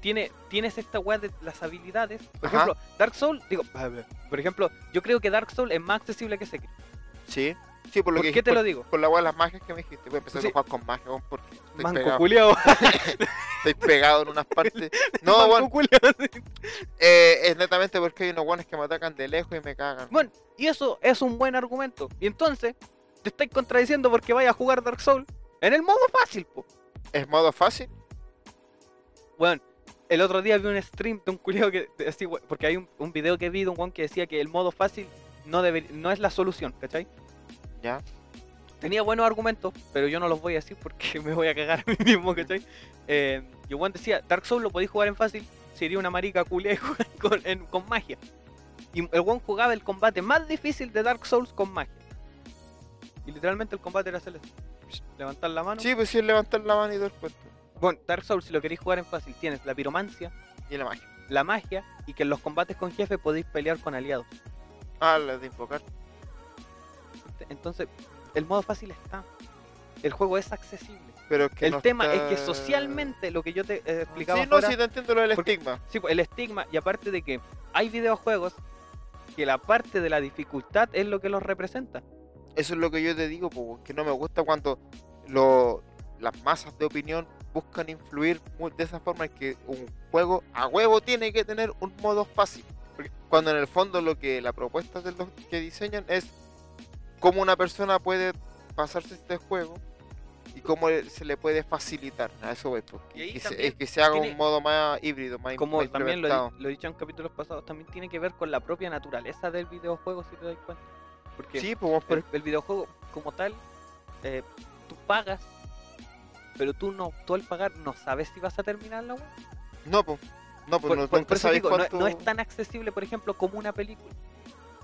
tiene, tienes esta weá de las habilidades. Por Ajá. ejemplo, Dark Souls, digo, por ejemplo, yo creo que Dark Souls es más accesible que Sekiro. Sí. Sí, por lo ¿Por que qué te por- lo digo? Por la weá de las magias que me dijiste. Voy a empezar Sí. a jugar con magia, weón, porque estoy Manco pegado. culiao. <laughs> Estoy pegado en unas <laughs> partes. No, Manco bueno, culiao. es netamente porque hay unos guanes que me atacan de lejos y me cagan. Bueno, y eso es un buen argumento. Y entonces, te estáis contradiciendo porque vaya a jugar Dark Souls en el modo fácil, po. ¿Es modo fácil? Weón, el otro día vi un stream de un culiao que. de- así, we- porque hay un, un video que vi de un weón que decía que el modo fácil no, debe- no es la solución, ¿cachai? Ya. Tenía buenos argumentos, pero yo no los voy a decir porque <laughs> me voy a cagar a mí mismo, ¿cachai? Eh, y el weón decía: Dark Souls lo podéis jugar en fácil, sería una marica culia y <laughs> jugar con, en- con magia. Y el weón jugaba el combate más difícil de Dark Souls con magia. Y literalmente el combate era hacerle psh, levantar la mano. Sí, pues sí, es levantar la mano y dar puesto. Bueno, Dark Souls, si lo queréis jugar en fácil, tienes la piromancia, Y la magia. la magia y que en los combates con jefes podéis pelear con aliados. Ah, la de invocar. Entonces, el modo fácil está. El juego es accesible. Pero es que el no tema está- es que socialmente, lo que yo te eh, explicaba Sí, no, fuera- sí, te entiendo lo del porque- estigma. sí, pues, el estigma, y aparte de que hay videojuegos que la parte de la dificultad es lo que los representa. Eso es lo que yo te digo, po, que no me gusta cuando lo- las masas de opinión buscan influir mu- de esa forma en que un juego a huevo tiene que tener un modo fácil. Porque Cuando en el fondo lo que la propuesta de los que diseñan es cómo una persona puede pasarse este juego y cómo le- se le puede facilitar a eso voy, po, Y ahí que, se, también es que se haga tiene- un modo más híbrido, más Como más también lo, implementado. he- lo he dicho en capítulos pasados, también tiene que ver con la propia naturaleza del videojuego, si te das cuenta. Porque Sí, pues, el, el videojuego como tal, eh, tú pagas, pero tú no, tú al pagar no sabes si vas a terminar la web. no, pues, no, pues, Por, no- por- nunca por eso sabes digo, no- cuánto, no, es tan accesible, por ejemplo, como una película.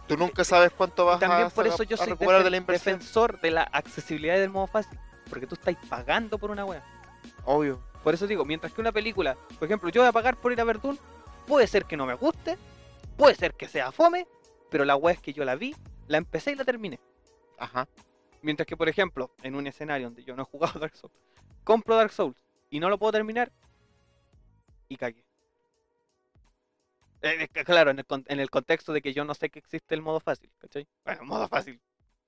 tú nunca sabes cuánto vas También a, por saca- eso yo a soy recuperar de la defen- inversión. defensor de la accesibilidad y del modo fácil, porque tú estás pagando por una web. Obvio. Por eso digo, mientras que una película, por ejemplo, yo voy a pagar por ir a ver Dune, puede ser que no me guste, puede ser que sea fome, pero la web es que yo la vi, la empecé y la terminé. Ajá. Mientras que, por ejemplo, en un escenario donde yo no he jugado <laughs> Dark Souls, compro Dark Souls y no lo puedo terminar y cagué. Eh, eh, c- claro, en el, con- en el contexto de que yo no sé que existe el modo fácil, ¿cachai? Bueno, modo fácil,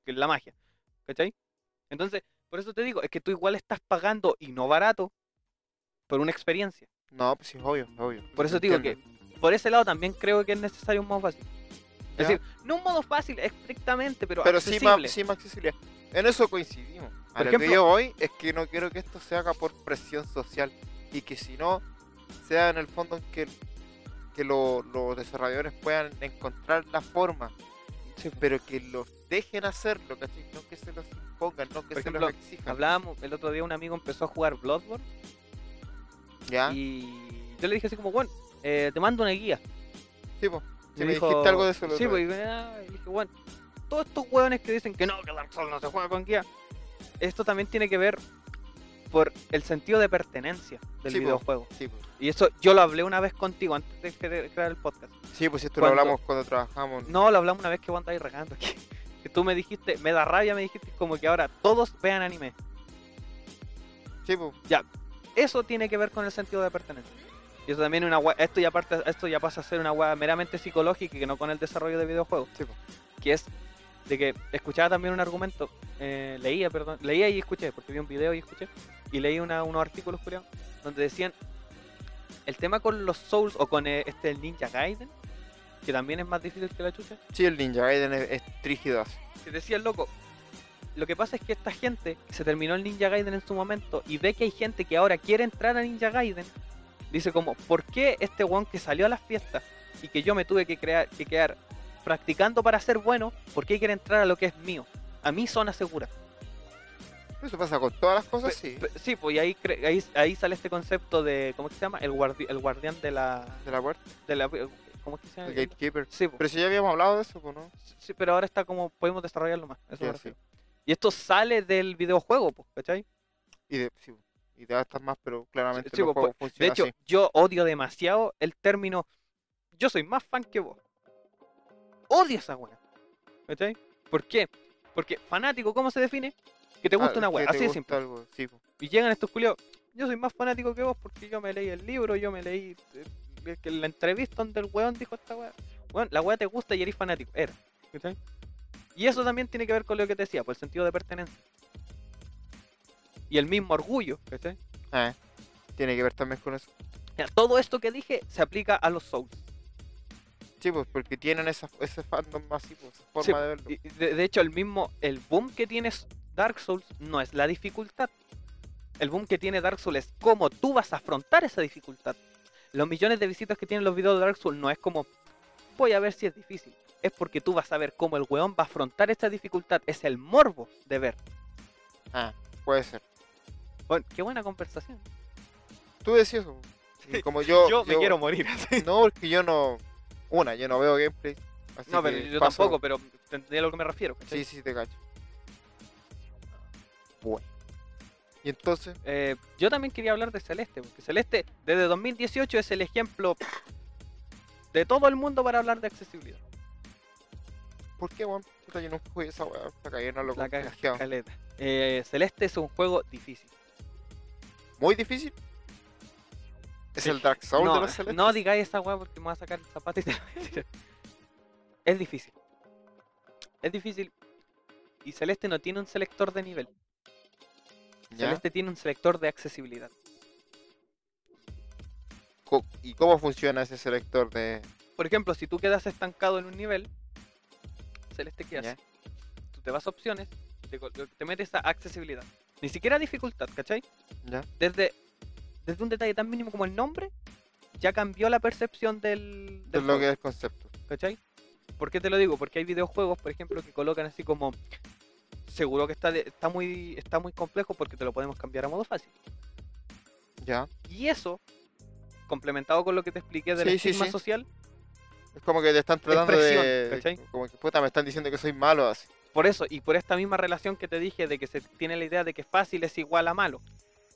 que es la magia, ¿cachai? Entonces, por eso te digo, es que tú igual estás pagando y no barato por una experiencia. No, pues sí, es obvio, es obvio. Por eso te digo que, por ese lado también creo que es necesario un modo fácil. Es Ya. decir, no un modo fácil estrictamente, pero, Pero sí accesible. más, sí más accesibilidad. En eso coincidimos. A Por lo que ejemplo- yo voy es que no quiero que esto se haga por presión social. Y que si no, sea en el fondo en que, que lo- los desarrolladores puedan encontrar la forma. Sí, Pero que los dejen hacerlo, ¿cachai? No que se los impongan, no que Por se ejemplo, los exijan. Hablábamos, el otro día un amigo empezó a jugar Bloodborne ¿Ya? y yo le dije así como, bueno, eh, te mando una guía. Sí, po. Sí, Y me dijiste algo de eso. Sí, pues, y me- ah, y dije, bueno, todos estos hueones que dicen que no, que Dark Souls no se juega con guía, esto también tiene que ver por el sentido de pertenencia del Sí, po. videojuego. Sí, pues. Y eso yo lo hablé una vez contigo antes de cre- crear el podcast. Sí, pues esto Cuando- lo hablamos cuando trabajamos. No, lo hablamos una vez que vos andáis regando aquí. <laughs> Que tú me dijiste, me da rabia, me dijiste como que ahora todos vean anime. Sí, pues. Eso tiene que ver con el sentido de pertenencia. Y eso también es una hua- esto ya parte, esto ya pasa a ser una hueá meramente psicológica y que no con el desarrollo de videojuegos. Sí, po. Que es de que escuchaba también un argumento, eh, leía, perdón, leía y escuché, porque vi un video y escuché, y leí una- unos artículos curiosos donde decían el tema con los Souls o con eh, este el Ninja Gaiden, que también es más difícil que la chucha, Sí, el Ninja Gaiden es, es trígido así. que decía el loco, lo que pasa es que esta gente que se terminó el Ninja Gaiden en su momento y ve que hay gente que ahora quiere entrar a Ninja Gaiden, dice como, ¿por qué este weón que salió a las fiestas y que yo me tuve que, crear, que quedar practicando para ser bueno, ¿por qué quiere entrar a lo que es mío? A mi zona segura. Eso pasa con todas las cosas, sí. Pe- Sí, pues y ahí, cre- ahí, ahí sale este concepto de, ¿cómo es que se llama? El, guardi- el guardián de la, de la puerta, de la... ¿Cómo es que se el llama? gatekeeper. Sí, po. Pero si ya habíamos hablado de eso, pues, ¿no? Sí, pero ahora está como, podemos desarrollarlo más. a eso Ya, me sí. refiero. Y esto sale del videojuego, pues, ¿cachai? Y de, sí, y de estas más, pero claramente Sí, los pues, juegos De funcionan hecho, así. yo odio demasiado el término. Yo soy más fan que vos. Odio esa weá. ¿Cachai? ¿Por qué? Porque fanático, ¿cómo se define? Que te gusta Ah, una que weá, te así de gusta simple. algo, sí, pues. Y llegan estos culiados. Yo soy más fanático que vos porque yo me leí el libro, yo me leí eh, eh, que la entrevista donde el weón dijo esta weá. Weón, la weá te gusta y eres fanático. Era. ¿Cachai? Y eso también tiene que ver con lo que te decía, por el sentido de pertenencia. Y el mismo orgullo, ¿cachai? Ah, tiene que ver también con eso. Mira, todo esto que dije se aplica a los Souls. Sí, pues, porque tienen esa, ese fandom así, pues, esa forma Sí, de verlo. Y- y De, de hecho, el mismo, el boom que tiene s- Dark Souls no es la dificultad. El boom que tiene Dark Souls es cómo tú vas a afrontar esa dificultad. Los millones de visitas que tienen los videos de Dark Souls no es como, voy a ver si es difícil. Es porque tú vas a ver cómo el weón va a afrontar esta dificultad. Es el morbo de ver. Ah, puede ser. Bueno, qué buena conversación. Tú decías eso. <laughs> Y como yo, morir. <laughs> No, porque yo no. Una, yo no veo gameplay. así No, pero que yo paso- tampoco, pero entendí a lo que me refiero. ¿cachai? Sí, sí, te cacho. Bueno. Y entonces, Eh, yo también quería hablar de Celeste, porque Celeste desde 2018 es el ejemplo de todo el mundo para hablar de accesibilidad. ¿por qué, weón? Puta, yo nunca jugué esa weá. Hasta que ayer no lo La caga, contagiaba. caleta. Eh, Celeste es un juego difícil. Muy difícil. Es Sí. el Dark Souls de No, los celestes. no digáis esa weá porque me voy a sacar el zapato y te lo voy a tirar. Es difícil. Es difícil. Y Celeste no tiene un selector de nivel. ¿Ya? Celeste tiene un selector de accesibilidad. Co- ¿Y cómo funciona ese selector de. Por ejemplo, si tú quedas estancado en un nivel, Celeste, ¿qué hace? Ya. Tú te vas a opciones, te, col- te metes a accesibilidad. Ni siquiera dificultad, ¿cachai? ¿Ya? Desde, desde un detalle tan mínimo como el nombre, ya cambió la percepción del, De del lo juego, que es el concepto. ¿cachai? ¿Por qué te lo digo? Porque hay videojuegos, por ejemplo, que colocan así como... Seguro que está, de- está, muy, está muy complejo porque te lo podemos cambiar a modo fácil. ¿Ya? Y eso, complementado con lo que te expliqué del Sí, sí, estigma sí. social, Es como que te están tratando presión, de. ¿cachai? Como que puta, me están diciendo que soy malo así. Por eso, y por esta misma relación que te dije de que se tiene la idea de que fácil es igual a malo.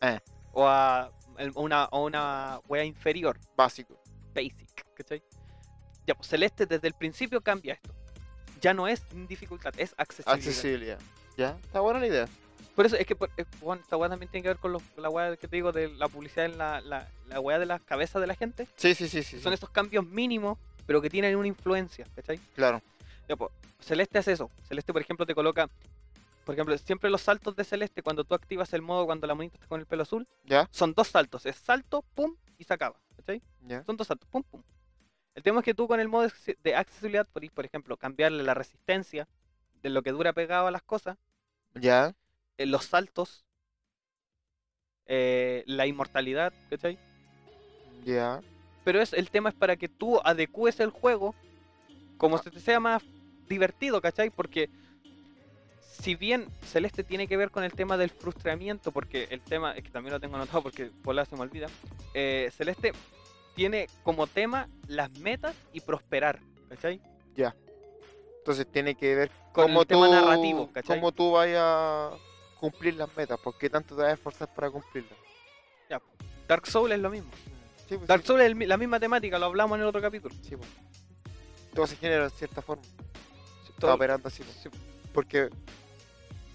Eh. O a el- una, o una wea inferior, Básico. basic, ¿cachai? Ya, pues Celeste desde el principio cambia esto. Ya no es dificultad, es accesibilidad. Accesibilidad. ¿Ya? Está buena la idea. Por eso es que por- es- bueno, esta wea también tiene que ver con los- la wea que te digo de la publicidad en la, la, la wea de las cabezas de la gente. Sí, sí, sí, sí. Son sí, estos cambios mínimos, pero que tienen una influencia, ¿cachai? Claro. Ya, po, Celeste hace eso. Celeste, por ejemplo, te coloca. Por ejemplo, siempre los saltos de Celeste, cuando tú activas el modo cuando la monita está con el pelo azul, ¿Ya? son dos saltos. Es salto, pum, y se acaba. ¿cachai? ¿Ya? Son dos saltos, pum, pum. El tema es que tú con el modo acce- de accesibilidad podés, por ejemplo, cambiarle la resistencia de lo que dura pegado a las cosas, ¿Ya? eh, los saltos, eh, la inmortalidad, ¿cachai? ¿Ya? Pero es, el tema es para que tú adecúes el juego como se te sea más divertido, ¿cachai? Porque si bien Celeste tiene que ver con el tema del frustramiento, porque el tema, es que también lo tengo anotado porque por la se me olvida, eh, Celeste tiene como tema las metas y prosperar, ¿cachai? Entonces tiene que ver Con cómo el tema tú, narrativo, ¿cachai? cómo tú vayas a cumplir las metas, por qué tanto te vas a esforzar para cumplirlas. Ya, Dark Souls es lo mismo. Sí, pues, Dark sí, Souls es el mi- la misma temática, lo hablamos en el otro capítulo. sí, pues. Todo se genera de cierta forma, está Todo- operando así. pues. sí, Porque,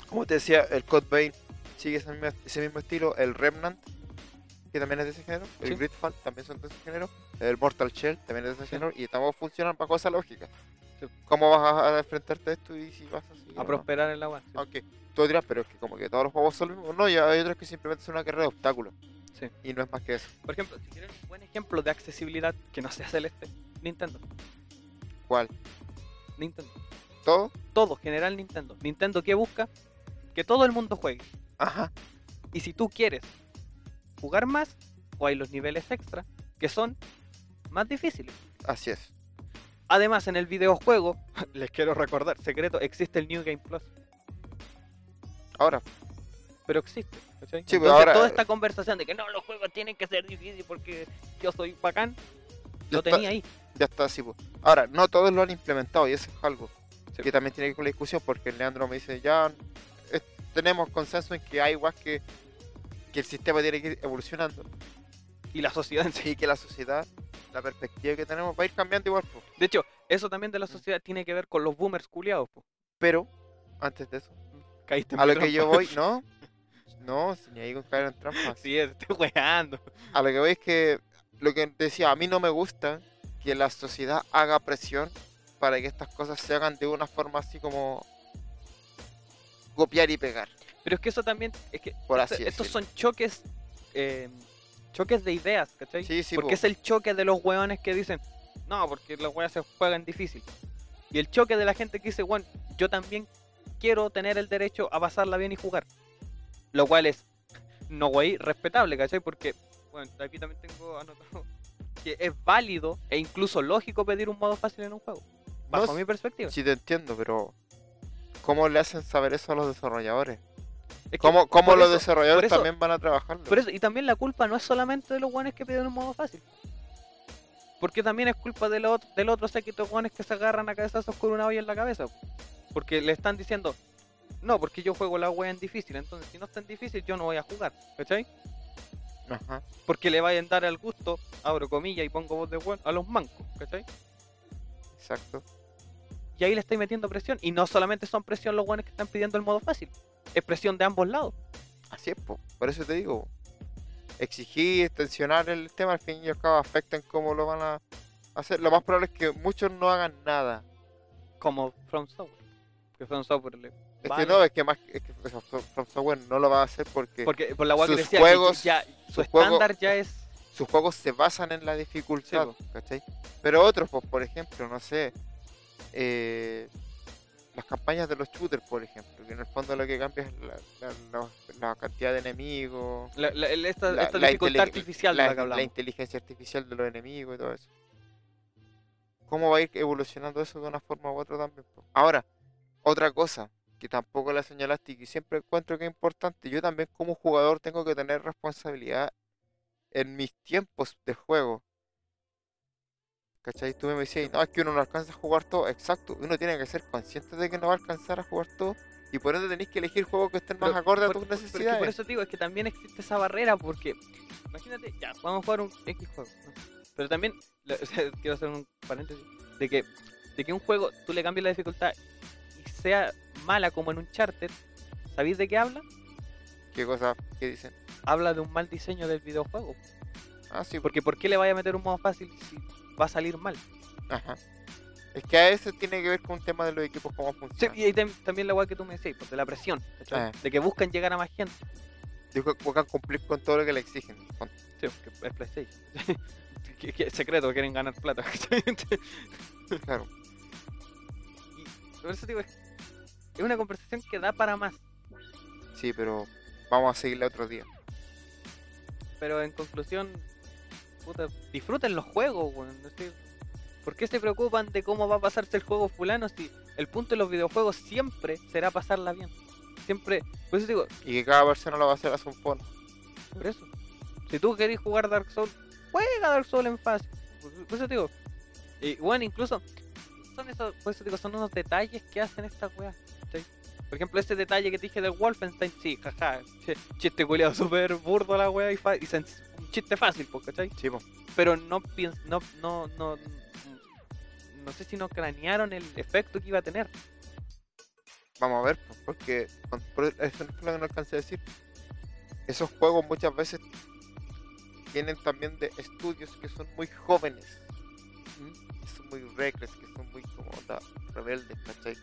como te decía, el Code Vein sigue ese mismo, ese mismo estilo, el Remnant, que también es de ese género, el Sí. Gridfall también son de ese género, el Mortal Shell también es de ese Sí. género, y estamos funcionando bajo esa lógica. Sí. ¿Cómo vas a, a enfrentarte a esto y si vas a seguir o a no? prosperar en la web. Aunque tú dirás, pero es que como que todos los juegos son los mismos. No, ya hay otros que simplemente son una carrera de obstáculos. Sí. Y no es más que eso. Por ejemplo, si quieren un buen ejemplo de accesibilidad que no sea celeste, Nintendo. ¿Cuál? Nintendo. ¿Todo? Todo, general Nintendo. Nintendo, ¿qué busca? Que todo el mundo juegue. Ajá. Y si tú quieres jugar más, o hay los niveles extra, que son más difíciles. Así es. Además, en el videojuego, <laughs> les quiero recordar, secreto, existe el New Game Plus. Ahora, pero existe. ¿cachai? Sí, pero Entonces, ahora- toda esta conversación de que no, los juegos tienen que ser difíciles porque yo soy bacán, Ya lo está- tenía ahí. Ya está así, po. Ahora, no todos lo han implementado y eso es algo Sí. que también tiene que ver con la discusión porque el Leandro me dice, ya eh, tenemos consenso en que hay guas que, que el sistema tiene que ir evolucionando Y la sociedad en sí. y que la sociedad, la perspectiva que tenemos va a ir cambiando igual, pues. po. De hecho, eso también de la sociedad tiene que ver con los boomers culiados. po. Pero, antes de eso, Caíste en a mi lo que yo trampa. voy, no, no, si ni ahí con caer en trampas. Sí, te estoy <laughs> weando. A lo que voy es que lo que decía, a mí no me gusta que la sociedad haga presión para que estas cosas se hagan de una forma así como copiar y pegar, Pero es que eso también, es que por esto- así estos decirlo. son choques, eh, choques de ideas, ¿cachai? Sí, sí, porque po. es el choque de los weones que dicen, no, porque los weones se juegan difícil. Y el choque de la gente que dice, bueno, yo también quiero tener el derecho a pasarla bien y jugar. Lo cual es, no wey, respetable, ¿cachai? Porque, bueno, aquí también tengo anotado que es válido e incluso lógico pedir un modo fácil en un juego. Bajo s- mi perspectiva. Sí te entiendo, pero ¿cómo le hacen saber eso a los desarrolladores? Es que ¿Cómo, cómo por los eso- desarrolladores por eso- también van a trabajarlo? Por eso, y también la culpa no es solamente de los guanes que piden un modo fácil. Porque también es culpa del otro, del otro séquito de guanes que se agarran a cabezazos con una olla en la cabeza. po. Porque le están diciendo, no, porque yo juego la wea en difícil, entonces si no es tan difícil yo no voy a jugar, ¿cachai? Ajá. Porque le vayan a dar al gusto, abro comillas y pongo voz de weón, a los mancos, ¿cachai? Exacto. Y ahí le estáis metiendo presión. Y no solamente son presión los guanes que están pidiendo el modo fácil, es presión de ambos lados. Así es, po. por eso te digo. po. Exigir, tensionar el tema, al fin y al cabo afectan cómo lo van a hacer. Lo más probable es que muchos no hagan nada. Como From Software. Que From Software le Es vale. que no, es que más es que o sea, From- From Software no lo va a hacer porque Porque por la weá que sus decía que juegos- ya, su sus juegos- estándar ya es. sus juegos se basan en la dificultad, Sí, ¿cachai? Pero otros, pues, por ejemplo, no sé, eh, las campañas de los shooters, por ejemplo, que en el fondo lo que cambia es la, la- la- la cantidad de enemigos, La, la- el- esta, la, esta la dificultad intele- artificial de la, la que la hablamos. inteligencia artificial de los enemigos y todo eso. ¿Cómo va a ir evolucionando eso de una forma u otra también? po? Ahora, otra cosa que tampoco la señalaste y que siempre encuentro que es importante, yo también como jugador tengo que tener responsabilidad en mis tiempos de juego. ¿Cachai? Tú me decías, no, es que uno no alcanza a jugar todo. Exacto, uno tiene que ser consciente de que no va a alcanzar a jugar todo y por ende tenés que elegir juegos que estén más Pero- acorde a por- tus por- pero es que necesidades. Por eso te digo, es que también existe esa barrera porque. Imagínate, ya, vamos a jugar un X juego. ¿no? Pero también, la- <laughs> o sea, quiero hacer un paréntesis, de que, de que un juego tú le cambies la dificultad y sea mala como en un charter, ¿sabéis de qué habla? ¿Qué cosas que dicen? Habla de un mal diseño del videojuego. Ah, sí, Porque ¿por qué le vaya a meter un modo fácil si va a salir mal? Ajá. Es que a veces tiene que ver con un tema de los equipos, cómo Sí, funcionan. y ahí tam- también la weá que tú me decías, pues, de la presión, ¿cachai? Ah. de que buscan llegar a más gente. Dijo que buscan cumplir con todo lo que le exigen. en el <laughs> fondo. Sí, porque es PlayStation. <laughs> que, que- secreto, quieren ganar plata. <laughs> ¿cachai? Claro. y por eso digo, es es una conversación que da para más. Sí, pero vamos a seguirla otro día. Pero en conclusión, puta, disfruten los juegos, weón. no sé, ¿Por qué se preocupan de cómo va a pasarse el juego fulano si el punto de los videojuegos siempre será pasarla bien? Siempre, por eso digo, Y que cada persona lo va a hacer a su forma. Por eso. Si tú querés jugar Dark Souls, juega Dark Souls en fácil. Por- Por eso te digo. Y bueno, incluso son esos, por eso te digo, son unos detalles que hacen estas weas. ¿cachai? Por ejemplo, ese detalle que te dije del Wolfenstein, sí, jaja, ch- chiste culeado súper burdo la wea y, fa- y sen- un chiste fácil, pues, ¿cachai? Sí, po. Pero no piens no, no, no, no sé si no cranearon el efecto que iba a tener. Vamos a ver, po, porque con- por- eso no fue lo que no alcancé a decir. Esos juegos muchas veces tienen también de estudios que son muy jóvenes. ¿Mm? que son muy reckless, que son muy como onda, rebeldes, ¿cachai?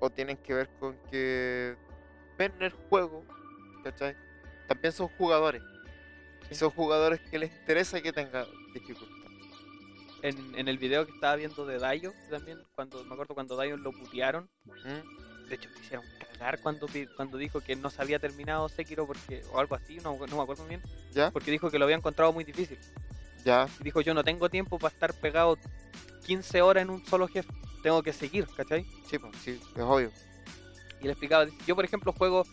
O tienen que ver con que ven el juego, ¿cachai? También son jugadores. Y son jugadores que les interesa que tenga dificultad. En, en el video que estaba viendo de Dayo también, cuando me acuerdo cuando Dayo lo putearon, ¿Mm? De hecho, me hicieron cagar cuando, pi- cuando dijo que no se había terminado Sekiro porque, o algo así, no, no me acuerdo muy bien, ¿Ya? porque dijo que lo había encontrado muy difícil. Ya, Y dijo, yo no tengo tiempo para estar pegado 15 horas en un solo jefe, tengo que seguir, ¿cachai? pues, sí, po, sí, es obvio. Y le explicaba, dice, yo por ejemplo juego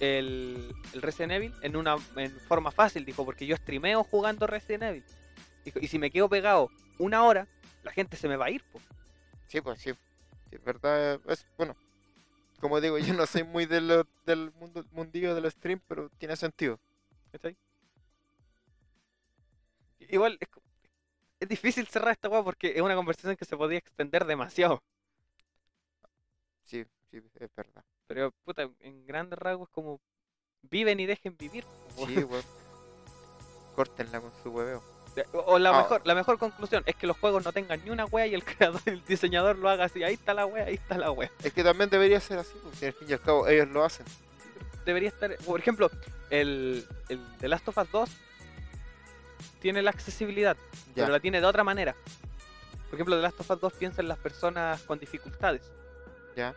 el, el Resident Evil en una en forma fácil, dijo, porque yo streameo jugando Resident Evil. Dijo, y si me quedo pegado una hora, la gente se me va a ir, po. Sí, pues sí. Sí, es verdad. Es, bueno, como digo, yo no soy muy de lo- del mundo, mundillo del stream, pero tiene sentido. ¿cachai? Igual es, co- es difícil cerrar esta weá porque es una conversación que se podía extender demasiado. Sí, sí, es verdad. Pero puta, en grandes rasgos es como viven y dejen vivir. po. <laughs> Sí, weón. Córtenla con su hueveo. O- O la Ah. mejor, la mejor conclusión es que los juegos no tengan ni una wea y el <laughs> creador, el diseñador lo haga así, ahí está la wea, ahí está la wea. Es que también debería ser así, pues, si al fin y al cabo ellos lo hacen. Debería estar, por ejemplo, el, el The Last of Us 2 tiene la accesibilidad, Ya, pero la tiene de otra manera. Por ejemplo, The Last of Us 2 piensa en las personas con dificultades. ya.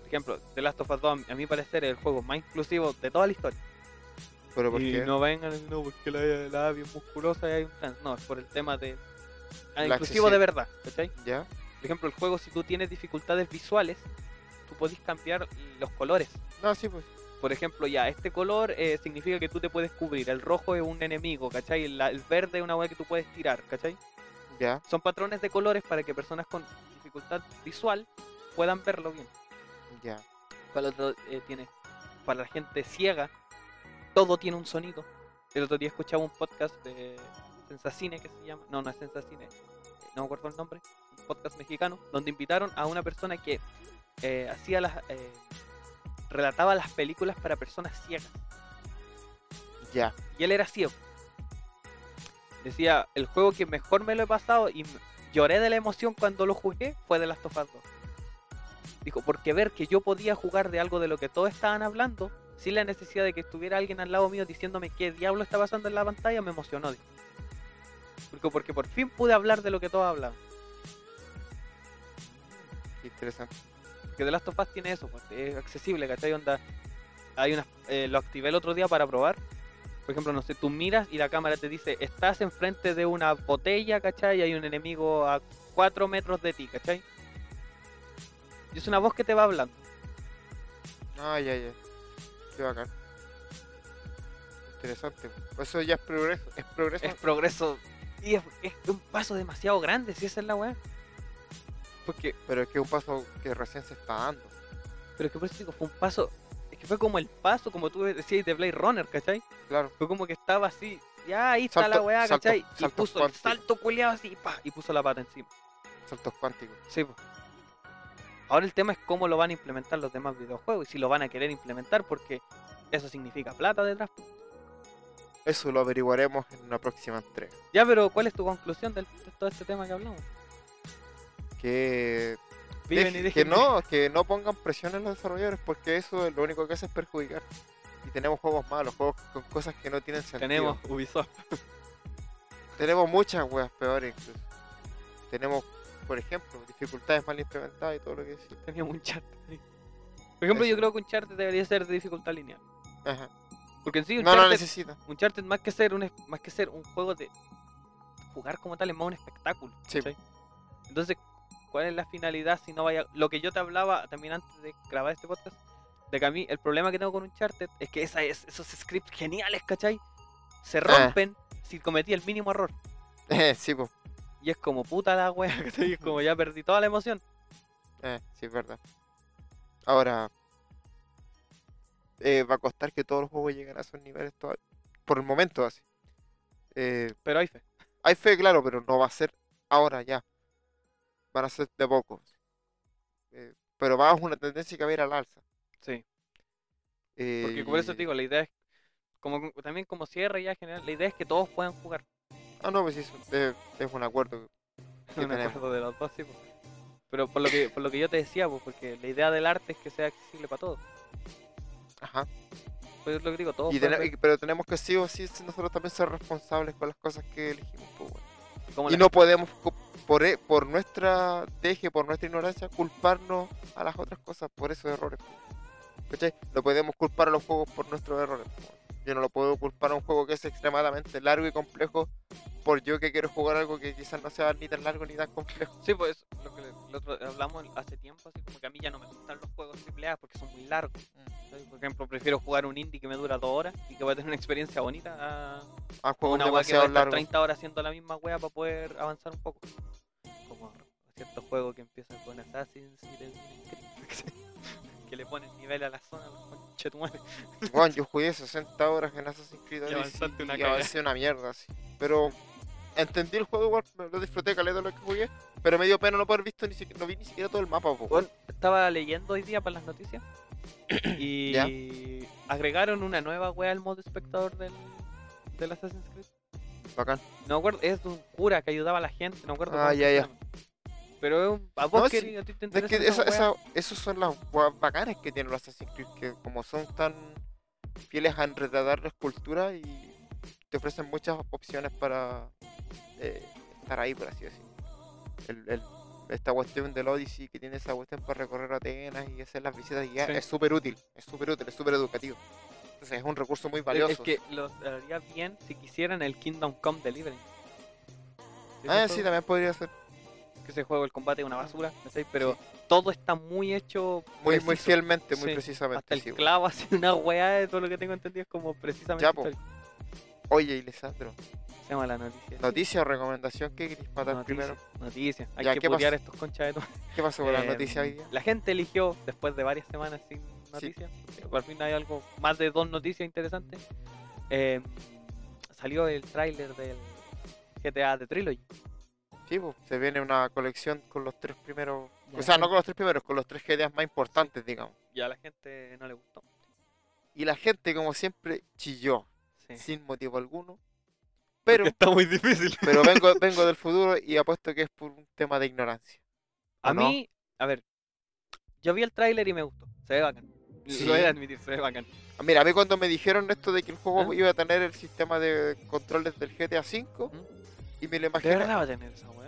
Por ejemplo, The Last of Us 2 a mi parecer es el juego más inclusivo de toda la historia. Pero ¿por Y qué? no vengan, no, porque la, la A bien musculosa y hay un trans. No, es por el tema de... ah, La inclusivo accesi- de verdad, ¿cachai? Ya, Por ejemplo, el juego, si tú tienes dificultades visuales, tú podés cambiar los colores. no, sí, pues. Por ejemplo, ya, este color eh, significa que tú te puedes cubrir. El rojo es un enemigo, ¿cachai? El, el verde es una weá que tú puedes tirar, ¿cachai? Ya, Son patrones de colores para que personas con dificultad visual puedan verlo bien. ya. Para el otro eh, tiene, para la gente ciega, todo tiene un sonido. El otro día escuchaba un podcast de Sensacine que se llama, no, no es Sensacine, eh, no me acuerdo el nombre, un podcast mexicano, donde invitaron a una persona que eh, hacía las, eh, relataba las películas para personas ciegas Ya. y él era ciego. Decía, el juego que mejor me lo he pasado y m- lloré de la emoción cuando lo jugué fue de Last of Us 2. Dijo, porque ver que yo podía jugar de algo de lo que todos estaban hablando, sin la necesidad de que estuviera alguien al lado mío diciéndome qué diablo está pasando en la pantalla, me emocionó. dijo. Porque, porque por fin pude hablar de lo que todos hablaban. Interesante. Porque The Last of Us tiene eso, pues, es accesible, ¿cachai? Onda, hay unas, eh, lo activé el otro día para probar. Por ejemplo, no sé, tú miras y la cámara te dice, estás enfrente de una botella, ¿cachai? Y hay un enemigo a 4 metros de ti, ¿cachai? Y es una voz que te va hablando. Ah, ya, ya. Qué bacán. Interesante. pues. Eso ya es progreso. Es progreso. Es progreso. Y es, es un paso demasiado grande, si esa es la weá. Porque, Pero es que es un paso que recién se está dando. pero es que por eso digo, fue un paso. Es que fue como el paso, como tú decías, de Blade Runner, ¿cachai? Claro. Fue como que estaba así, ya ahí está la Salto- weá, salto- ¿cachai? y saltos puso el cuánticos. salto culeado así, pa, y puso la pata encima. Saltos cuánticos. Sí, po. Ahora el tema es cómo lo van a implementar los demás videojuegos y si lo van a querer implementar porque eso significa plata detrás. po. Eso lo averiguaremos en una próxima entrega. Ya, pero ¿cuál es tu conclusión del- de todo este tema que hablamos? Que, Viven deje- que y dejen vivir. no, que no pongan presión en los desarrolladores, porque eso es lo único que hace es perjudicar. Y tenemos juegos malos, juegos con cosas que no tienen sentido. Tenemos Ubisoft. <laughs> Tenemos muchas weas peores incluso. Tenemos, por ejemplo, dificultades mal implementadas y todo lo que decía. Teníamos un chart. Por ejemplo, yo Eso. creo que un chart debería ser de dificultad lineal. Ajá. Porque en sí un No lo chart necesitan. Uncharted más que ser un es- más que ser un juego de jugar como tal es más un espectáculo. Sí. <laughs> ¿cachai? Entonces, ¿cuál es la finalidad si no vaya lo que yo te hablaba también antes de grabar este podcast de que a mí el problema que tengo con Uncharted es que esa es- esos scripts geniales, ¿cachai? Se Ah. rompen si cometí el mínimo error. sí, pues. Y es como puta la wea, <laughs> ¿cachai? Es como ya perdí toda la emoción. Eh, sí, es verdad. Ahora, eh, va a costar que todos los juegos lleguen a esos niveles todavía. Por el momento, así. Eh, Pero hay fe. hay fe, claro, pero no va a ser ahora ya. Van a ser de poco. así. Eh, pero va a una tendencia que va a ir al alza. Sí. Porque por eso Eh, te digo, la idea es como también como cierre ya general, la idea es que todos puedan jugar. <laughs> Ah, no, pues sí, es, eh, es un acuerdo. que <laughs> No me tenemos. acuerdo de los dos, sí, po. Pero por lo que por lo que yo te decía, pues, porque la idea del arte es que sea accesible para todos. Ajá. Pues es lo que digo, todos. Y pueden tene- ver y- pero tenemos que sí o sí nosotros también ser responsables con las cosas que elegimos. pues, bueno. cómo Y la- no podemos, cu- por, e- por nuestra deje, por nuestra ignorancia, culparnos a las otras cosas por esos errores. pues. ¿Cachai? No podemos culpar a los juegos por nuestros errores. pues. Yo no lo puedo culpar a un juego que es extremadamente largo y complejo por yo que quiero jugar algo que quizás no sea ni tan largo ni tan complejo. Sí, pues lo que le- lo otro- hablamos hace tiempo, así como que a mí ya no me gustan los juegos AAA porque son muy largos. Mm. ¿cachai? Por ejemplo, prefiero jugar un indie que me dura dos horas y que va a tener una experiencia bonita a Ah, juego una wea que va a demasiado estar largo. 30 horas haciendo la misma wea para poder avanzar un poco. Como ciertos juegos que empiezan con Assassin's y Assassin's Creed, <laughs> que le ponen nivel a la zona, conchetumare. Juan, yo jugué 60 horas en Assassin's Creed Y Odyssey avanzaste una y cagada. avancé una mierda, así. Pero entendí el juego igual, me lo disfruté caleta lo que jugué, pero me dio pena no haber visto ni siquiera, no vi ni siquiera todo el mapa, po. Bueno, estaba leyendo hoy día para las noticias y Ya. agregaron una nueva wea al modo espectador del, del Assassin's Creed. Bacán. No me acuerdo, es de un cura que ayudaba a la gente, no me acuerdo. Ah, cómo se ya, ya. llama. Pero es un. A vos No, que- sí. a <laughs> ti te Es que interesa esa esa- wea. esa- esos son las weas bacanas que tienen los Assassin's Creed, que como son tan fieles a enredar las culturas y te ofrecen muchas opciones para eh, estar ahí, por así decirlo. El- el- esta cuestión del Odyssey que tiene esa cuestión para recorrer Atenas y hacer las visitas guiadas Sí. es súper útil, es súper útil, es súper educativo. Entonces es un recurso muy valioso. Es que los haría bien si quisieran el Kingdom Come Delivery. ah, Ese sí, juego- también podría ser Que ese juego, el combate es una basura, ¿cachai? Pero todo está muy hecho. muy, muy preciso. fielmente, muy Sí, Hasta precisamente. el sí, weón. clavo, así una weá de todo lo que tengo entendido es como precisamente. Ya, po. histórico. Oye, y Lisandro, Se llama la noticia. noticia o recomendación que queréis matar Noticia, primero. noticia. Hay Ya, que ¿qué pasó? putear estos conchas de tu ¿Qué pasó con la Eh, noticia hoy día? La gente eligió, después de varias semanas sin noticias, porque por fin hay algo, más de dos noticias interesantes. eh, salió el tráiler del GTA de Trilogy. Sí, pues, se viene una colección con los tres primeros. Ya, o sea, no gente. con los tres primeros, con los tres GTAs más importantes, digamos. Y a la gente no le gustó. Y la gente, como siempre, chilló, Sí. <laughs> sin motivo alguno. Pero, está <laughs> muy difícil. pero vengo, vengo del futuro y apuesto que es por un tema de ignorancia. ¿O A no? mí, a ver, yo vi el tráiler y me gustó. Se ve bacán. Sí. Lo he de admitir, se ve <laughs> bacán. Ah, Mira, a mí cuando me dijeron esto de que el juego ¿Ah? iba a tener el sistema de controles del GTA V, y me lo ¿Mm? ¿De imaginé. verdad va a tener esa weá?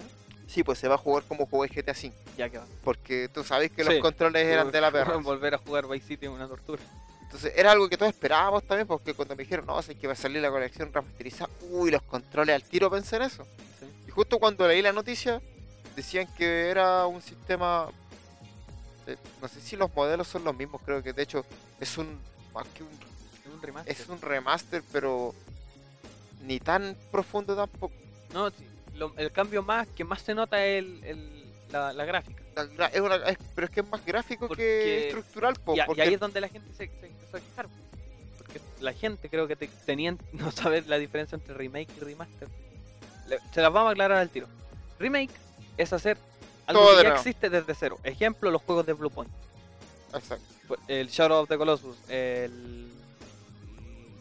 Sí, pues se va a jugar como jugué GTA V. Ya que va. Porque tú sabes que Sí. los controles eran <laughs> de la perra. Volver a jugar Vice City es una tortura. Entonces era algo que todos esperábamos también, porque cuando me dijeron, no, sé que va a salir la colección remasterizada, uy, los controles al tiro, pensé en eso. Sí. Y justo cuando leí la noticia, decían que era un sistema, eh, no sé si los modelos son los mismos, creo que de hecho es un, más que un- Es un remaster. es un remaster, pero ni tan profundo tampoco. No, sí, lo- el cambio más que más se nota es el, el- la, la gráfica. La gra- es una- es- pero es que es más gráfico Porque- que estructural, po, Y, a- y porque ahí es donde la gente se, se empezó a quejar. Porque la gente creo que te- tenían <laughs> no saber la diferencia entre remake y remaster. Le- se las vamos a aclarar al tiro. Remake es hacer algo Todo de que ya nuevo. existe desde cero. Ejemplo, los juegos de Blue Point. pues, Exacto. El Shadow of the Colossus, el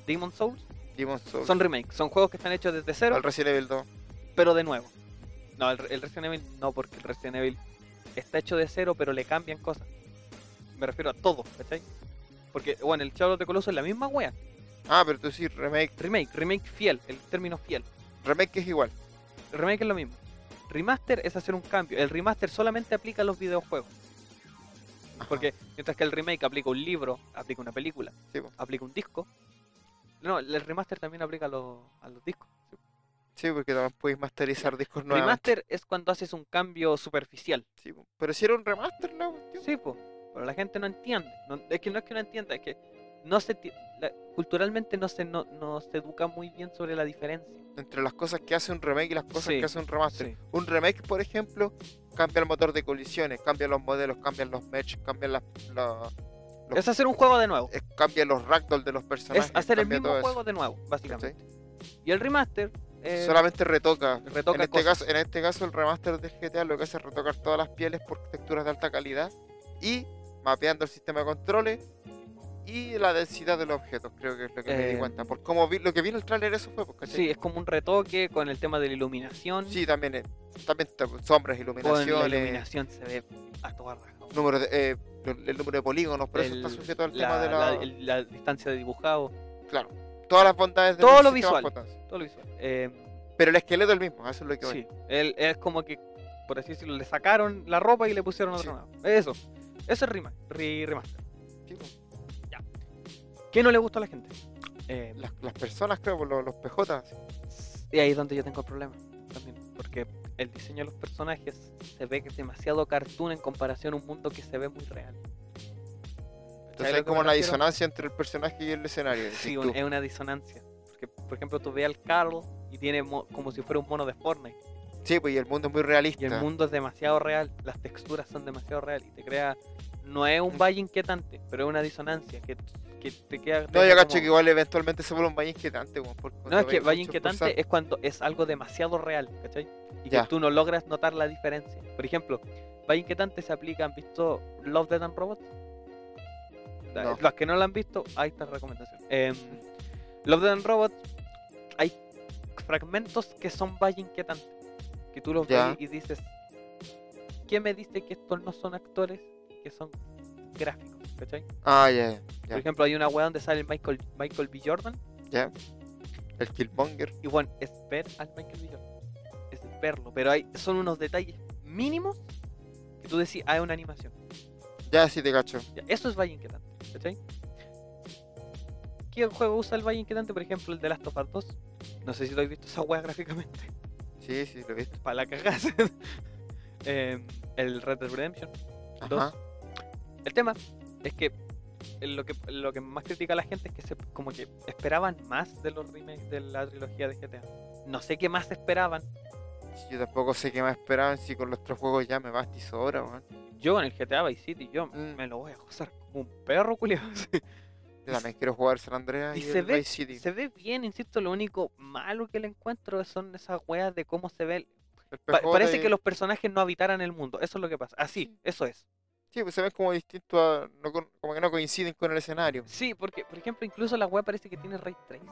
Demon Souls, Demon's Souls, son remakes. Son juegos que están hechos desde cero. al Resident Evil 2. pero de nuevo. No, el, el Resident Evil no, porque el Resident Evil está hecho de cero, pero le cambian cosas. Me refiero a todo, ¿cachai? Porque, bueno, el Shadow of the Colossus es la misma wea. Ah, pero tú sí, remake, Remake, remake fiel, el término fiel. remake es igual. Remake es lo mismo. Remaster es hacer un cambio. El remaster solamente aplica a los videojuegos. Ajá. Porque mientras que el remake aplica un libro, aplica una película, Sí, po. aplica un disco. No, el remaster también aplica a los, a los discos. Sí, porque también podéis masterizar discos nuevos. Remaster es cuando haces un cambio superficial. Sí, po. pero si era un remaster la cuestión. Sí, po, pero la gente no entiende. No- es que no es que no entienda, es que no se ti- la- culturalmente no se no, no se educa muy bien sobre la diferencia. Entre las cosas que hace un remake y las cosas Sí, que hace un remaster. sí. Un remake, por ejemplo, cambia el motor de colisiones, cambia los modelos, cambian los mesh, cambian las, la- Lo- Es hacer un juego de nuevo. eh, cambian los ragdoll de los personajes. Es hacer el cambia mismo todo eso, juego de nuevo, básicamente. ¿cachai? Y el remaster eh, Solamente retoca. retoca en, este cosas. caso, en este caso, el remaster del GTA lo que hace es retocar todas las pieles por texturas de alta calidad y mapeando el sistema de controles y la densidad de los objetos, creo que es lo que me di Eh, cuenta. Por cómo vi, lo que vi en el tráiler eso fue, pues, ¿cachai? Sí, es como un retoque con el tema de la iluminación. Sí, también, eh, también está con sombras, con la iluminaciones, iluminación se ve a toda raja. número de, eh, el el número de polígonos, pero eso está El- sujeto al la, tema de la, la- el- la distancia de dibujado, claro, todas las bondades de Todo lo visual. todo lo visual. Eh, Pero el esqueleto es el mismo, eso es lo que voy. Sí, él, es como que, por así decirlo, le sacaron la ropa y le pusieron otra Sí. nueva. Eso, eso es rima, re- remaster. Sí, pues, ¿Qué no le gusta a la gente? Eh, las, las personas, creo, pues, los, los PJ. sí. y ahí es donde yo tengo el problema también, porque el diseño de los personajes se ve que es demasiado cartoon en comparación a un mundo que se ve muy real. Entonces lo hay que como me una refiero? disonancia entre el personaje y el escenario. decís Sí, tú. un- es una disonancia. Porque, por ejemplo, tú ve al Carl y tiene mo- como si fuera un mono de Fortnite. Sí, pues y el mundo es muy realista. Y el mundo es demasiado real, las texturas son demasiado reales. Y te crea. No es un valle inquietante, pero es una disonancia que, que te queda. te No, yo deja cacho como- que igual eventualmente se vuelve un valle inquietante, weón. porque No, cuando es que veis valle muchos inquietante es cuando es algo demasiado real, ¿cachai? Y Ya. que tú no logras notar la diferencia. Por ejemplo, valle inquietante se aplica, ¿han visto Love, Death and Robots? Da- No. Los que no lo han visto, ahí está la recomendación. Em, Love, Death and Robots, hay fragmentos que son valle inquietante. Que tú los Ya. ves y dices, ¿qué me dice que estos no son actores, que son gráficos, ¿cachai? Ah, ya, ya, ya. Por ejemplo, hay una weá donde sale Michael, Michael B. Jordan. El Killmonger. Y bueno, es ver al Michael B. Jordan. Es verlo. Pero hay, son unos detalles mínimos que tú decís, ah, es una animación. Ya, sí, te cacho. Ya, eso es Valle Inquietante. ¿Cachai? ¿Qué juego usa el Valle Inquietante? Por ejemplo, el de Last of Us 2. No sé si lo habéis visto esa wea <laughs> gráficamente. Sí, sí, lo he visto. Para la cagás. <laughs> Em, el Red Dead Redemption. Ajá. Dos. El tema es que lo que lo que más critica a la gente es que se como que esperaban más de los remakes de la trilogía de GTA. No sé qué más esperaban. Sí, Yo tampoco sé qué más esperaban si con los tres juegos ya me basta y sobra, weón. Yo en el GTA Vice City, yo Mm. me lo voy a gozar como un <laughs> perro, culiado. Yo también quiero jugar San Andreas y, Y se el ve- Vice City. se ve bien, insisto, lo único malo que le encuentro son esas weas de cómo se ve. el- El Pa- PJ parece y- que los personajes no habitaran el mundo, eso es lo que pasa. Así, eso es. Sí, pues se ven como distintos a... no con- como que no coinciden con el escenario. Sí, porque, por ejemplo, incluso la wea parece que tiene ray tracing.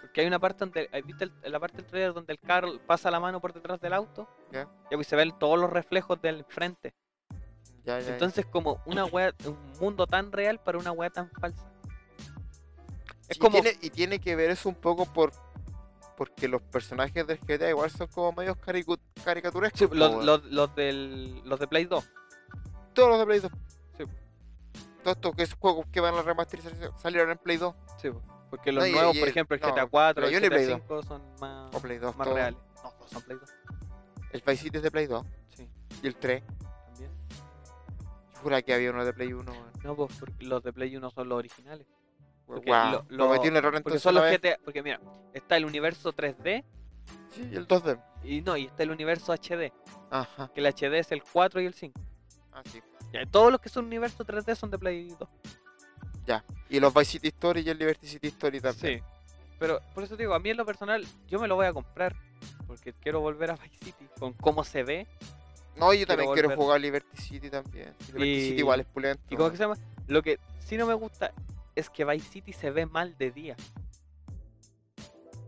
Porque hay una parte donde, ¿hay- ¿viste el- la parte del trailer donde el Carl pasa la mano por detrás del auto? Ya. Ya, pues se ven todos los reflejos del frente. Ya, ya, ya. Entonces, como una wea, un mundo tan real para una wea tan falsa. Es Sí, como. y, tiene, y tiene que ver eso un poco por porque los personajes del GTA igual son como medios caricu- caricaturescos. Sí, po, los, weón. los- los del, los de Play 2. Todos los de Play 2. Sí. Todos estos que esos juegos que van a remasterizar salieron en Play 2 Sí, po. porque los No, y- nuevos, y por el- ejemplo, el no, GTA 4, pero yo el le GTA Play 5 son más, o Play 2. más todo. reales. No, todos son Play 2. El Vice City es de Play 2 Sí, y el 3. también. Yo juraba que había uno de Play 1. weón. No, pues porque los de Play 1 son los originales. Porque Guau, lo- lo- cometí un error Porque entonces. son los una vez. GTA. Porque mira, está el universo 3D Sí, y el 2D. y no, y está el universo HD. Ajá. Que el HD es el 4 y el 5. Ah, sí. Ya, todos los que son universo 3D son de Play 2. Y los Vice City Story y el Liberty City Story también. Sí. Pero por eso te digo, a mí en lo personal, yo me lo voy a comprar. Porque quiero volver a Vice City con cómo se ve. No, yo también quiero volver. jugar Liberty City también. Liberty Y- City igual es pulento. ¿Y cómo que weón. se llama? Lo que sí no me gusta es que Vice City se ve mal de día.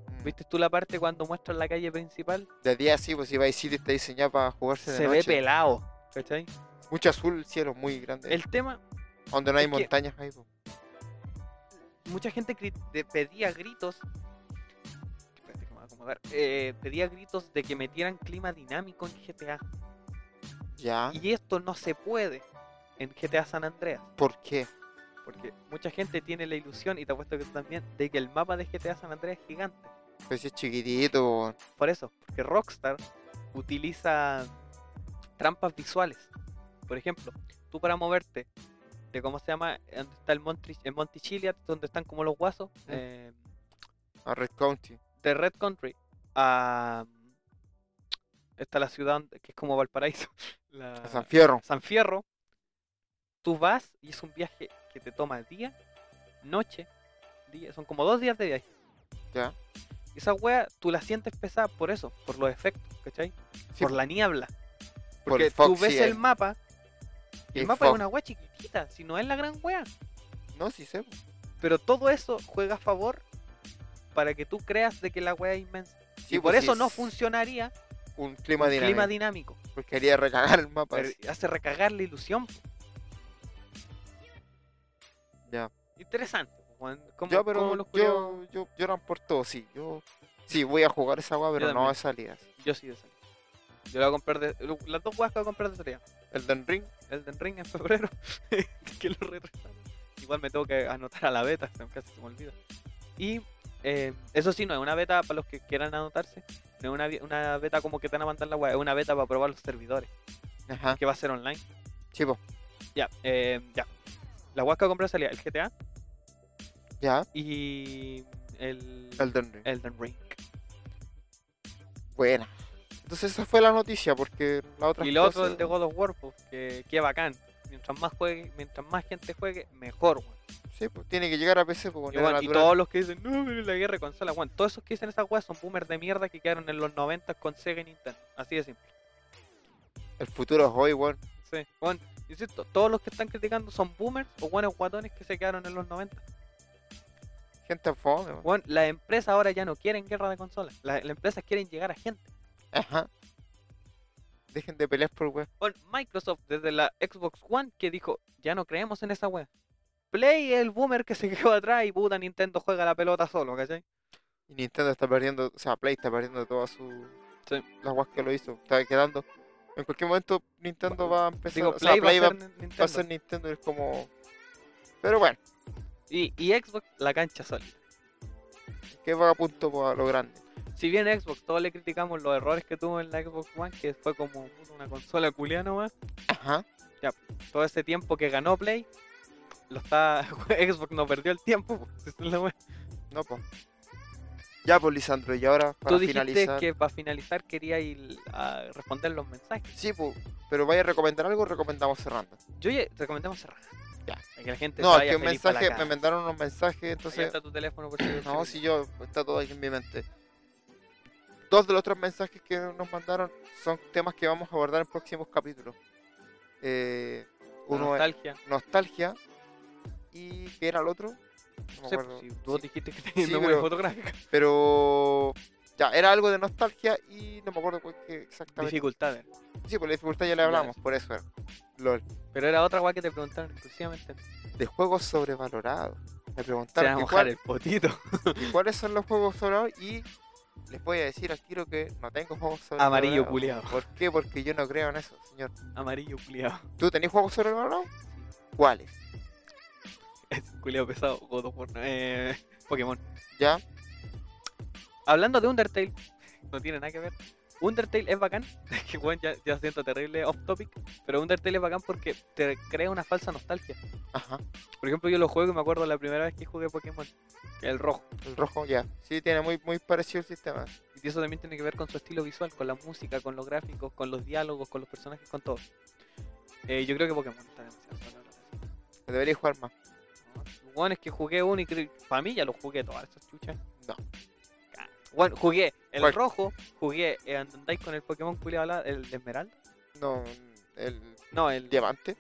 Mm. ¿Viste tú la parte cuando muestran la calle principal? De día sí, pues si Vice City está diseñado para jugarse de Se ve noche. pelado. ¿Cachai? Mucho azul, el cielo muy grande. El tema, Donde no hay es que- montañas ahí, pues. po. mucha gente gri- de- pedía gritos. Espérate, que me voy a acomodar. Eh, pedía gritos de que metieran clima dinámico en GTA. Ya. Y esto no se puede en GTA San Andreas. ¿Por qué? Porque mucha gente tiene la ilusión, y te apuesto que tú también, de que el mapa de GTA San Andreas es gigante. Pues es chiquitito, po, weón. Por eso, porque Rockstar utiliza trampas visuales. Por ejemplo, tú para moverte de cómo se llama, donde está el Montri- el Montichilia, donde están como los guasos, eh, a Red County. de Red Country a. Está la ciudad donde- que es como Valparaíso, <laughs> A la- San Fierro. San Fierro. Tú vas y es un viaje que te toma día, noche, día, son como dos días de viaje. Ya. Esa wea tú la sientes pesada por eso, por los efectos, ¿cachai? Sí, por po, la niebla. por Porque el fog, tú ves sí, el mapa, y el el mapa es fog. una wea chiquitita, si no es la gran wea. No, sí sé. pues. po. Pero todo eso juega a favor para que tú creas de que la wea es inmensa. Sí, y pues, por sí, eso no es funcionaría Un clima el dinámico. Pues clima dinámico. Porque haría recagar el mapa. pero así. hace recagar la ilusión. Ya. Interesante. Juan, ¿Cómo, Yo, cómo pero los culiaos- yo, yo, yo eran por todo, sí. Yo, sí, voy a jugar esa agua, pero no también. a salidas. Yo sí de salida. Yo la voy a comprar de. lo- Las dos weas que voy a comprar de salida. El Den Ring, Elden Ring en febrero. <laughs> que lo retrasaron. Igual me tengo que anotar a la beta, se- casi se me olvida. Y eh, eso sí, no es una beta para los que quieran anotarse. No es una, vi- una beta como que te van a mandar la wea, es una beta para probar los servidores, ajá, pues, que va a ser online. chivo. Ya, eh, ya. la weá que compré salía el GTA Ya, y el Elden Ring. Elden Ring. Buena. Entonces esa fue la noticia, porque la otra Y lo otro, el de God of War, pues, que, que bacán. Mientras más juegue, mientras más gente juegue, mejor, weón. Sí, pues tiene que llegar a PC pues, bueno, Y, era weón, y natural. todos los que dicen, no, pero la guerra de consola, weón. Todos esos que dicen esas weas son boomers de mierda que quedaron en los 90 con Sega y Nintendo. Así de simple. El futuro es hoy, weón. Sí, weón. Insisto, todos los que están criticando son boomers o buenos guatones que se quedaron en los 90. Gente fome, weón. Weón, las empresas ahora ya no quieren guerra de consolas. La- Las empresas quieren llegar a gente. Ajá. Dejen de pelear por weón. Weón, Microsoft desde la Xbox One que dijo, ya no creemos en esa wea. Play es el boomer que se <laughs> quedó atrás y puta Nintendo juega la pelota solo, ¿cachai? Y Nintendo está perdiendo, o sea, Play está perdiendo toda su. Sí. Las guas que lo hizo. Está quedando. En cualquier momento Nintendo va a empezar. Digo, o sea, Play, Play va va, a ser Nin- va Nintendo. a ser Nintendo, es como. Pero bueno, Y, y Xbox, la cancha sólida. que va a punto po, a lo grande. Si bien Xbox, todos le criticamos los errores que tuvo en la Xbox One, que fue como puta, una consola culiada nomás, Ajá. todo ese tiempo que ganó Play, lo está... <laughs> Xbox no perdió el tiempo. <laughs> po, si es la wea. No, pues. Ya, pues, Lisandro, y ahora para Tú dijiste finalizar. que para finalizar quería ir a responder los mensajes. Sí, pues. Pero vaya a recomendar algo, recomendamos cerrando. Yo ya recomendamos cerrar. Ya. Para que la gente No, es se vaya que un feliz pa' la mensaje, me casa. mandaron unos mensajes, Ahí entonces. está tu teléfono por si <clears throat> No, lo quieres. si yo, está todo ahí en mi mente. Dos de los tres mensajes que nos mandaron son temas que vamos a abordar en próximos capítulos. Eh, La uno es nostalgia. nostalgia y ¿qué era el otro? No me No sé, acuerdo. pues, si tú Sí, dijiste que tenías Sí, memoria pero- <laughs> fotográfica. Pero ya, era algo de nostalgia y no me acuerdo cuál que exactamente. Dificultades. Sí, por la dificultad ya le Ya, hablamos, por eso era. LOL. Pero era otra weá que te preguntaron exclusivamente. a ti. De juegos sobrevalorados. Me Te va preguntaron a que mojar cuál- el potito. y cuáles son los juegos sobrados y les voy a decir al tiro que no tengo juegos sobrados. Amarillo culiao. ¿Por qué? Porque yo no creo en eso, señor. Amarillo culiado. ¿Tú tenés juegos sobrevalorados? ¿Cuáles? Es culiado pesado. God of War. Eh, Pokémon. ¿Ya? Hablando de Undertale. No tiene nada que ver. Undertale es bacán. <laughs> Es que bueno, ya, ya siento terrible off topic. Pero Undertale es bacán porque te crea una falsa nostalgia. Ajá. Por ejemplo, yo lo juego y me acuerdo la primera vez que jugué Pokémon. que El rojo. El rojo, ya. Sí, tiene muy, muy parecido el sistema. Y eso también tiene que ver con su estilo visual, con la música, con los gráficos, con los diálogos, con los personajes, con todo. Eh, yo creo que Pokémon está demasiado solo. Debería jugar más. Bueno, es que jugué uno y creo, para mí ya lo jugué todas esas chuchas. No. Ca- Bueno, jugué el ¿Cuál? rojo, jugué eh, Andandai con el Pokémon culiao ala- el de Esmeralda. No, el No, el. diamante.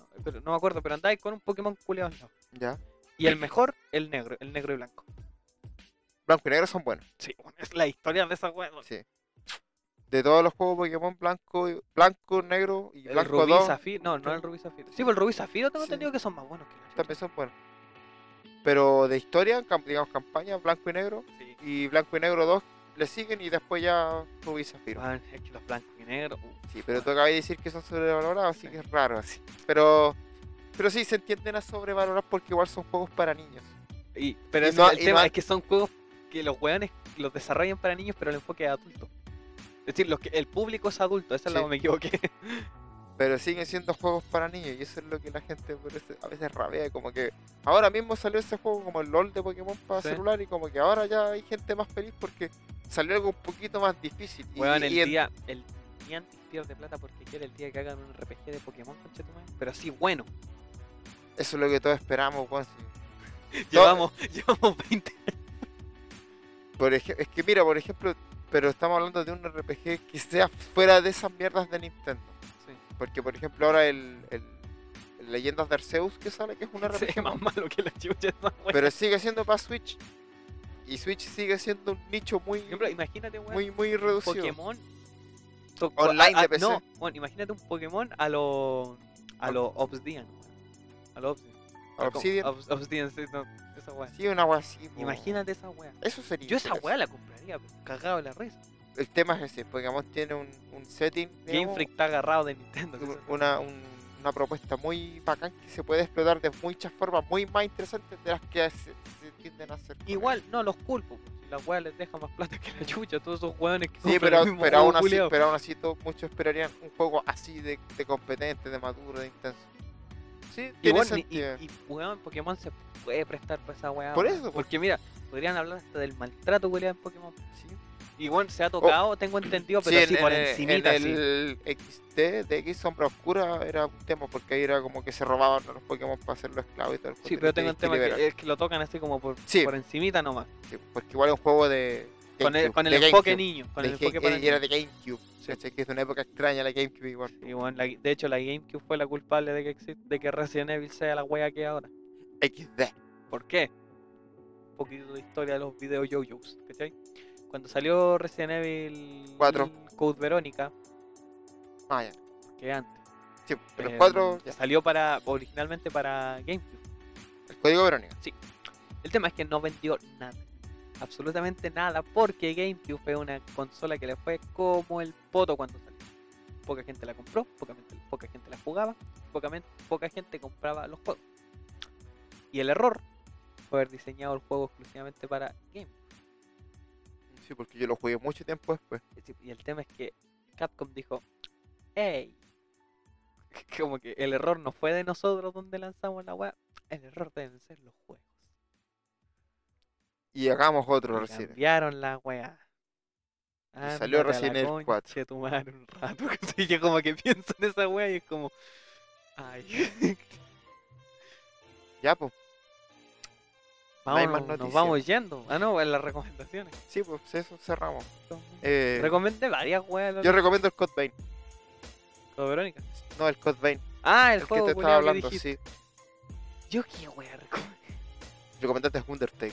No, pero no me acuerdo, pero andáis con un Pokémon culiao al lado. Ya. Y <laughs> el mejor, el negro, el negro y blanco. Blanco y negro son buenos. Sí, bueno, es la historia de esa hueá. Sí. De todos los juegos Pokémon, blanco, y- blanco negro y El blanco rubí 2 zafiro, no, no el rubí zafiro. Sí, pero el rubí zafiro tengo Sí. entendido que son más buenos que la también son buenos. Pero de historia, cam- digamos campaña, blanco y negro. chucha. Sí. Y blanco y negro 2 le siguen y después ya Rubí y Zafiro. Van, es que los blancos y negros. uh, Sí, pero tú acabas de decir que son sobrevalorados, así que es raro así. Pero, pero sí se entienden a sobrevalorar porque igual son juegos para niños. y- pero Y es no- que el y tema no- es que son juegos que los weones los desarrollan para niños, pero el enfoque es adulto. Es decir, los que, el público es adulto, esa es la Sí. que me equivoqué. Pero siguen siendo juegos para niños y eso es lo que la gente por eso a veces rabea. Como que ahora mismo salió ese juego como el LOL de Pokémon para Sí. celular y como que ahora ya hay gente más feliz porque salió algo un poquito más difícil. Y, <laughs> Weón, el y en- día. El Niantic pierde plata porque quiere el día que hagan un RPG de Pokémon, conchetumare, Pero sí, <laughs> bueno. eso es lo que todos esperamos, weón, sí. <laughs> Llevamos, llevamos 20. Por ej- es que mira, por ejemplo, pero estamos hablando de un RPG que sea fuera de esas mierdas de Nintendo. Sí. <laughs> Porque, por ejemplo, ahora el, el, el Leyendas de Arceus que sale, que es un <laughs> Sí, RPG, más malo que la chucha esa weá. pero sigue siendo para Switch. Y Switch sigue siendo un nicho muy, Por ejemplo, imagínate, weón. muy, muy reducido. Pokémon to- Online a- de a- PC. No, bueno, imagínate un Pokémon a lo a lo Obsidian. A lo Obsidian. A Obsidian. Obs- Obsidian, sí, no, esa wea. Sí, una wea así. po. Imagínate esa wea. Eso sería. Yo esa interesante. wea la compraría, pero cagado de la risa. El tema es ese. Pokémon tiene un, un setting. Game digamos, Freak está agarrado de Nintendo. un- que se- Una, un- una propuesta muy bacán que se puede explotar de muchas formas muy más interesantes de las que se, se tienden a hacer. con él. Igual, no los culpo. pues, si La wea les deja más plata que la chucha. Todos esos weones que Sí, compran pero, el mismo pero, juego aún así, culiao. pero aún así to- muchos esperarían un juego así de, de competente, de maduro, de intenso. Sí, Y, tiene bueno, y, sentido. y- y, weón, Pokémon se puede prestar para esa weá. Por weón. eso, pues. po. Porque mira, podrían hablar hasta del maltrato que le dan Pokémon. Y bueno, se ha tocado, tengo entendido, pero Oh. Sí, así en- por en- en encimita, así. el XD de X Sombra Oscura era un tema porque ahí era como que se robaban a los Pokémon para hacerlos esclavos y todo. el Sí, cuento, pero y tengo tenías un tema liberar. que, es que lo tocan así como por, Sí. por encimita nomás. Sí, porque igual es un juego de. Con el, GameCube, con el de enfoque GameCube, niño. Con de el enfoque Ga- para y era niños. de GameCube. ¿cachai? Que es de una época extraña la GameCube igual. Y bueno, la- de hecho, la GameCube fue la culpable de que, exi- de que Resident Evil sea la wea que es ahora. XD. ¿Por qué? Un poquito de historia de los videos JoJo's, ¿cachai? Cuando salió Resident Evil Cuatro. Code Verónica, Ah, ya. que antes. Sí, pero em, los cuatro. ya. Salió para originalmente para GameCube. El código Verónica. El tema es que no vendió nada. Absolutamente nada. Porque GameCube fue una consola que le fue como el poto cuando salió. Poca gente la compró, poca, gente- poca gente la jugaba, poca, men- poca gente compraba los juegos. Y el error fue haber diseñado el juego exclusivamente para GameCube. Sí, porque yo lo jugué mucho tiempo después. Es decir, Y el tema es que Capcom dijo, ¡Ey! <laughs> Como que el error no fue de nosotros donde lanzamos la web, el error deben ser los juegos. Y hagamos otro Y recién. cambiaron la Ah, weá. Y salió Resident Evil 4. tu madre un rato. <laughs> Y yo como que pienso en esa weá y es como. Ay. Ya, pues. <laughs> No hay más Vámonos, nos noticias. vamos yendo. Ah, no, en las recomendaciones. Sí, pues eso cerramos. Eh, Recomendé varias weas. yo recomiendo el Code Vein. loco, Verónica. No, el Code Vein. Ah, El, el, que juego te culiao estaba hablando, dijiste. sí. Yo qué wea recomendé. Recomendaste Undertale.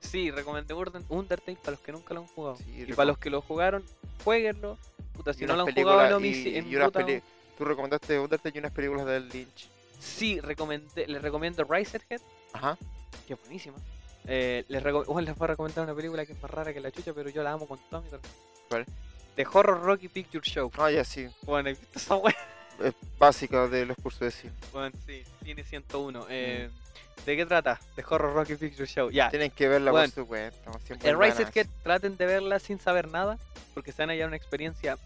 Sí, recomendé Urden- Undertale para los que nunca lo han jugado. Sí, y recom- para los que lo jugaron, jueguenlo. Puta, si y no lo unas han jugado, películas- no me hice- y- en y unas puta, peli- Tú recomendaste Undertale y unas películas del Lynch. Sí, recomendé, les recomiendo Riser Head, Ajá. que es buenísima. Eh, les, reco- bueno, les voy a recomendar una película que es más rara que la chucha, pero yo la amo con todo mi corazón. ¿Cuál? The Horror Rocky Picture Show. Ah, ya, sí. Bueno, ¿has visto esa wea? Es básica de los cursos de cine. <laughs> Bueno, sí, tiene 101. Eh, ¿De qué trata? The Horror Rocky Picture Show. Ya. Tienen que verla Bueno. por su cuenta. siempre El es Riser buena. Head, traten de verla sin saber nada, porque se van a hallar una experiencia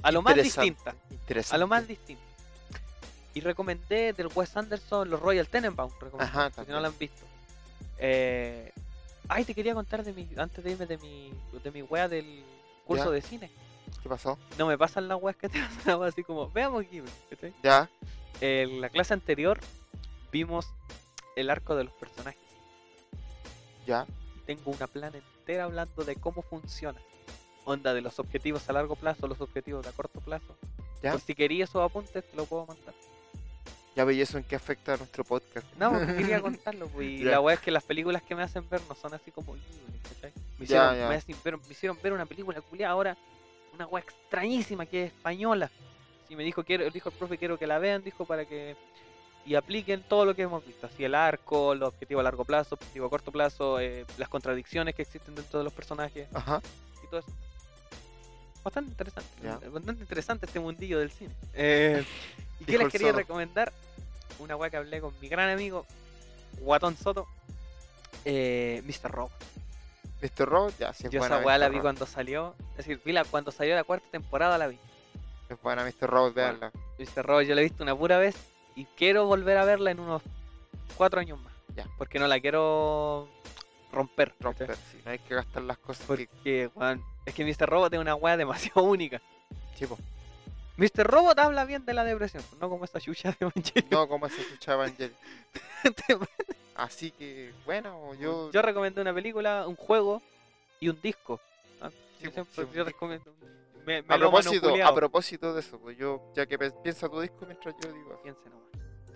a lo más Interesante, distinta. Interesante. a lo más distinto. Y recomendé del Wes Anderson los Royal Tenenbaum, recomendé, Ajá, por si no también. lo han visto. Eh, ay, te quería contar de mi, antes de irme de mi, de mi wea del curso Ya. de cine. ¿Qué pasó? No me pasan las weas que te <laughs> pasan así como, veamos Ghibli. ¿cachai? Ya. En la clase anterior vimos el arco de los personajes. Ya. Y tengo una plana entera hablando de cómo funciona. Onda de los objetivos a largo plazo, los objetivos a corto plazo. Ya. Por si quería esos apuntes, te lo puedo mandar. Ya veis eso en qué afecta a nuestro podcast. <laughs> No, porque quería contarlo, pues, y Ya. la weá es que las películas que me hacen ver no son así como libres, ¿cachai? Ya, Me hicieron, ya. Me, hacen ver, me hicieron ver una película culiada ahora, una weá extrañísima que es española. Si me dijo, quiero, dijo el profe, quiero que la vean, dijo para que. Y apliquen todo lo que hemos visto, así el arco, los objetivos a largo plazo, objetivos a corto plazo, eh, las contradicciones que existen dentro de los personajes Ajá. y todo eso. Bastante interesante. Ya. Bastante interesante este mundillo del cine. <laughs> Eh, ¿Y qué Dijo les el quería Soto. recomendar? Una weá que hablé con mi gran amigo, Guatón Soto, eh, Mr. Robot. Mr. Robot, ya, sí es Yo buena. esa weá la Mr. vi Robot. cuando salió. Es decir, vi la, cuando salió la cuarta temporada la vi. Es buena Mr. Robot, Bueno. este veanla. Mr. Robot yo la he visto una pura vez y quiero volver a verla en unos cuatro años más. Ya. Porque no la quiero romper. ¿cachai? Romper, sí. No hay que gastar las cosas. que- Porque, weón, es que Mr. Robot es una weá demasiado única. Sí, po. Mr. Robot habla bien de la depresión, no como esta chucha de <laughs> Evangelion. No, como se escuchaba Angel. <laughs> Así que, bueno, yo. Yo recomendé una película, un juego y un disco. ¿ah? Sí, Yo pues, siempre- sí, un yo disco. recomiendo un- me- a, melómano propósito, culiao. a propósito de eso, pues yo, ya que pe- piensa tu disco mientras yo digo. eso. Piensa nomás.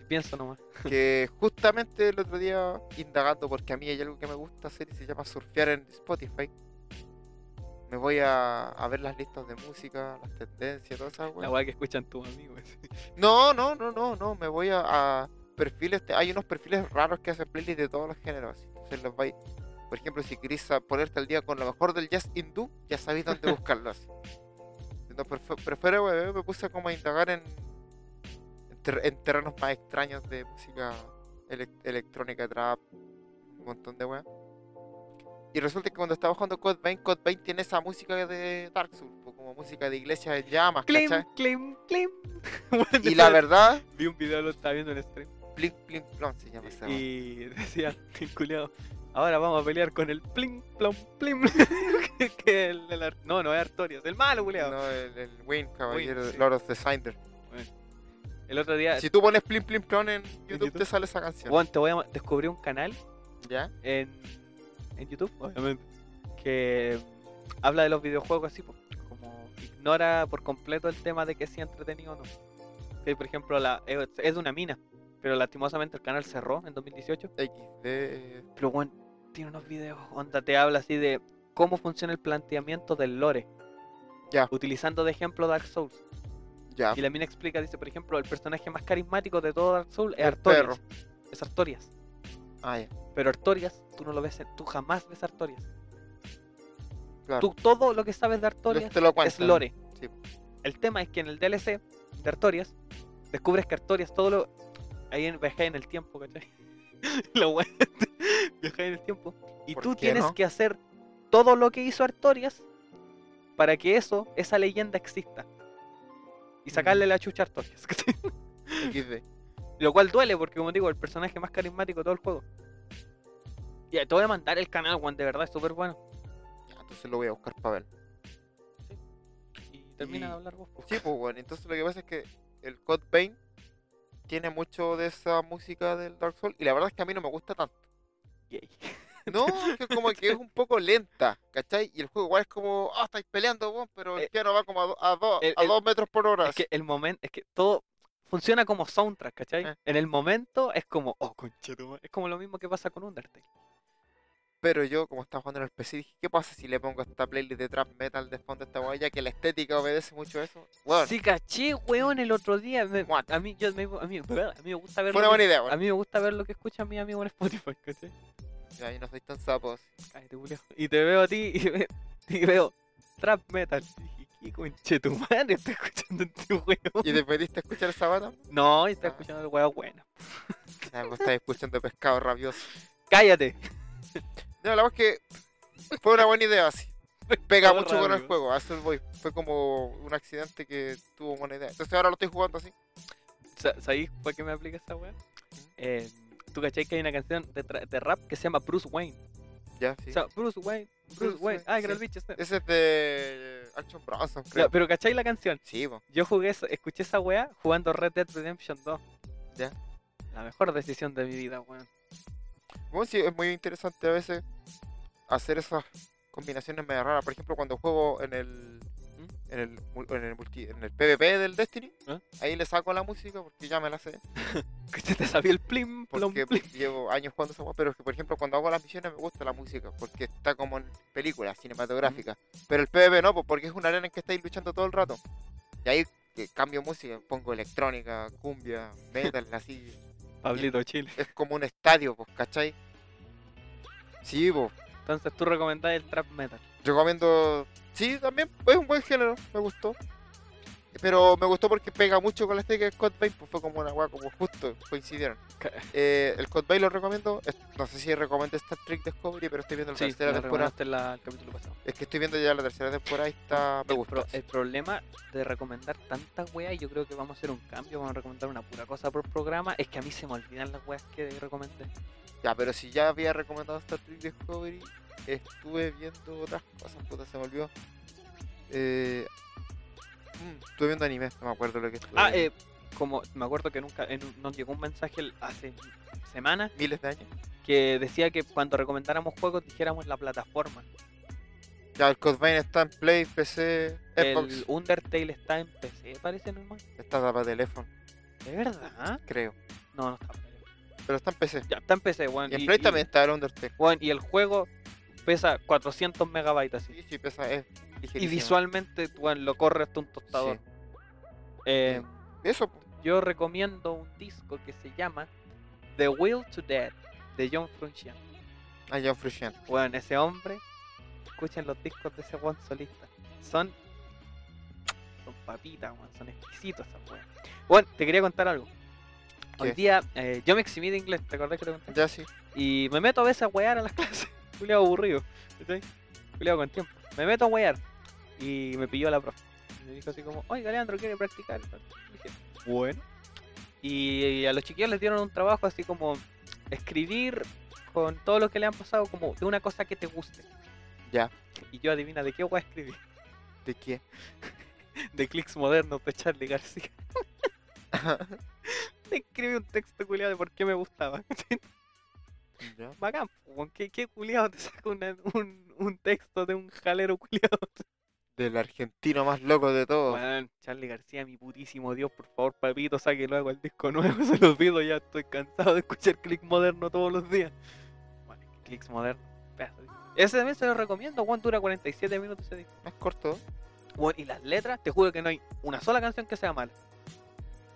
Pienso nomás. que justamente el otro día indagando porque a mí hay algo que me gusta hacer y se llama surfear en Spotify. Me voy a, a ver las listas de música, las tendencias, todas esas La weas. weá que escuchan tus amigos. <laughs> No, no, no, no, no, me voy a, a perfiles, te- hay unos perfiles raros que hacen playlists de todos los géneros, así. entonces los vais. Por ejemplo, si querés a- ponerte al día con lo mejor del jazz hindú, ya sabéis dónde buscarlo así. Entonces, prefe- prefiero, eh, me puse como a indagar en, en ter- en terrenos más extraños de música elec- electrónica, trap, un montón de weas. Y resulta que cuando estaba jugando Code Vein, Code Vein tiene esa música de Dark Souls, pues, como música de iglesia en llamas, Clim, <laughs> ¿cachai? clim, clim. Bueno, Y la entonces, verdad, Vi un video, lo estaba viendo en stream. Plim Plim Plon se llama esa. weá. Y <laughs> decía, el culiao, ahora vamos a pelear con el plim, plom, plim. <laughs> que, que el, el Ar- no, no es Artorias, el malo, culiao. No, el, el Wayne, caballero Wayne, de sí. Lord of the Cinder. El otro día, Si tú pones Plim Plim Plon en YouTube, YouTube? te sale esa canción. weón, te voy a ma- descubrí un canal ¿Ya? en, en YouTube, obviamente, que habla de los videojuegos así, po, como ignora por completo el tema de que sea entretenido o no. Sí, por ejemplo, la, es es de una mina, pero lastimosamente el canal cerró en 2018. XD. Pero bueno, tiene unos videos, onda, te habla así de cómo funciona el planteamiento del lore. Ya. Ah. Utilizando de ejemplo Dark Souls. Ya. Y la mina explica, dice, por ejemplo, el personaje más carismático de todo Dark Souls es El Artorias. perro. Es Artorias. Ah, ya. Pero Artorias, tú no lo ves, en- tú jamás ves Artorias. Claro. Tú todo lo que sabes de Artorias Te lo es cuentan. lore. Sí. El tema es que en el DLC de Artorias descubres que Artorias todo lo. Ahí en, viajé en el tiempo, ¿cachai? <laughs> La wea. viajé en el tiempo. Y ¿Por tú qué tienes no? que hacer todo lo que hizo Artorias para que eso, esa leyenda exista. Y Mm. sacarle la chucha a Artorias. <laughs> ¿cachai? <laughs> XD. Lo cual duele porque, como digo, el personaje más carismático de todo el juego. Ya, te voy a mandar el canal, Juan, de verdad, es súper bueno. Ya, entonces lo voy a buscar para ver. Y termina Y- de hablar vos. po. Sí, pues bueno, entonces lo que pasa es que el Code Vein tiene mucho de esa música del Dark Souls y la verdad es que a mí no me gusta <laughs> tanto. Yay. No, es que como que es un poco lenta, ¿cachai? Y el juego igual es como, ah, estáis peleando, weón, pero el Eh, piano va como a, do- a do- el- a el- dos metros por hora. Es que el momento, es que todo funciona como soundtrack, ¿cachai? Eh. En el momento es como, oh, conchetumare. Es como lo mismo que pasa con Undertale. Pero yo, como estaba jugando en el PC, dije, ¿qué pasa si le pongo esta playlist de trap metal de fondo a esta guaya? Que la estética obedece mucho a eso. Bueno, Sí, caché, weón, el otro día. me- What? a, mí, yo, me- a, mí, a mí me gusta ver. fue una lo buena que, idea, a weón. mí me gusta ver lo que escuchan mis amigos en Spotify, ¿cachai? Ya, yo no soy tan <laughs> sapo. así. Cállate, culiao. Y te veo a ti y, ve- y veo trap metal. Y dije, ¿qué conchetumare está escuchando este <laughs> weón? ¿Y te pediste escuchar esa bata? No, y está Ah. escuchando el weón bueno. Ah, vos estás escuchando pescado rabioso. Cállate. No, la verdad es que fue una buena idea así. Pega Todo mucho con el rápido. juego, a eso voy. Fue como un accidente que tuvo buena idea. Entonces ahora lo estoy jugando así. Sa- ¿Sabéis por qué me aplica esa weá? Eh, Tú cachai que hay una canción de, tra- de rap que se llama Bruce Wayne. Ya, sí. O sea, Bruce Wayne, Bruce, Bruce Wayne. Wayne, Ah, que era el sí. bicho este. Ese es de eh, Action Bronson, Ya, creo. pero cachai la canción. Sí, po. Yo jugué, esa- escuché esa weá jugando Red Dead Redemption 2. Ya. La mejor decisión de mi vida, weón. Bueno, sí, es muy interesante a veces hacer esas combinaciones medio raras. Por ejemplo, cuando juego en el en el, mul- en el, multi- en el PvP del Destiny, ¿Ah? ahí le saco la música porque ya me la sé. Que te sabía el plim, plom, <laughs> Porque plim. llevo años jugando esa weá, pero es que por ejemplo cuando hago las misiones me gusta la música, porque está como en películas cinematográficas. Pero el PvP no, pues, porque es una arena en que estáis luchando todo el rato. Y ahí eh, cambio música, pongo electrónica, cumbia, metal, así. Pablito Chile. Es como un estadio, pues, ¿cachai? Sí, pues. Entonces tú recomendás el trap metal. Recomiendo. Sí, también es un buen género, me gustó. Pero me gustó porque pega mucho con la estética de Scott Bay, pues fue como una weá, como justo coincidieron. Ca- Eh, el Scott Bay lo recomiendo. es- No sé si recomendé Star Trek Discovery, pero estoy viendo la Sí, tercera la temporada. recomendaste la- el capítulo pasado. Es que estoy viendo ya la tercera temporada y está. Me El, gusta. pro- el problema de recomendar tantas weas, y yo creo que vamos a hacer un cambio, vamos a recomendar una pura cosa por programa, es que a mí se me olvidan las weas que recomendé. Ya, pero si ya había recomendado Star Trek Discovery, estuve viendo otras cosas, puta, se me olvidó. Eh, mm, estuve viendo anime, no me acuerdo lo que estuve. Ah, viendo. eh, como me acuerdo que nunca en un- nos llegó un mensaje el- hace semanas Miles de años. que decía que cuando recomendáramos juegos dijéramos la plataforma. Ya, el Code Vein está en Play, PC, Xbox. El Undertale está en PC, parece normal. Está para teléfono, ¿De verdad? creo. No, no está en PC. Pero está en PC. Ya, está en PC, weón. Y en Play también está el Undertale. weón, y el juego pesa 400 megabytes así. Sí, sí, pesa, es Y ligerísimo. visualmente, weón, lo corre hasta un tostador. Sí. Eh, Eso, po. yo recomiendo un disco que se llama The Will to Death de John Frusciante. Ah, John Frusciante. Weón, ese hombre, escuchen los discos de ese weón solista. Son. Son papitas, weón, son exquisitos esos weón. Weón, te quería contar algo. Hoy ¿Qué? día, eh, yo me eximí de inglés, ¿te acordás que te conté? Ya sí. Y me meto a veces a wear a las <laughs> clases. culiado aburrido, ¿cachai? Culiado con tiempo. Me meto a wear y me pilló la profe. Y me dijo así como, oiga Leandro, ¿quiere practicar? Y dije, bueno. Y, y a los chiquillos les dieron un trabajo así como escribir con todo lo que le han pasado como de una cosa que te guste. Ya. Y yo adivina de qué voy a escribir. <laughs> ¿De quién? de clics modernos de Charlie García. <laughs> Le escribí un texto culiado de por qué me gustaba. Ya. Bacán, po, weón. ¿qué, qué culiado te <laughs> saca una- un, un texto de un jalero culiado? Del argentino más loco de todos. Weón, Charlie García, mi putísimo Dios, por favor, papito, saque luego el disco nuevo, <laughs> se los pido, ya estoy cansado de escuchar clics moderno todos los días. Bueno, clics moderno, pedazo de- Ese también se lo recomiendo, Juan dura 47 minutos ese disco. Más corto. Weón, y las letras, te juro que no hay una sola canción que sea mala.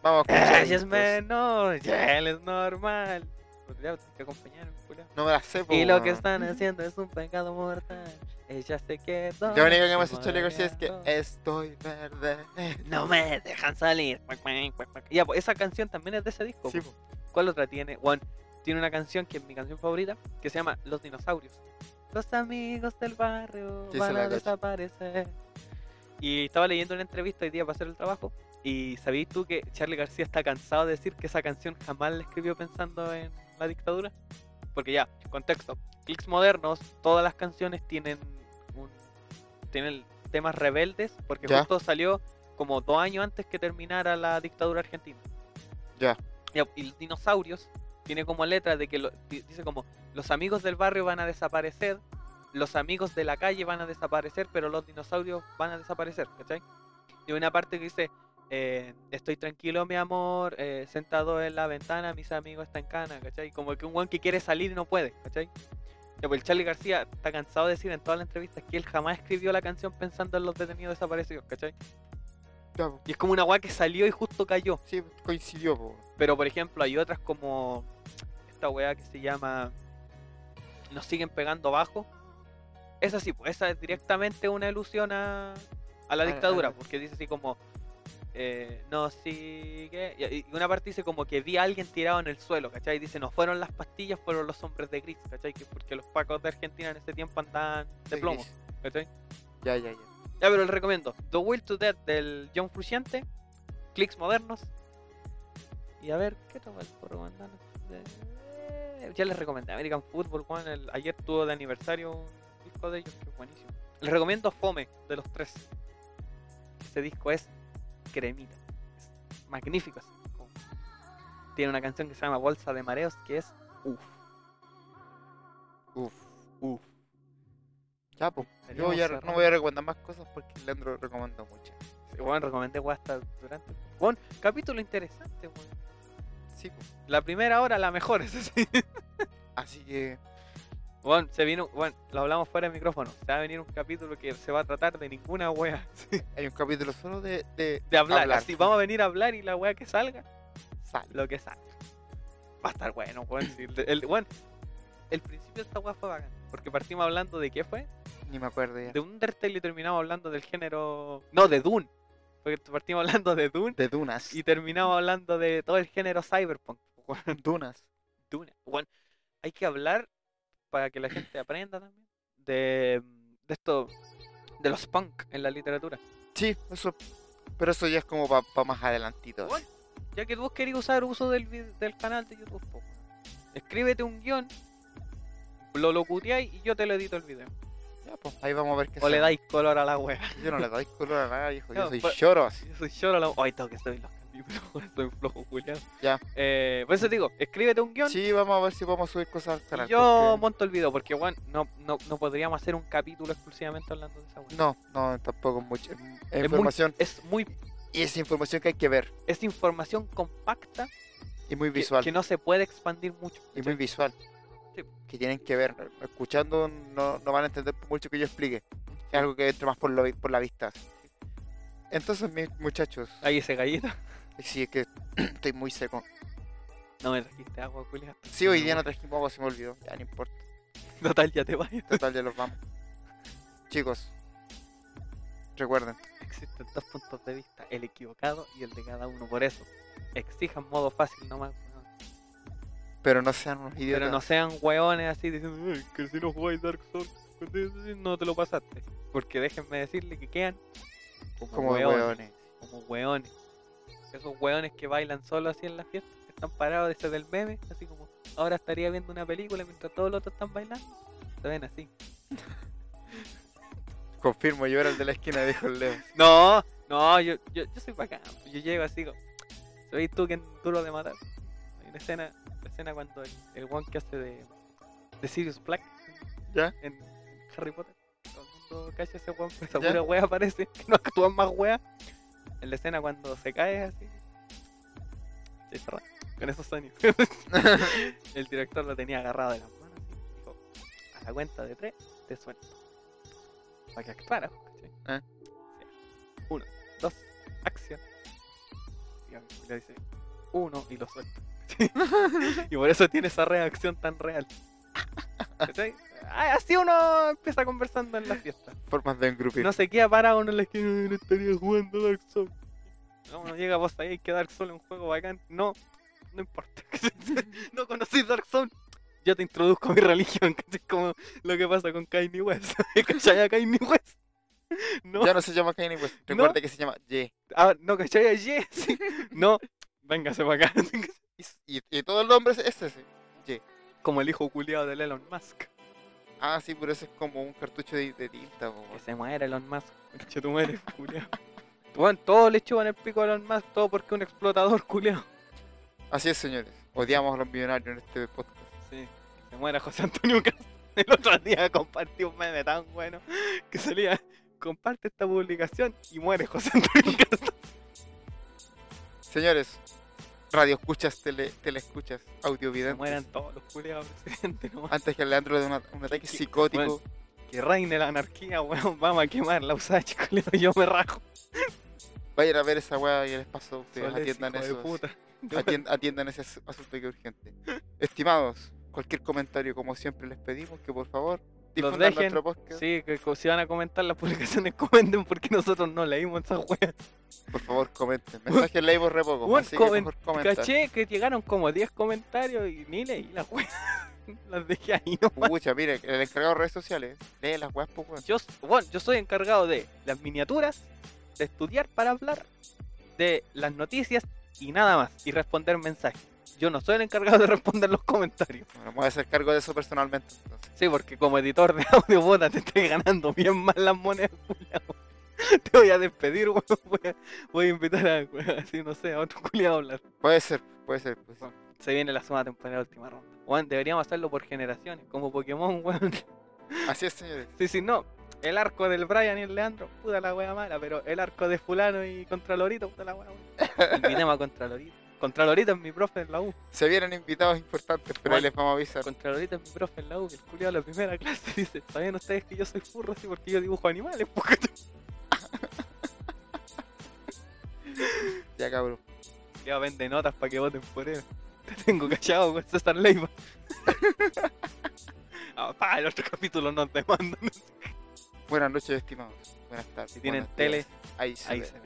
Vamos a escuchar. Ella es entonces. menor, ya él es normal. Porque ya te acompañaron, culiao. No me la sé, po, Y lo que weón. están haciendo es un pecado mortal. Ella se quedó. Lo único que me hace Charlie García es que eh, mareando. estoy verde. No me dejan salir. Cuac, cuac, cuac, cuac. Ya, pues, esa canción también es de ese disco. Sí, po. ¿Cuál otra tiene? Juan tiene una canción que es mi canción favorita que se llama Los dinosaurios. Los amigos del barrio Sí, se van la a cacho. desaparecer. Y estaba leyendo una entrevista hoy día para hacer el trabajo. Y sabías tú que Charlie García está cansado de decir que esa canción jamás la escribió pensando en la dictadura. Porque ya, contexto. Clics modernos, todas las canciones tienen un, tienen temas rebeldes. Porque Ya. justo salió como dos años antes que terminara la dictadura argentina. Ya. Ya, Y los dinosaurios tiene como letra de que lo- di- dice como los amigos del barrio van a desaparecer, los amigos de la calle van a desaparecer, pero los dinosaurios van a desaparecer, ¿cachai? Y una parte que dice, eh, estoy tranquilo, mi amor, eh, sentado en la ventana, mis amigos están en cana, ¿cachai? Como que un weón que quiere salir y no puede, ¿cachai? Ya, pues el Charlie García está cansado de decir en todas las entrevistas que él jamás escribió la canción pensando en los detenidos desaparecidos, ¿cachai? Ya, po. Y es como una weá que salió y justo cayó. Sí, coincidió, po. Pero por ejemplo, hay otras como esta weá que se llama Nos siguen pegando abajo. Esa sí, pues esa es directamente una ilusión a, a la Ah, dictadura, ah. porque dice así como eh, nos sigue. Y y una parte dice como que vi a alguien tirado en el suelo, ¿cachai? Dice, no fueron las pastillas, fueron los hombres de gris, ¿cachai? Que porque los pacos de Argentina en ese tiempo andaban de Sí, plomo, sí. ¿cachai? Ya, ya, ya. Ya, pero les recomiendo. The Will to Death del John Frusciante. Clics modernos. Y a ver, ¿qué tal el por mandarnos? Eh, Ya les recomendé American Football, Juan. el- ayer tuvo de aniversario un disco de ellos que es buenísimo. Les recomiendo Fome de los tres. Ese disco es cremita. Es magnífico. ese disco. Tiene una canción que se llama Bolsa de Mareos que es uff. Uf. Uf. Ya, po. Yo Deberíamos ya cerrar. no voy a recomendar más cosas porque Leandro recomendó muchas. Juan, recomendé Juan hasta durante. Juan, capítulo interesante, Juan. Sí, po. La primera hora la mejor, <laughs> eso sí. Así que, Bueno, se vino, bueno, lo hablamos fuera de micrófono. Se va a venir un capítulo que se va a tratar de ninguna wea. <laughs> sí, hay un capítulo solo de, de De hablar, Hablar. así vamos a venir a hablar y la wea que salga, sal. lo que salga. Va a estar bueno, weón. sí, el, el- weón, el principio de esta wea fue bacán. Porque partimos hablando de qué fue, Ni me acuerdo ya. de Undertale y terminamos hablando del género. No, de Dune. Porque partimos hablando de Dune De dunas. y terminamos hablando de todo el género cyberpunk. weón. <laughs> dunas. Duna. Bueno, hay que hablar para que la gente aprenda también de, de esto, de los punk en la literatura. Sí, eso. Pero eso ya es como para más adelantito. Bueno, ya que vos querés usar uso del, vi- del canal de YouTube, po, escríbete un guión, lo locuteáis y yo te lo edito el video. Ya, po. Ahí vamos a ver qué O le sale. dais color a la wea. <laughs> Yo no le doy color a nada, viejo. No, Yo pues, soy pa- lloros. Yo soy choro, la... Ay, tengo que subir los <laughs> capítulos, estoy flojo, Julián. Ya. Eh, por eso te digo, escríbete un guión. Sí, vamos a ver si podemos subir cosas al canal. y yo porque- monto el video, porque weón, no, no, no podríamos hacer un capítulo exclusivamente hablando de esa wea. No, no, tampoco es mucha muy- información. Es muy Y es información que hay que ver. es información compacta Y muy que, visual. que no se puede expandir mucho. Y muy visual. Sí. Que tienen que ver. Escuchando no, no van a entender por mucho que yo explique. Es algo que entra más por, lo, vi- por la vista. Entonces, mis muchachos, Ahí ese gallito. <laughs> sí es que <clears throat> estoy muy seco. No me trajiste agua, culia. Sí, hoy día no trajimos agua, se me olvidó. Ya no importa. Total, ya te vayas. <laughs> Total, ya los vamos. Chicos, recuerden, Existen dos puntos de vista, el equivocado y el de cada uno. Por eso, exijan modo fácil nomás. weón. Pero no sean unos idiotas. Pero no sean hueones así diciendo "Ay, que si no jugáis Dark Souls, no te lo pasaste. Porque déjenme decirle que quedan como, como hueones, hueones. Como hueones. Esos hueones que bailan solo así en la fiesta, que están parados desde el meme, así como ahora estaría viendo una película mientras todos los otros están bailando. Se ven así. Confirmo, yo era el de la esquina, dijo <laughs> el Leo. No, no, yo, yo, yo soy bacán. pues, Yo llego así como, soy tú que duro de matar. Hay una escena, la escena cuando el, el one que hace de, de Sirius Black ¿Ya? en Harry Potter. Todo el mundo cacha ese weón, pero esa ¿Ya? pura wea aparece, <laughs> que no actúan más wea. En la escena cuando se cae así. Se cerra, con esos sueños. <laughs> el director lo tenía agarrado de las manos y dijo, a la cuenta de tres, te suelto. Para que actuara, ¿cachai? Ah. Sí. Uno, dos, acción. Y el culiao dice, uno y lo suelto. <laughs> y por eso tiene esa reacción tan real. ¿Cachai? Ah, Así uno empieza conversando en la fiesta. Formas de engrupir. No se queda parado uno en la esquina "Ay, no estaría jugando Dark Souls. No, uno llega vos ahí que Dark Souls es un juego bacán. No, no importa. <laughs> no conocís Dark Souls. Yo te introduzco a mi religión, <laughs> ¿cachai? Como lo que pasa con Kanye West. <laughs> ¿Cachai a Kanye West? No, Ya no se llama Kanye West. <laughs> No. Recuerda que se llama Ye. ah, no, ¿cachai a Ye? Sí. No, véngase para acá. <laughs> Y, y todo el nombre es ese. sí. Como el hijo culiado de Elon Musk. Ah, sí, pero ese es como un cartucho de, de tinta. po, Que weón. se muera Elon Musk. <laughs> Conche tu madre, culiao. Bueno, todo le chupan el pico a Elon Musk, todo porque un explotador, culiao. Así es, señores. Odiamos a los millonarios en este podcast. Sí, que se muera José Antonio Cast. <laughs> El otro día compartí un meme tan bueno que salía, comparte esta publicación y muere José <laughs> Antonio Cast. Señores, radio escuchas, tele, escuchas, Se audiovidentes. mueran todos los culiados, presidente, nomás. Antes que Leandro de una- un ataque Sí, psicótico. Que reine la anarquía, weón. Vamos a quemar la USACH, culiao. Yo me rajo. Vayan a ver esa weá y les paso a ustedes. Soles, Atiendan hijo de eso. sí. puta. <laughs> Atien- atiendan ese as- asunto que es <laughs> urgente. Estimados, cualquier comentario, como siempre, les pedimos que por favor difundan dejen, nuestro podcast. Sí, que co- si van a comentar las publicaciones, <laughs> comenten porque nosotros no leímos esa weón. Por favor, comenten. Mensajes leímos re poco. Weón, así que comen- mejor comenta. Caché que llegaron como 10 comentarios y ni leí las weas. <laughs> Las dejé ahí nomás. Pucha, mire, el encargado de redes sociales. Lee las weas, pues, weón. Yo, s- bueno, yo soy encargado de las miniaturas, de estudiar para hablar, de las noticias y nada más. Y responder mensajes. Yo no soy el encargado de responder los comentarios. Bueno, me voy a hacer cargo de eso personalmente. Entonces. Sí, porque como editor de audio, puta, te estoy ganando bien mal las monedas, culiao. <laughs> Te voy a despedir, weón. Voy a, voy a invitar a, weón, así, no sé, a otro culiado a hablar. Puede ser, puede ser. pues. Bueno. Se viene la suma temporada última ronda. Weón, deberíamos hacerlo por generaciones, como Pokémon, <laughs> weón. Así es, señores. Sí, sí, no. El arco del Brian y el Leandro, puta la wea mala, pero el arco de fulano y Contralorito, puta la wea <laughs> mala. Invitemos a Contralorito. Contralorito es mi profe en la U. Se vienen invitados importantes, pero ahí Bueno. les vamos a avisar. Contralorito es mi profe en la U, que el culiao de la primera <laughs> clase dice, ¿saben ustedes que yo soy furro así porque yo dibujo animales? <laughs> po, cachai?" Ya, cabrón. Culiao vende notas para que voten por él. Te tengo callado con César <laughs> Leiva. ah, pa, el otro capítulo nos demandan. Buenas noches, estimados. Buenas tardes. Si tienen buenos tele, días. ahí se ahí ve. se ve.